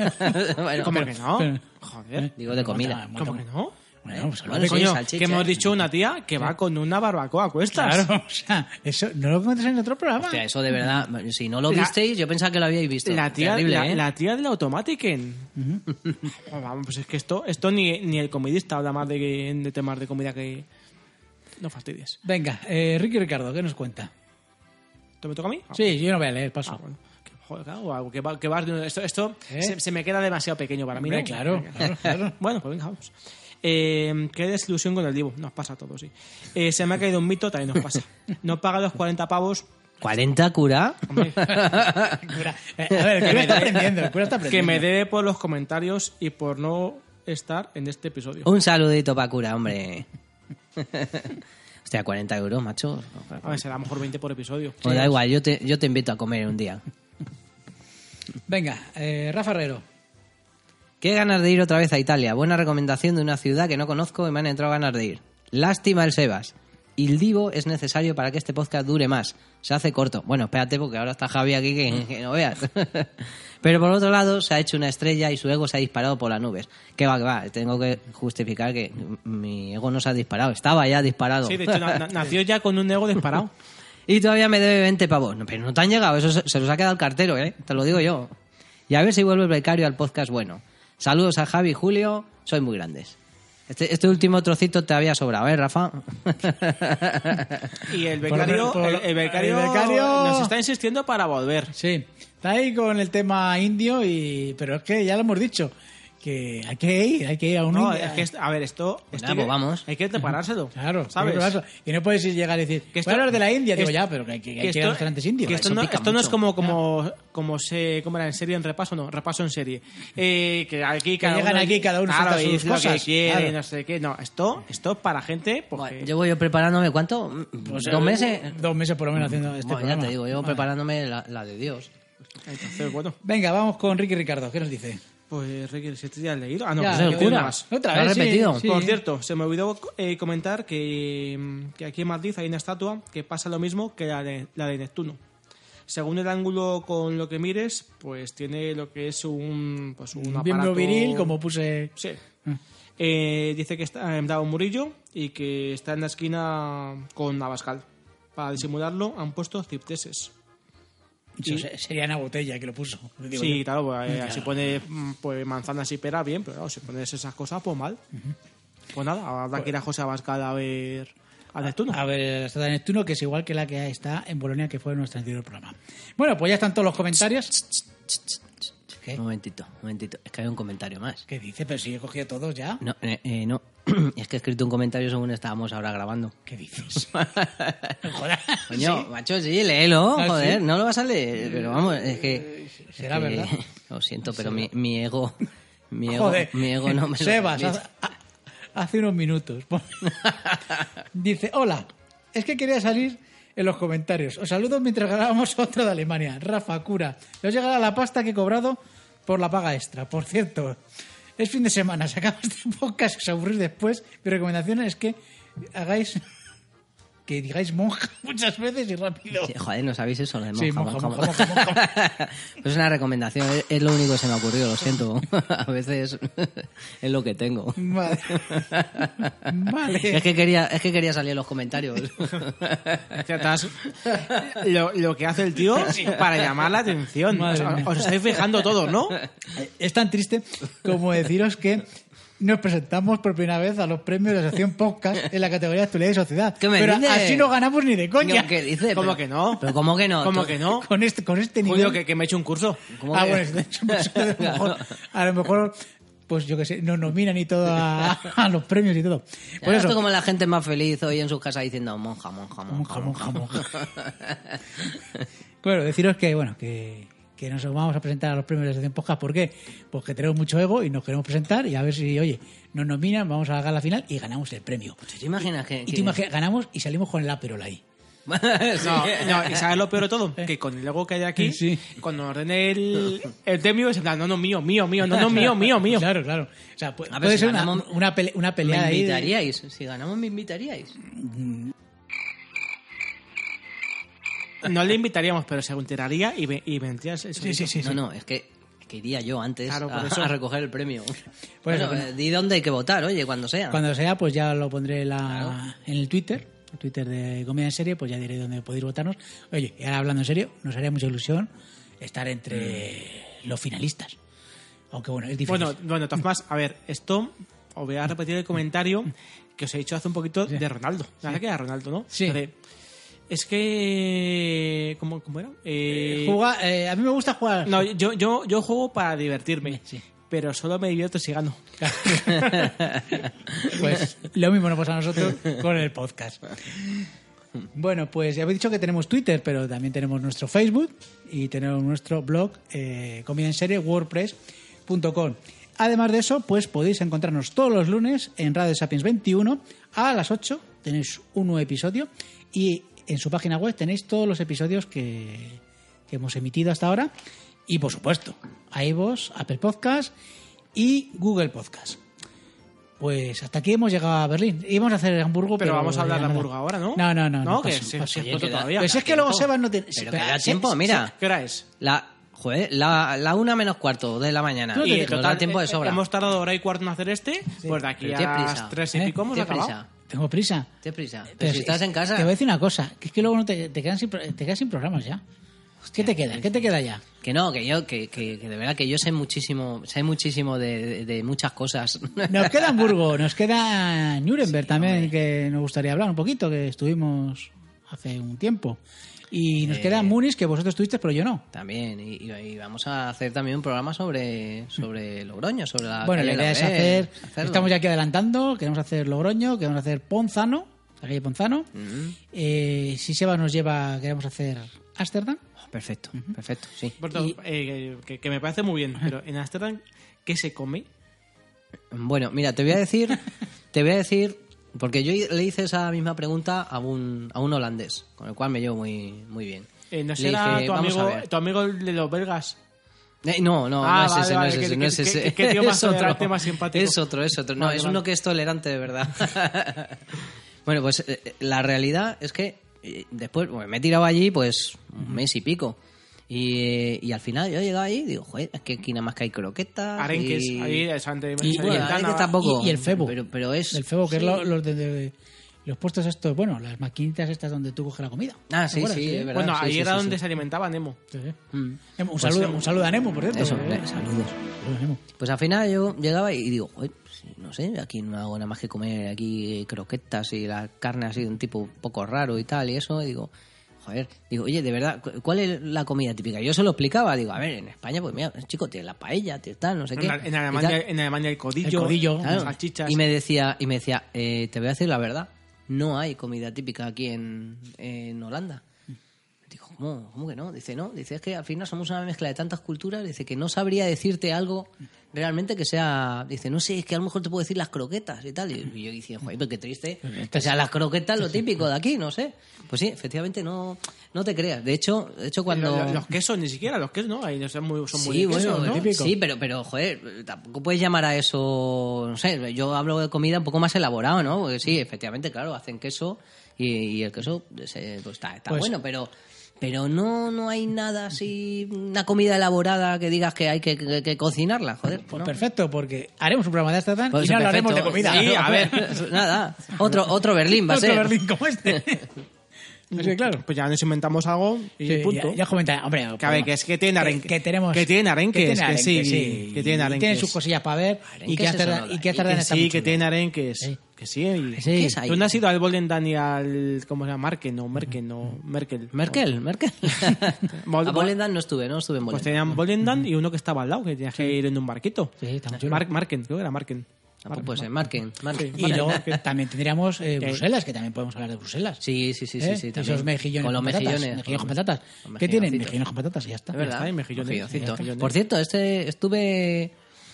S4: Bueno,
S3: ¿Cómo
S4: pero- eh,
S3: que no?
S2: pero-
S3: Joder.
S4: Digo de comida.
S2: Monta-
S3: ¿Cómo que no?
S2: Bueno, pues
S4: Bueno,
S2: hablamos de
S4: sí,
S3: Coño,
S4: salchicha.
S3: que hemos dicho una tía que va con una barbacoa a cuestas.
S2: eh. Claro, o sea, eso no lo encuentras en otro programa.
S4: Hostia, eso de verdad, si no lo
S3: La-
S4: visteis, yo pensaba que lo habíais visto.
S3: La tía,
S4: Terrible,
S3: la,
S4: ¿eh?
S3: la tía del Automatiken. Bueno, Vamos, pues es que esto, esto ni, ni el comidista habla más de, de temas de comida que. No fastidies.
S2: Venga, eh, Ricky Ricardo, ¿qué nos cuenta?
S3: ¿Te me toca a mí?
S2: Sí, yo no voy a leer, paso.
S3: Ah, bueno. Que- Joder, claro, algo que, va- que vas de uno- Esto, esto
S2: ¿Eh?
S3: se, se me queda demasiado pequeño para mí.
S2: Hombre,
S3: ¿no?
S2: claro,
S3: Venga.
S2: claro, claro.
S3: <laughs> Bueno, pues venga, vamos. Eh, qué desilusión con el Divo. Nos pasa a todos, sí. Eh, se me ha caído un mito, también nos pasa. No paga los 40 pavos.
S4: ¿40 cura?
S2: Cura, eh, a ver,
S3: <laughs>
S2: el cura está aprendiendo, el cura está
S3: que
S2: aprendiendo.
S3: me debe por los comentarios y por no estar en este episodio.
S2: Oh.
S4: Un saludito para cura, hombre. <laughs> Hostia, 40 euros, macho.
S3: A ver, será a lo mejor 20 por episodio.
S4: Pues da igual, yo te, yo te invito a comer un día.
S2: Venga, eh, Rafa Herrero.
S4: Qué ganas de ir otra vez a Italia. Buena recomendación de una ciudad que no conozco y me han entrado ganas de ir. Lástima el Sebas. Il Divo es necesario para que este podcast dure más. Se hace corto. Bueno, espérate porque ahora está Javi aquí que, que no veas. <laughs> Pero por otro lado, se ha hecho una estrella y su ego se ha disparado por las nubes. Que va, que va. Tengo que justificar que mi ego no se ha disparado. Estaba ya disparado.
S3: Sí, de hecho,
S4: <laughs>
S3: na- na- nació ya con un ego
S2: <laughs>
S3: disparado.
S4: Y todavía me debe 20 pavos. No, pero no te han llegado, eso se, se los ha quedado el cartero, ¿eh? Te lo digo yo. Y a ver si vuelve el becario al podcast bueno. Saludos a Javi y Julio, sois muy grandes. Este, este último trocito te había sobrado, ¿eh, Rafa?
S3: Y el
S2: Por-
S3: becario,
S2: por-
S3: el, el becario
S2: el becario-
S3: nos está insistiendo para volver.
S2: Sí, está ahí con el tema indio, y pero es que ya lo hemos dicho, que hay que ir, hay que ir a un
S3: No,
S2: indio.
S3: es que, esto- a ver, esto... esto hay
S4: pues
S3: que-
S4: vamos.
S3: Hay que preparárselo.
S2: <laughs> Claro,
S3: ¿sabes?
S2: claro, claro. Y no puedes ir- llegar y decir,
S3: Que esto-
S2: voy a hablar de la India, digo
S3: que-
S2: ya, pero que hay que, hay que ir a restaurantes indios.
S3: que esto
S4: Eso
S3: no,
S4: pica
S3: esto no es
S4: mucho.
S3: como como como se como era en serie en repaso no repaso en serie Eh, que aquí cada
S2: llegan
S3: uno,
S2: aquí, cada uno
S3: claro,
S2: suelta
S3: y
S2: sus
S3: dice lo
S2: cosas,
S3: que quiere
S2: claro.
S3: y no sé qué no esto esto es para gente porque
S4: Bueno, yo voy yo preparándome, ¿cuánto?
S2: O sea,
S4: ¿Dos meses?
S2: Pues, eh, Dos meses por lo menos haciendo este
S4: Bueno, ya
S2: programa.
S4: te digo, yo preparándome la, la de Dios.
S3: entonces bueno
S2: Venga, vamos con Ricky Ricardo, ¿qué nos dice?
S3: pues Ricky si te ya has leído ah no
S2: Ya,
S3: pues
S4: es el
S3: no tiene
S4: cura.
S3: más.
S2: Otra
S4: ¿Lo
S2: vez,
S4: has
S2: sí,
S4: repetido?
S2: sí.
S3: Por cierto, se me olvidó eh, comentar que, mm, que aquí en Madrid hay una estatua que pasa lo mismo que la de, la de Neptuno. Según el ángulo con lo que mires, pues tiene lo que es un, pues un,
S2: un
S3: aparato...
S2: miembro viril, como Mm. puse...
S3: Sí. Eh, dice que está en un Murillo y que está en la esquina con Abascal. Para disimularlo han puesto cipteses.
S2: Eso se- sería una botella que lo puso. digo
S3: sí,
S2: yo.
S3: claro, pues, eh, si pones mm, pues, manzanas y pera, bien, pero claro, si pones esas cosas, pues mal. Pues nada, habrá que ir a José Abascal a ver
S2: <laughs>
S3: a Neptuno.
S2: A ver, la estatua de Neptuno, que es igual que la que está en Bolonia, que fue nuestro anterior programa. Bueno, pues ya están todos los comentarios. ¿Qué?
S4: Un momentito, un momentito. Es que hay un comentario más.
S2: ¿Qué dice? Pero si he cogido todos ya. <laughs>
S4: No, <clears throat> eh, eh, no. Y es que he escrito un comentario según estábamos ahora grabando.
S2: ¿Qué dices? Joder.
S4: Coño, macho, sí, léelo,
S2: Ah,
S4: joder,
S2: sí. Eh,
S4: no lo vas a leer, pero vamos, es que...
S2: será
S4: es que-
S2: verdad.
S4: <laughs> Lo siento, pero mi, mi ego... <laughs> Mi ego,
S2: Joder.
S4: mi ego no me lo
S2: Sebas,
S4: permite.
S2: haz- ha- hace unos minutos. <laughs> Dice, hola, es que quería salir en los comentarios. Os saludo mientras grabamos otro de Alemania. Rafa, cura. Os llegará la pasta que he cobrado por la paga extra. Por cierto, es fin de semana. Sacamos de podcast, os aburrís después. Mi recomendación es que hagáis... Que digáis monja <laughs> muchas veces y rápido.
S4: Sí, joder, no sabéis eso, lo de
S2: Sí,
S4: monja,
S2: monja,
S4: monja,
S2: monja,
S4: monja.
S2: monja,
S4: <laughs> Pues es una recomendación, es, es lo único que se me ha ocurrido, lo siento. <laughs> A veces es lo que tengo. <laughs>
S2: Vale. Vale.
S4: Es que quería, es que quería salir en los
S2: <laughs>
S4: comentarios. <laughs>
S3: O sea, te das- lo, lo que hace el
S2: <laughs>
S3: tío para llamar la atención.
S2: Madre
S3: O sea,
S2: mía.
S3: os estáis fijando todos,
S2: <laughs>
S3: ¿no?
S2: Es tan triste como deciros que nos presentamos por primera vez a los premios de la sección podcast en la categoría Actualidad y Sociedad.
S4: ¿Qué me
S2: Pero
S4: dices?
S2: así no ganamos ni de coña.
S4: ¿Qué dice?
S3: ¿Cómo
S4: Pero-
S3: que no?
S4: ¿Pero cómo que no?
S3: ¿Cómo
S4: Tú-
S3: que no?
S2: Con este, con este nivel.
S3: Julio, que, que me he hecho un curso.
S4: ¿Cómo
S2: Ah, <laughs>
S4: que-
S2: bueno, es- es- a
S4: <laughs>
S2: lo mejor- a lo mejor, pues yo qué sé, nos nominan y todo a, a los premios y todo. Por
S4: Ahora
S2: eso,
S4: esto como la gente más feliz hoy en sus casas diciendo monja, monja,
S2: Monja,
S4: monja.
S2: monja, monja. Ah, <laughs> bueno, deciros que, bueno, que, que nos vamos a presentar a los premios de sección podcast. ¿Por qué? Porque tenemos mucho ego y nos queremos presentar y a ver si, oye, nos nominan, vamos a la gala final y ganamos el premio.
S4: ¿Te imaginas que...?
S2: Y
S4: que-
S2: te imaginas, ganamos y salimos con el Aperol ahí.
S4: Sí.
S3: No, no, y sabes lo peor de todo, que con el logo que hay aquí,
S2: Eh. Sí.
S3: cuando ordene el, el premio, es en plan, no, no, mío, mío,
S2: <laughs>
S3: mío, no, no, mío, mío, mío.
S2: Claro, claro. O sea, pu-
S4: A ver,
S2: puede
S4: si
S2: ser una,
S4: ganamos-
S2: una, pele- una
S4: ¿Me
S2: pelea ahí. de-
S4: invitaríais? Si ganamos, ¿me invitaríais?
S3: No le invitaríamos, pero se enteraría y, ve- y vendría el
S2: Sí, sí, sí.
S4: No,
S2: sí.
S4: no, es que, que iría yo antes
S3: Claro, por
S4: a,
S3: eso.
S4: <laughs> a recoger el premio.
S2: Pues
S4: <laughs> bueno,
S2: eso, que
S4: eh, di dónde hay que votar, oye, cuando
S3: Ah.
S4: sea.
S2: Cuando sea, pues ya lo pondré en la- en el Twitter, el Twitter de Comedia en Serie, pues ya diré dónde podéis votarnos. Oye, y ahora hablando en serio, nos haría mucha ilusión estar entre los finalistas. Aunque bueno, es difícil.
S3: Mm. Bueno, bueno, Tomás, a ver, esto os voy a repetir el comentario que os he dicho hace un poquito de Ronaldo. La verdad que era Ronaldo, ¿no?
S2: Sí.
S3: Pero, eh, es que... ¿Cómo, cómo era? Eh,
S2: Eh, juga- eh, a mí me gusta jugar.
S3: No, yo, yo, yo juego para divertirme,
S2: Sí.
S3: pero solo me divierto si gano.
S2: <laughs> Pues lo mismo nos pasa a nosotros con el podcast. Bueno, pues ya habéis dicho que tenemos Twitter, pero también tenemos nuestro Facebook y tenemos nuestro blog eh, Comida en Serie, wordpress.com. Además de eso, pues podéis encontrarnos todos los lunes en Radio Sapiens 21 a las 8. Tenéis un nuevo episodio y en su página web tenéis todos los episodios que, que hemos emitido hasta ahora. Y por supuesto, iVoox, Apple Podcast y Google Podcast. Pues hasta aquí hemos llegado a Berlín. Íbamos a hacer Hamburgo, pero,
S3: Pero vamos a hablar de
S2: ya no.
S3: Hamburgo ahora, ¿no?
S2: No, no, no.
S3: No, que
S2: paso,
S3: sí,
S2: paso.
S3: sí,
S4: Oye,
S3: Pues
S4: que da-
S3: todavía.
S2: Pues es que luego Sebas no tiene.
S4: Pero que
S2: espera,
S4: da
S2: se-
S4: <laughs> tiempo,
S2: se-
S4: mira.
S3: ¿Qué hora es?
S4: La, joder, la, la una menos cuarto de la mañana.
S2: Tú eh,
S4: Y
S2: te-
S4: nos da tiempo de sobra.
S3: eh, Hemos tardado hora y cuarto en hacer este, pues de aquí
S4: Pero
S3: a
S4: tienes prisa.
S3: las tres y
S2: ¿Eh?
S3: pico hemos
S4: Tienes
S3: acabado.
S4: prisa.
S2: Tengo prisa.
S4: Tienes prisa. Pero,
S2: Pero
S4: si
S2: es-
S4: estás en casa...
S2: Te voy a decir una cosa, que es que luego no te, te quedan sin, pro- te quedas sin programas ya. ¿Qué te queda? ¿Qué te queda ya?
S4: Que no, que yo, que, que, que de verdad que yo sé muchísimo, sé muchísimo de, de- de
S2: <laughs>
S4: muchas cosas. <laughs>
S2: Nos queda Hamburgo, nos queda Nuremberg también, que nos gustaría hablar un poquito, que estuvimos hace un tiempo. Y
S4: Eh.
S2: nos queda Múnich, que vosotros estuviste, pero yo no.
S4: También, y, y- y vamos a hacer también un programa sobre, sobre Logroño, sobre la...
S2: Bueno, la
S4: calle
S2: idea es
S4: Label,
S2: hacer.
S4: hacerlo.
S2: Estamos ya aquí adelantando. Queremos hacer Logroño, queremos hacer Ponzano, la calle Ponzano. Eh, si Seba nos lleva, queremos hacer Ámsterdam.
S4: Perfecto, perfecto, sí.
S3: Por tanto, eh, que, que me parece muy bien, pero en Amsterdam, ¿qué se come?
S4: Bueno, mira, te voy a decir, te voy a decir, porque yo le hice esa misma pregunta a un, a un holandés, con el cual me llevo muy, muy bien.
S3: Eh, ¿No
S4: Le
S3: será
S4: dije,
S3: tu,
S4: "Vamos a
S3: amigo,
S4: ver".
S3: tu amigo el de los belgas?
S4: Eh, no, no,
S3: Ah,
S4: no
S3: vale,
S4: es ese, no
S3: vale,
S4: es
S3: que-
S4: ese,
S3: que-
S4: no es
S3: que-
S4: ese.
S3: que
S4: <laughs>
S3: tío más
S4: Es otro.
S3: tolerante, más simpático.
S4: Es otro, es otro. No,
S3: Vale,
S4: es
S3: vale.
S4: uno que es tolerante de verdad. <laughs> bueno, pues eh, eh, la realidad es que eh, después bueno, me he tirado allí pues un mes y pico. Y, eh, y al final yo he llegado ahí y digo, joder, es que aquí nada más que hay croquetas.
S3: Arenques,
S4: y...
S3: ahí, o sea, ante-
S2: y-
S3: ante-
S4: Bueno,
S2: Salientana.
S3: ventana.
S4: arenques tampoco.
S2: Y- y el febo.
S4: Pero, pero es...
S2: El febo, que es
S4: sí.
S2: lo- los de, de- los puestos estos, bueno, las maquinitas estas donde tú coges la comida.
S4: Ah,
S2: ¿Te
S4: sí,
S2: acuerdas?
S4: sí, es verdad.
S3: Bueno,
S4: sí,
S3: ahí
S4: sí,
S3: era
S4: sí,
S3: donde
S4: sí.
S3: se alimentaba Nemo.
S2: Sí, sí. Nemo, Un saludo, un saludo a Nemo, por cierto.
S4: Mm. Eso,
S2: Eh,
S4: eh, saludos.
S2: saludo a Nemo.
S4: Pues al final yo llegaba y digo, "Joder, pues, no sé, aquí no hago nada más que comer aquí croquetas y la carne así de un tipo un poco raro y tal, y eso, y digo, joder, digo, oye, de verdad, cu- ¿cuál es la comida típica? Yo se lo explicaba, digo, a ver, en España, pues mira, chico, tiene la paella, tiene tal, no sé qué.
S3: En, la- en
S4: y
S3: Alemania,
S4: tal".
S3: en Alemania el codillo,
S2: El codillo,
S3: las
S4: Claro.
S3: salchichas.
S4: Y me decía, y me decía eh, te voy a decir la verdad, no hay comida típica aquí en, en Holanda. Digo, ¿cómo, ¿cómo que no? Dice, no, dice, es que al final somos una mezcla de tantas culturas, dice que no sabría decirte algo realmente que sea, dice, no sé, es que a lo mejor te puedo decir las croquetas y tal. Y yo decía, joder, pero qué triste, o sea, las croquetas lo típico de aquí, no sé. Pues sí, efectivamente, no, no te creas. De hecho, de hecho cuando...
S3: Lo- lo- Los, quesos, ni siquiera, los quesos, ¿no? Ahí no son muy, son muy
S4: Sí,
S3: de queso,
S4: bueno,
S3: ¿no?
S2: típico.
S4: sí, pero, pero joder, tampoco puedes llamar a eso, no sé, yo hablo de comida un poco más elaborado, ¿no? Porque sí, efectivamente, claro, hacen queso y, y el queso se- pues, está, está
S2: Pues-
S4: bueno, pero pero no no hay nada así, una comida elaborada que digas que hay que, que- que cocinarla, joder.
S2: Pues
S4: no.
S2: perfecto, porque haremos un programa de Amsterdam
S4: Pues
S2: y no
S4: perfecto.
S2: hablaremos de comida.
S4: Sí,
S2: <laughs>
S4: a ver, pues, nada, otro, otro Berlín va a
S2: Otro
S4: ser.
S2: Berlín como este.
S4: <laughs>
S2: Así que claro.
S3: Pues ya nos inventamos algo y
S2: Sí,
S3: punto.
S2: Ya, ya comenta, hombre.
S3: Que a ver, que es que tiene arenque-
S2: Que, tenemos,
S3: que tiene arenques, que sí, que tiene
S2: Y
S3: arenques.
S2: tienen sus cosillas para ver. Y
S4: Arenques
S2: que Amsterdam-
S4: eso no
S2: y que
S4: da, y que
S2: Amsterdam
S3: Que
S2: está
S3: sí,
S2: muy
S3: que
S2: chulo.
S3: tiene arenques.
S2: Sí.
S3: Que sí. y-
S4: Sí. ¿Qué es ahí?
S3: ¿Tú no has ido al Bolden Dani al. ¿Cómo se llama? Marken, no, Merkel, no, Merkel.
S2: <laughs>
S4: Merkel, Merkel.
S3: Mol-
S4: a Volendam no estuve, no estuve en
S3: Pues
S4: Volendam.
S3: tenían Bolden Dan y uno que estaba al lado, que tenías que ir en un barquito.
S2: Sí, está muy chulo.
S3: Mark, Marken, creo que era Marken.
S4: Tampoco puede ser, Marken, Marken.
S2: Y luego también tendríamos eh, Bruselas, que también podemos hablar de Bruselas.
S4: Sí, sí, sí, sí,
S2: ¿Eh?
S4: sí.
S2: Y esos
S4: también.
S2: mejillones
S4: Con los mejillones.
S2: mejillones con patatas.
S4: Con
S2: ¿Qué tienen?
S4: mejilloncitos.
S2: Mejillones con patatas y ya está.
S4: Es verdad.
S3: Ahí mejillones.
S4: Mejilloncito.
S3: Mejillones.
S4: Por cierto, este estuve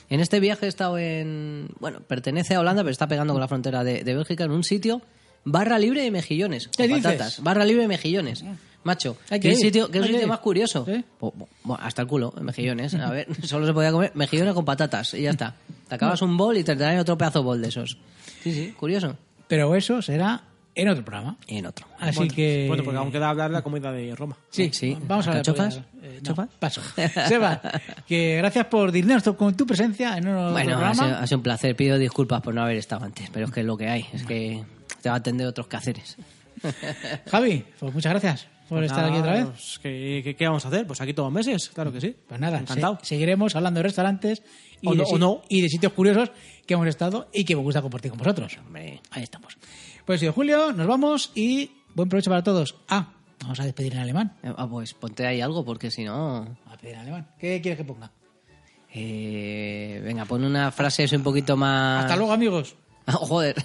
S4: en este viaje he estado en bueno, pertenece a Holanda, pero está pegando con la frontera de, de Bélgica en un sitio barra libre de mejillones,
S2: ¿Qué
S4: con
S2: dices? Ah,
S4: patatas, barra libre de mejillones. Macho,
S2: Hay que
S4: qué
S2: ir,
S4: sitio, qué
S2: hay que
S4: sitio
S2: ir.
S4: más curioso.
S2: ¿Sí?
S4: Bo- bo- bo- hasta el culo, mejillones, a
S2: <laughs>
S4: ver, solo se podía comer mejillones con patatas y ya está. Te acabas un bol y te traen otro pedazo de bol de esos. Sí, sí, curioso.
S2: Pero eso será en otro programa.
S4: Y en otro.
S2: Así
S3: Bueno,
S2: que.
S3: Bueno, porque aún queda hablar de la comida de Roma.
S2: Ah, Sí,
S4: Sí.
S2: Vamos a hablar
S4: ¿Alcachofas?
S2: porque- eh, no,
S4: ¿Alcachofas?
S2: paso. <laughs> Seba, que gracias por dirigirnos tu- con tu presencia en un
S4: Bueno, ha sido,
S2: programa.
S4: ha sido un placer. Pido disculpas por no haber estado antes, pero es que es lo que hay. Es que te va a atender otros quehaceres.
S2: Javi, pues muchas gracias por
S3: Pues
S2: estar
S3: nada,
S2: aquí otra vez.
S3: pues, ¿qué, qué, qué vamos a hacer? Pues aquí todos meses, claro que sí.
S2: Pues nada,
S3: encantado.
S2: se- seguiremos hablando de restaurantes y,
S3: O
S2: de,
S3: no-
S2: si-
S3: o no.
S2: y de sitios curiosos que hemos estado y que me gusta compartir con vosotros.
S4: Hombre.
S2: Ahí estamos. Pues yo, Julio, nos vamos y buen provecho para todos. Ah, vamos a despedir en alemán.
S4: Eh, Ah, pues ponte ahí algo, porque si no.
S2: Vamos a pedir en alemán. ¿Qué quieres que ponga?
S4: eh, venga, pon una frase así un poquito más.
S2: Hasta luego, amigos.
S4: <laughs> Ah, joder.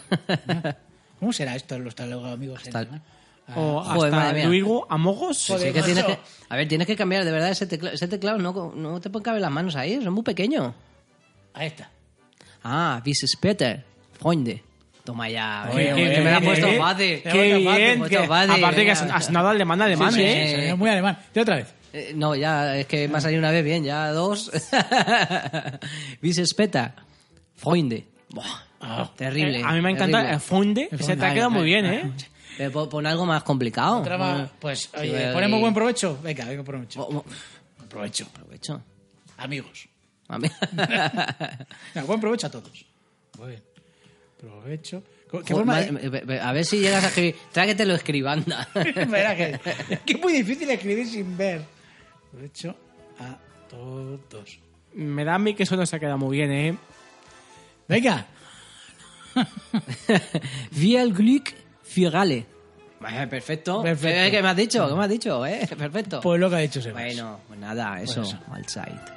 S2: ¿Cómo será esto los hasta luego, amigos? en
S4: Hasta-
S2: alemán? Ah,
S3: O
S4: Joder, madre
S3: hasta
S4: mía.
S3: luego, amogos.
S4: Sí,
S2: Joder,
S4: que tienes
S2: macho.
S4: que- a ver, tienes que cambiar, de verdad, ese teclado, ese teclado no, no te pueden caber las manos ahí, son muy pequeños.
S2: Ahí está.
S4: Ah, bis später, Freunde. Toma ya, a
S2: Oye,
S4: ver,
S2: oye,
S4: que me
S2: oye,
S4: la ha puesto
S2: oye,
S4: fácil.
S2: me la ha
S3: eh, Qué
S2: puesto fácil,
S3: bien.
S4: me
S3: que-
S4: la ha puesto fácil, eh,
S3: aparte que
S4: venga.
S3: has, has dado alemán, alemán,
S4: Sí, sí,
S3: ¿eh?
S4: sí.
S2: Es muy alemán. De otra vez.
S4: Eh, No, ya, es que me ha salido una vez bien, ya dos. <laughs> Bis später, Freunde. Buah, terrible.
S3: Eh, a mí me encanta
S4: terrible.
S3: el Funde.
S2: El
S3: Ese te
S2: Funde.
S3: ha quedado muy bien,
S4: Ay,
S3: ¿eh?
S4: Pero pon- pon algo más complicado.
S2: Otra más. Pues, oye,
S4: Ah, vale.
S2: ponemos buen provecho. Venga, venga, provecho.
S4: Pon- pon-
S2: Buen provecho.
S4: Aprovecho.
S2: Amigos.
S4: A
S3: <laughs>
S4: <laughs> mí-
S2: Venga, buen provecho a todos. Muy bien. Provecho. ¿Qué
S4: Joder,
S2: forma de-
S4: madre- ve- ve- a ver si llegas a escribir.
S3: <laughs>
S4: Tráguetelo <laughs> escribanda.
S2: <laughs> Verá que, que es muy difícil escribir sin ver. Lo he hecho a todos.
S3: ¿eh? Me da a mí que eso no se ha quedado muy bien, ¿eh?
S2: Venga,
S4: Viel Glück für alle. Vale, Perfecto.
S2: Perfecto.
S4: Eh, <laughs> ¿Qué me has dicho? ¿Qué me has dicho? eh? Perfecto.
S2: pues lo que pues ha dicho Sebas.
S4: Bueno, pues nada, eso.
S2: eso.
S4: Mahlzeit.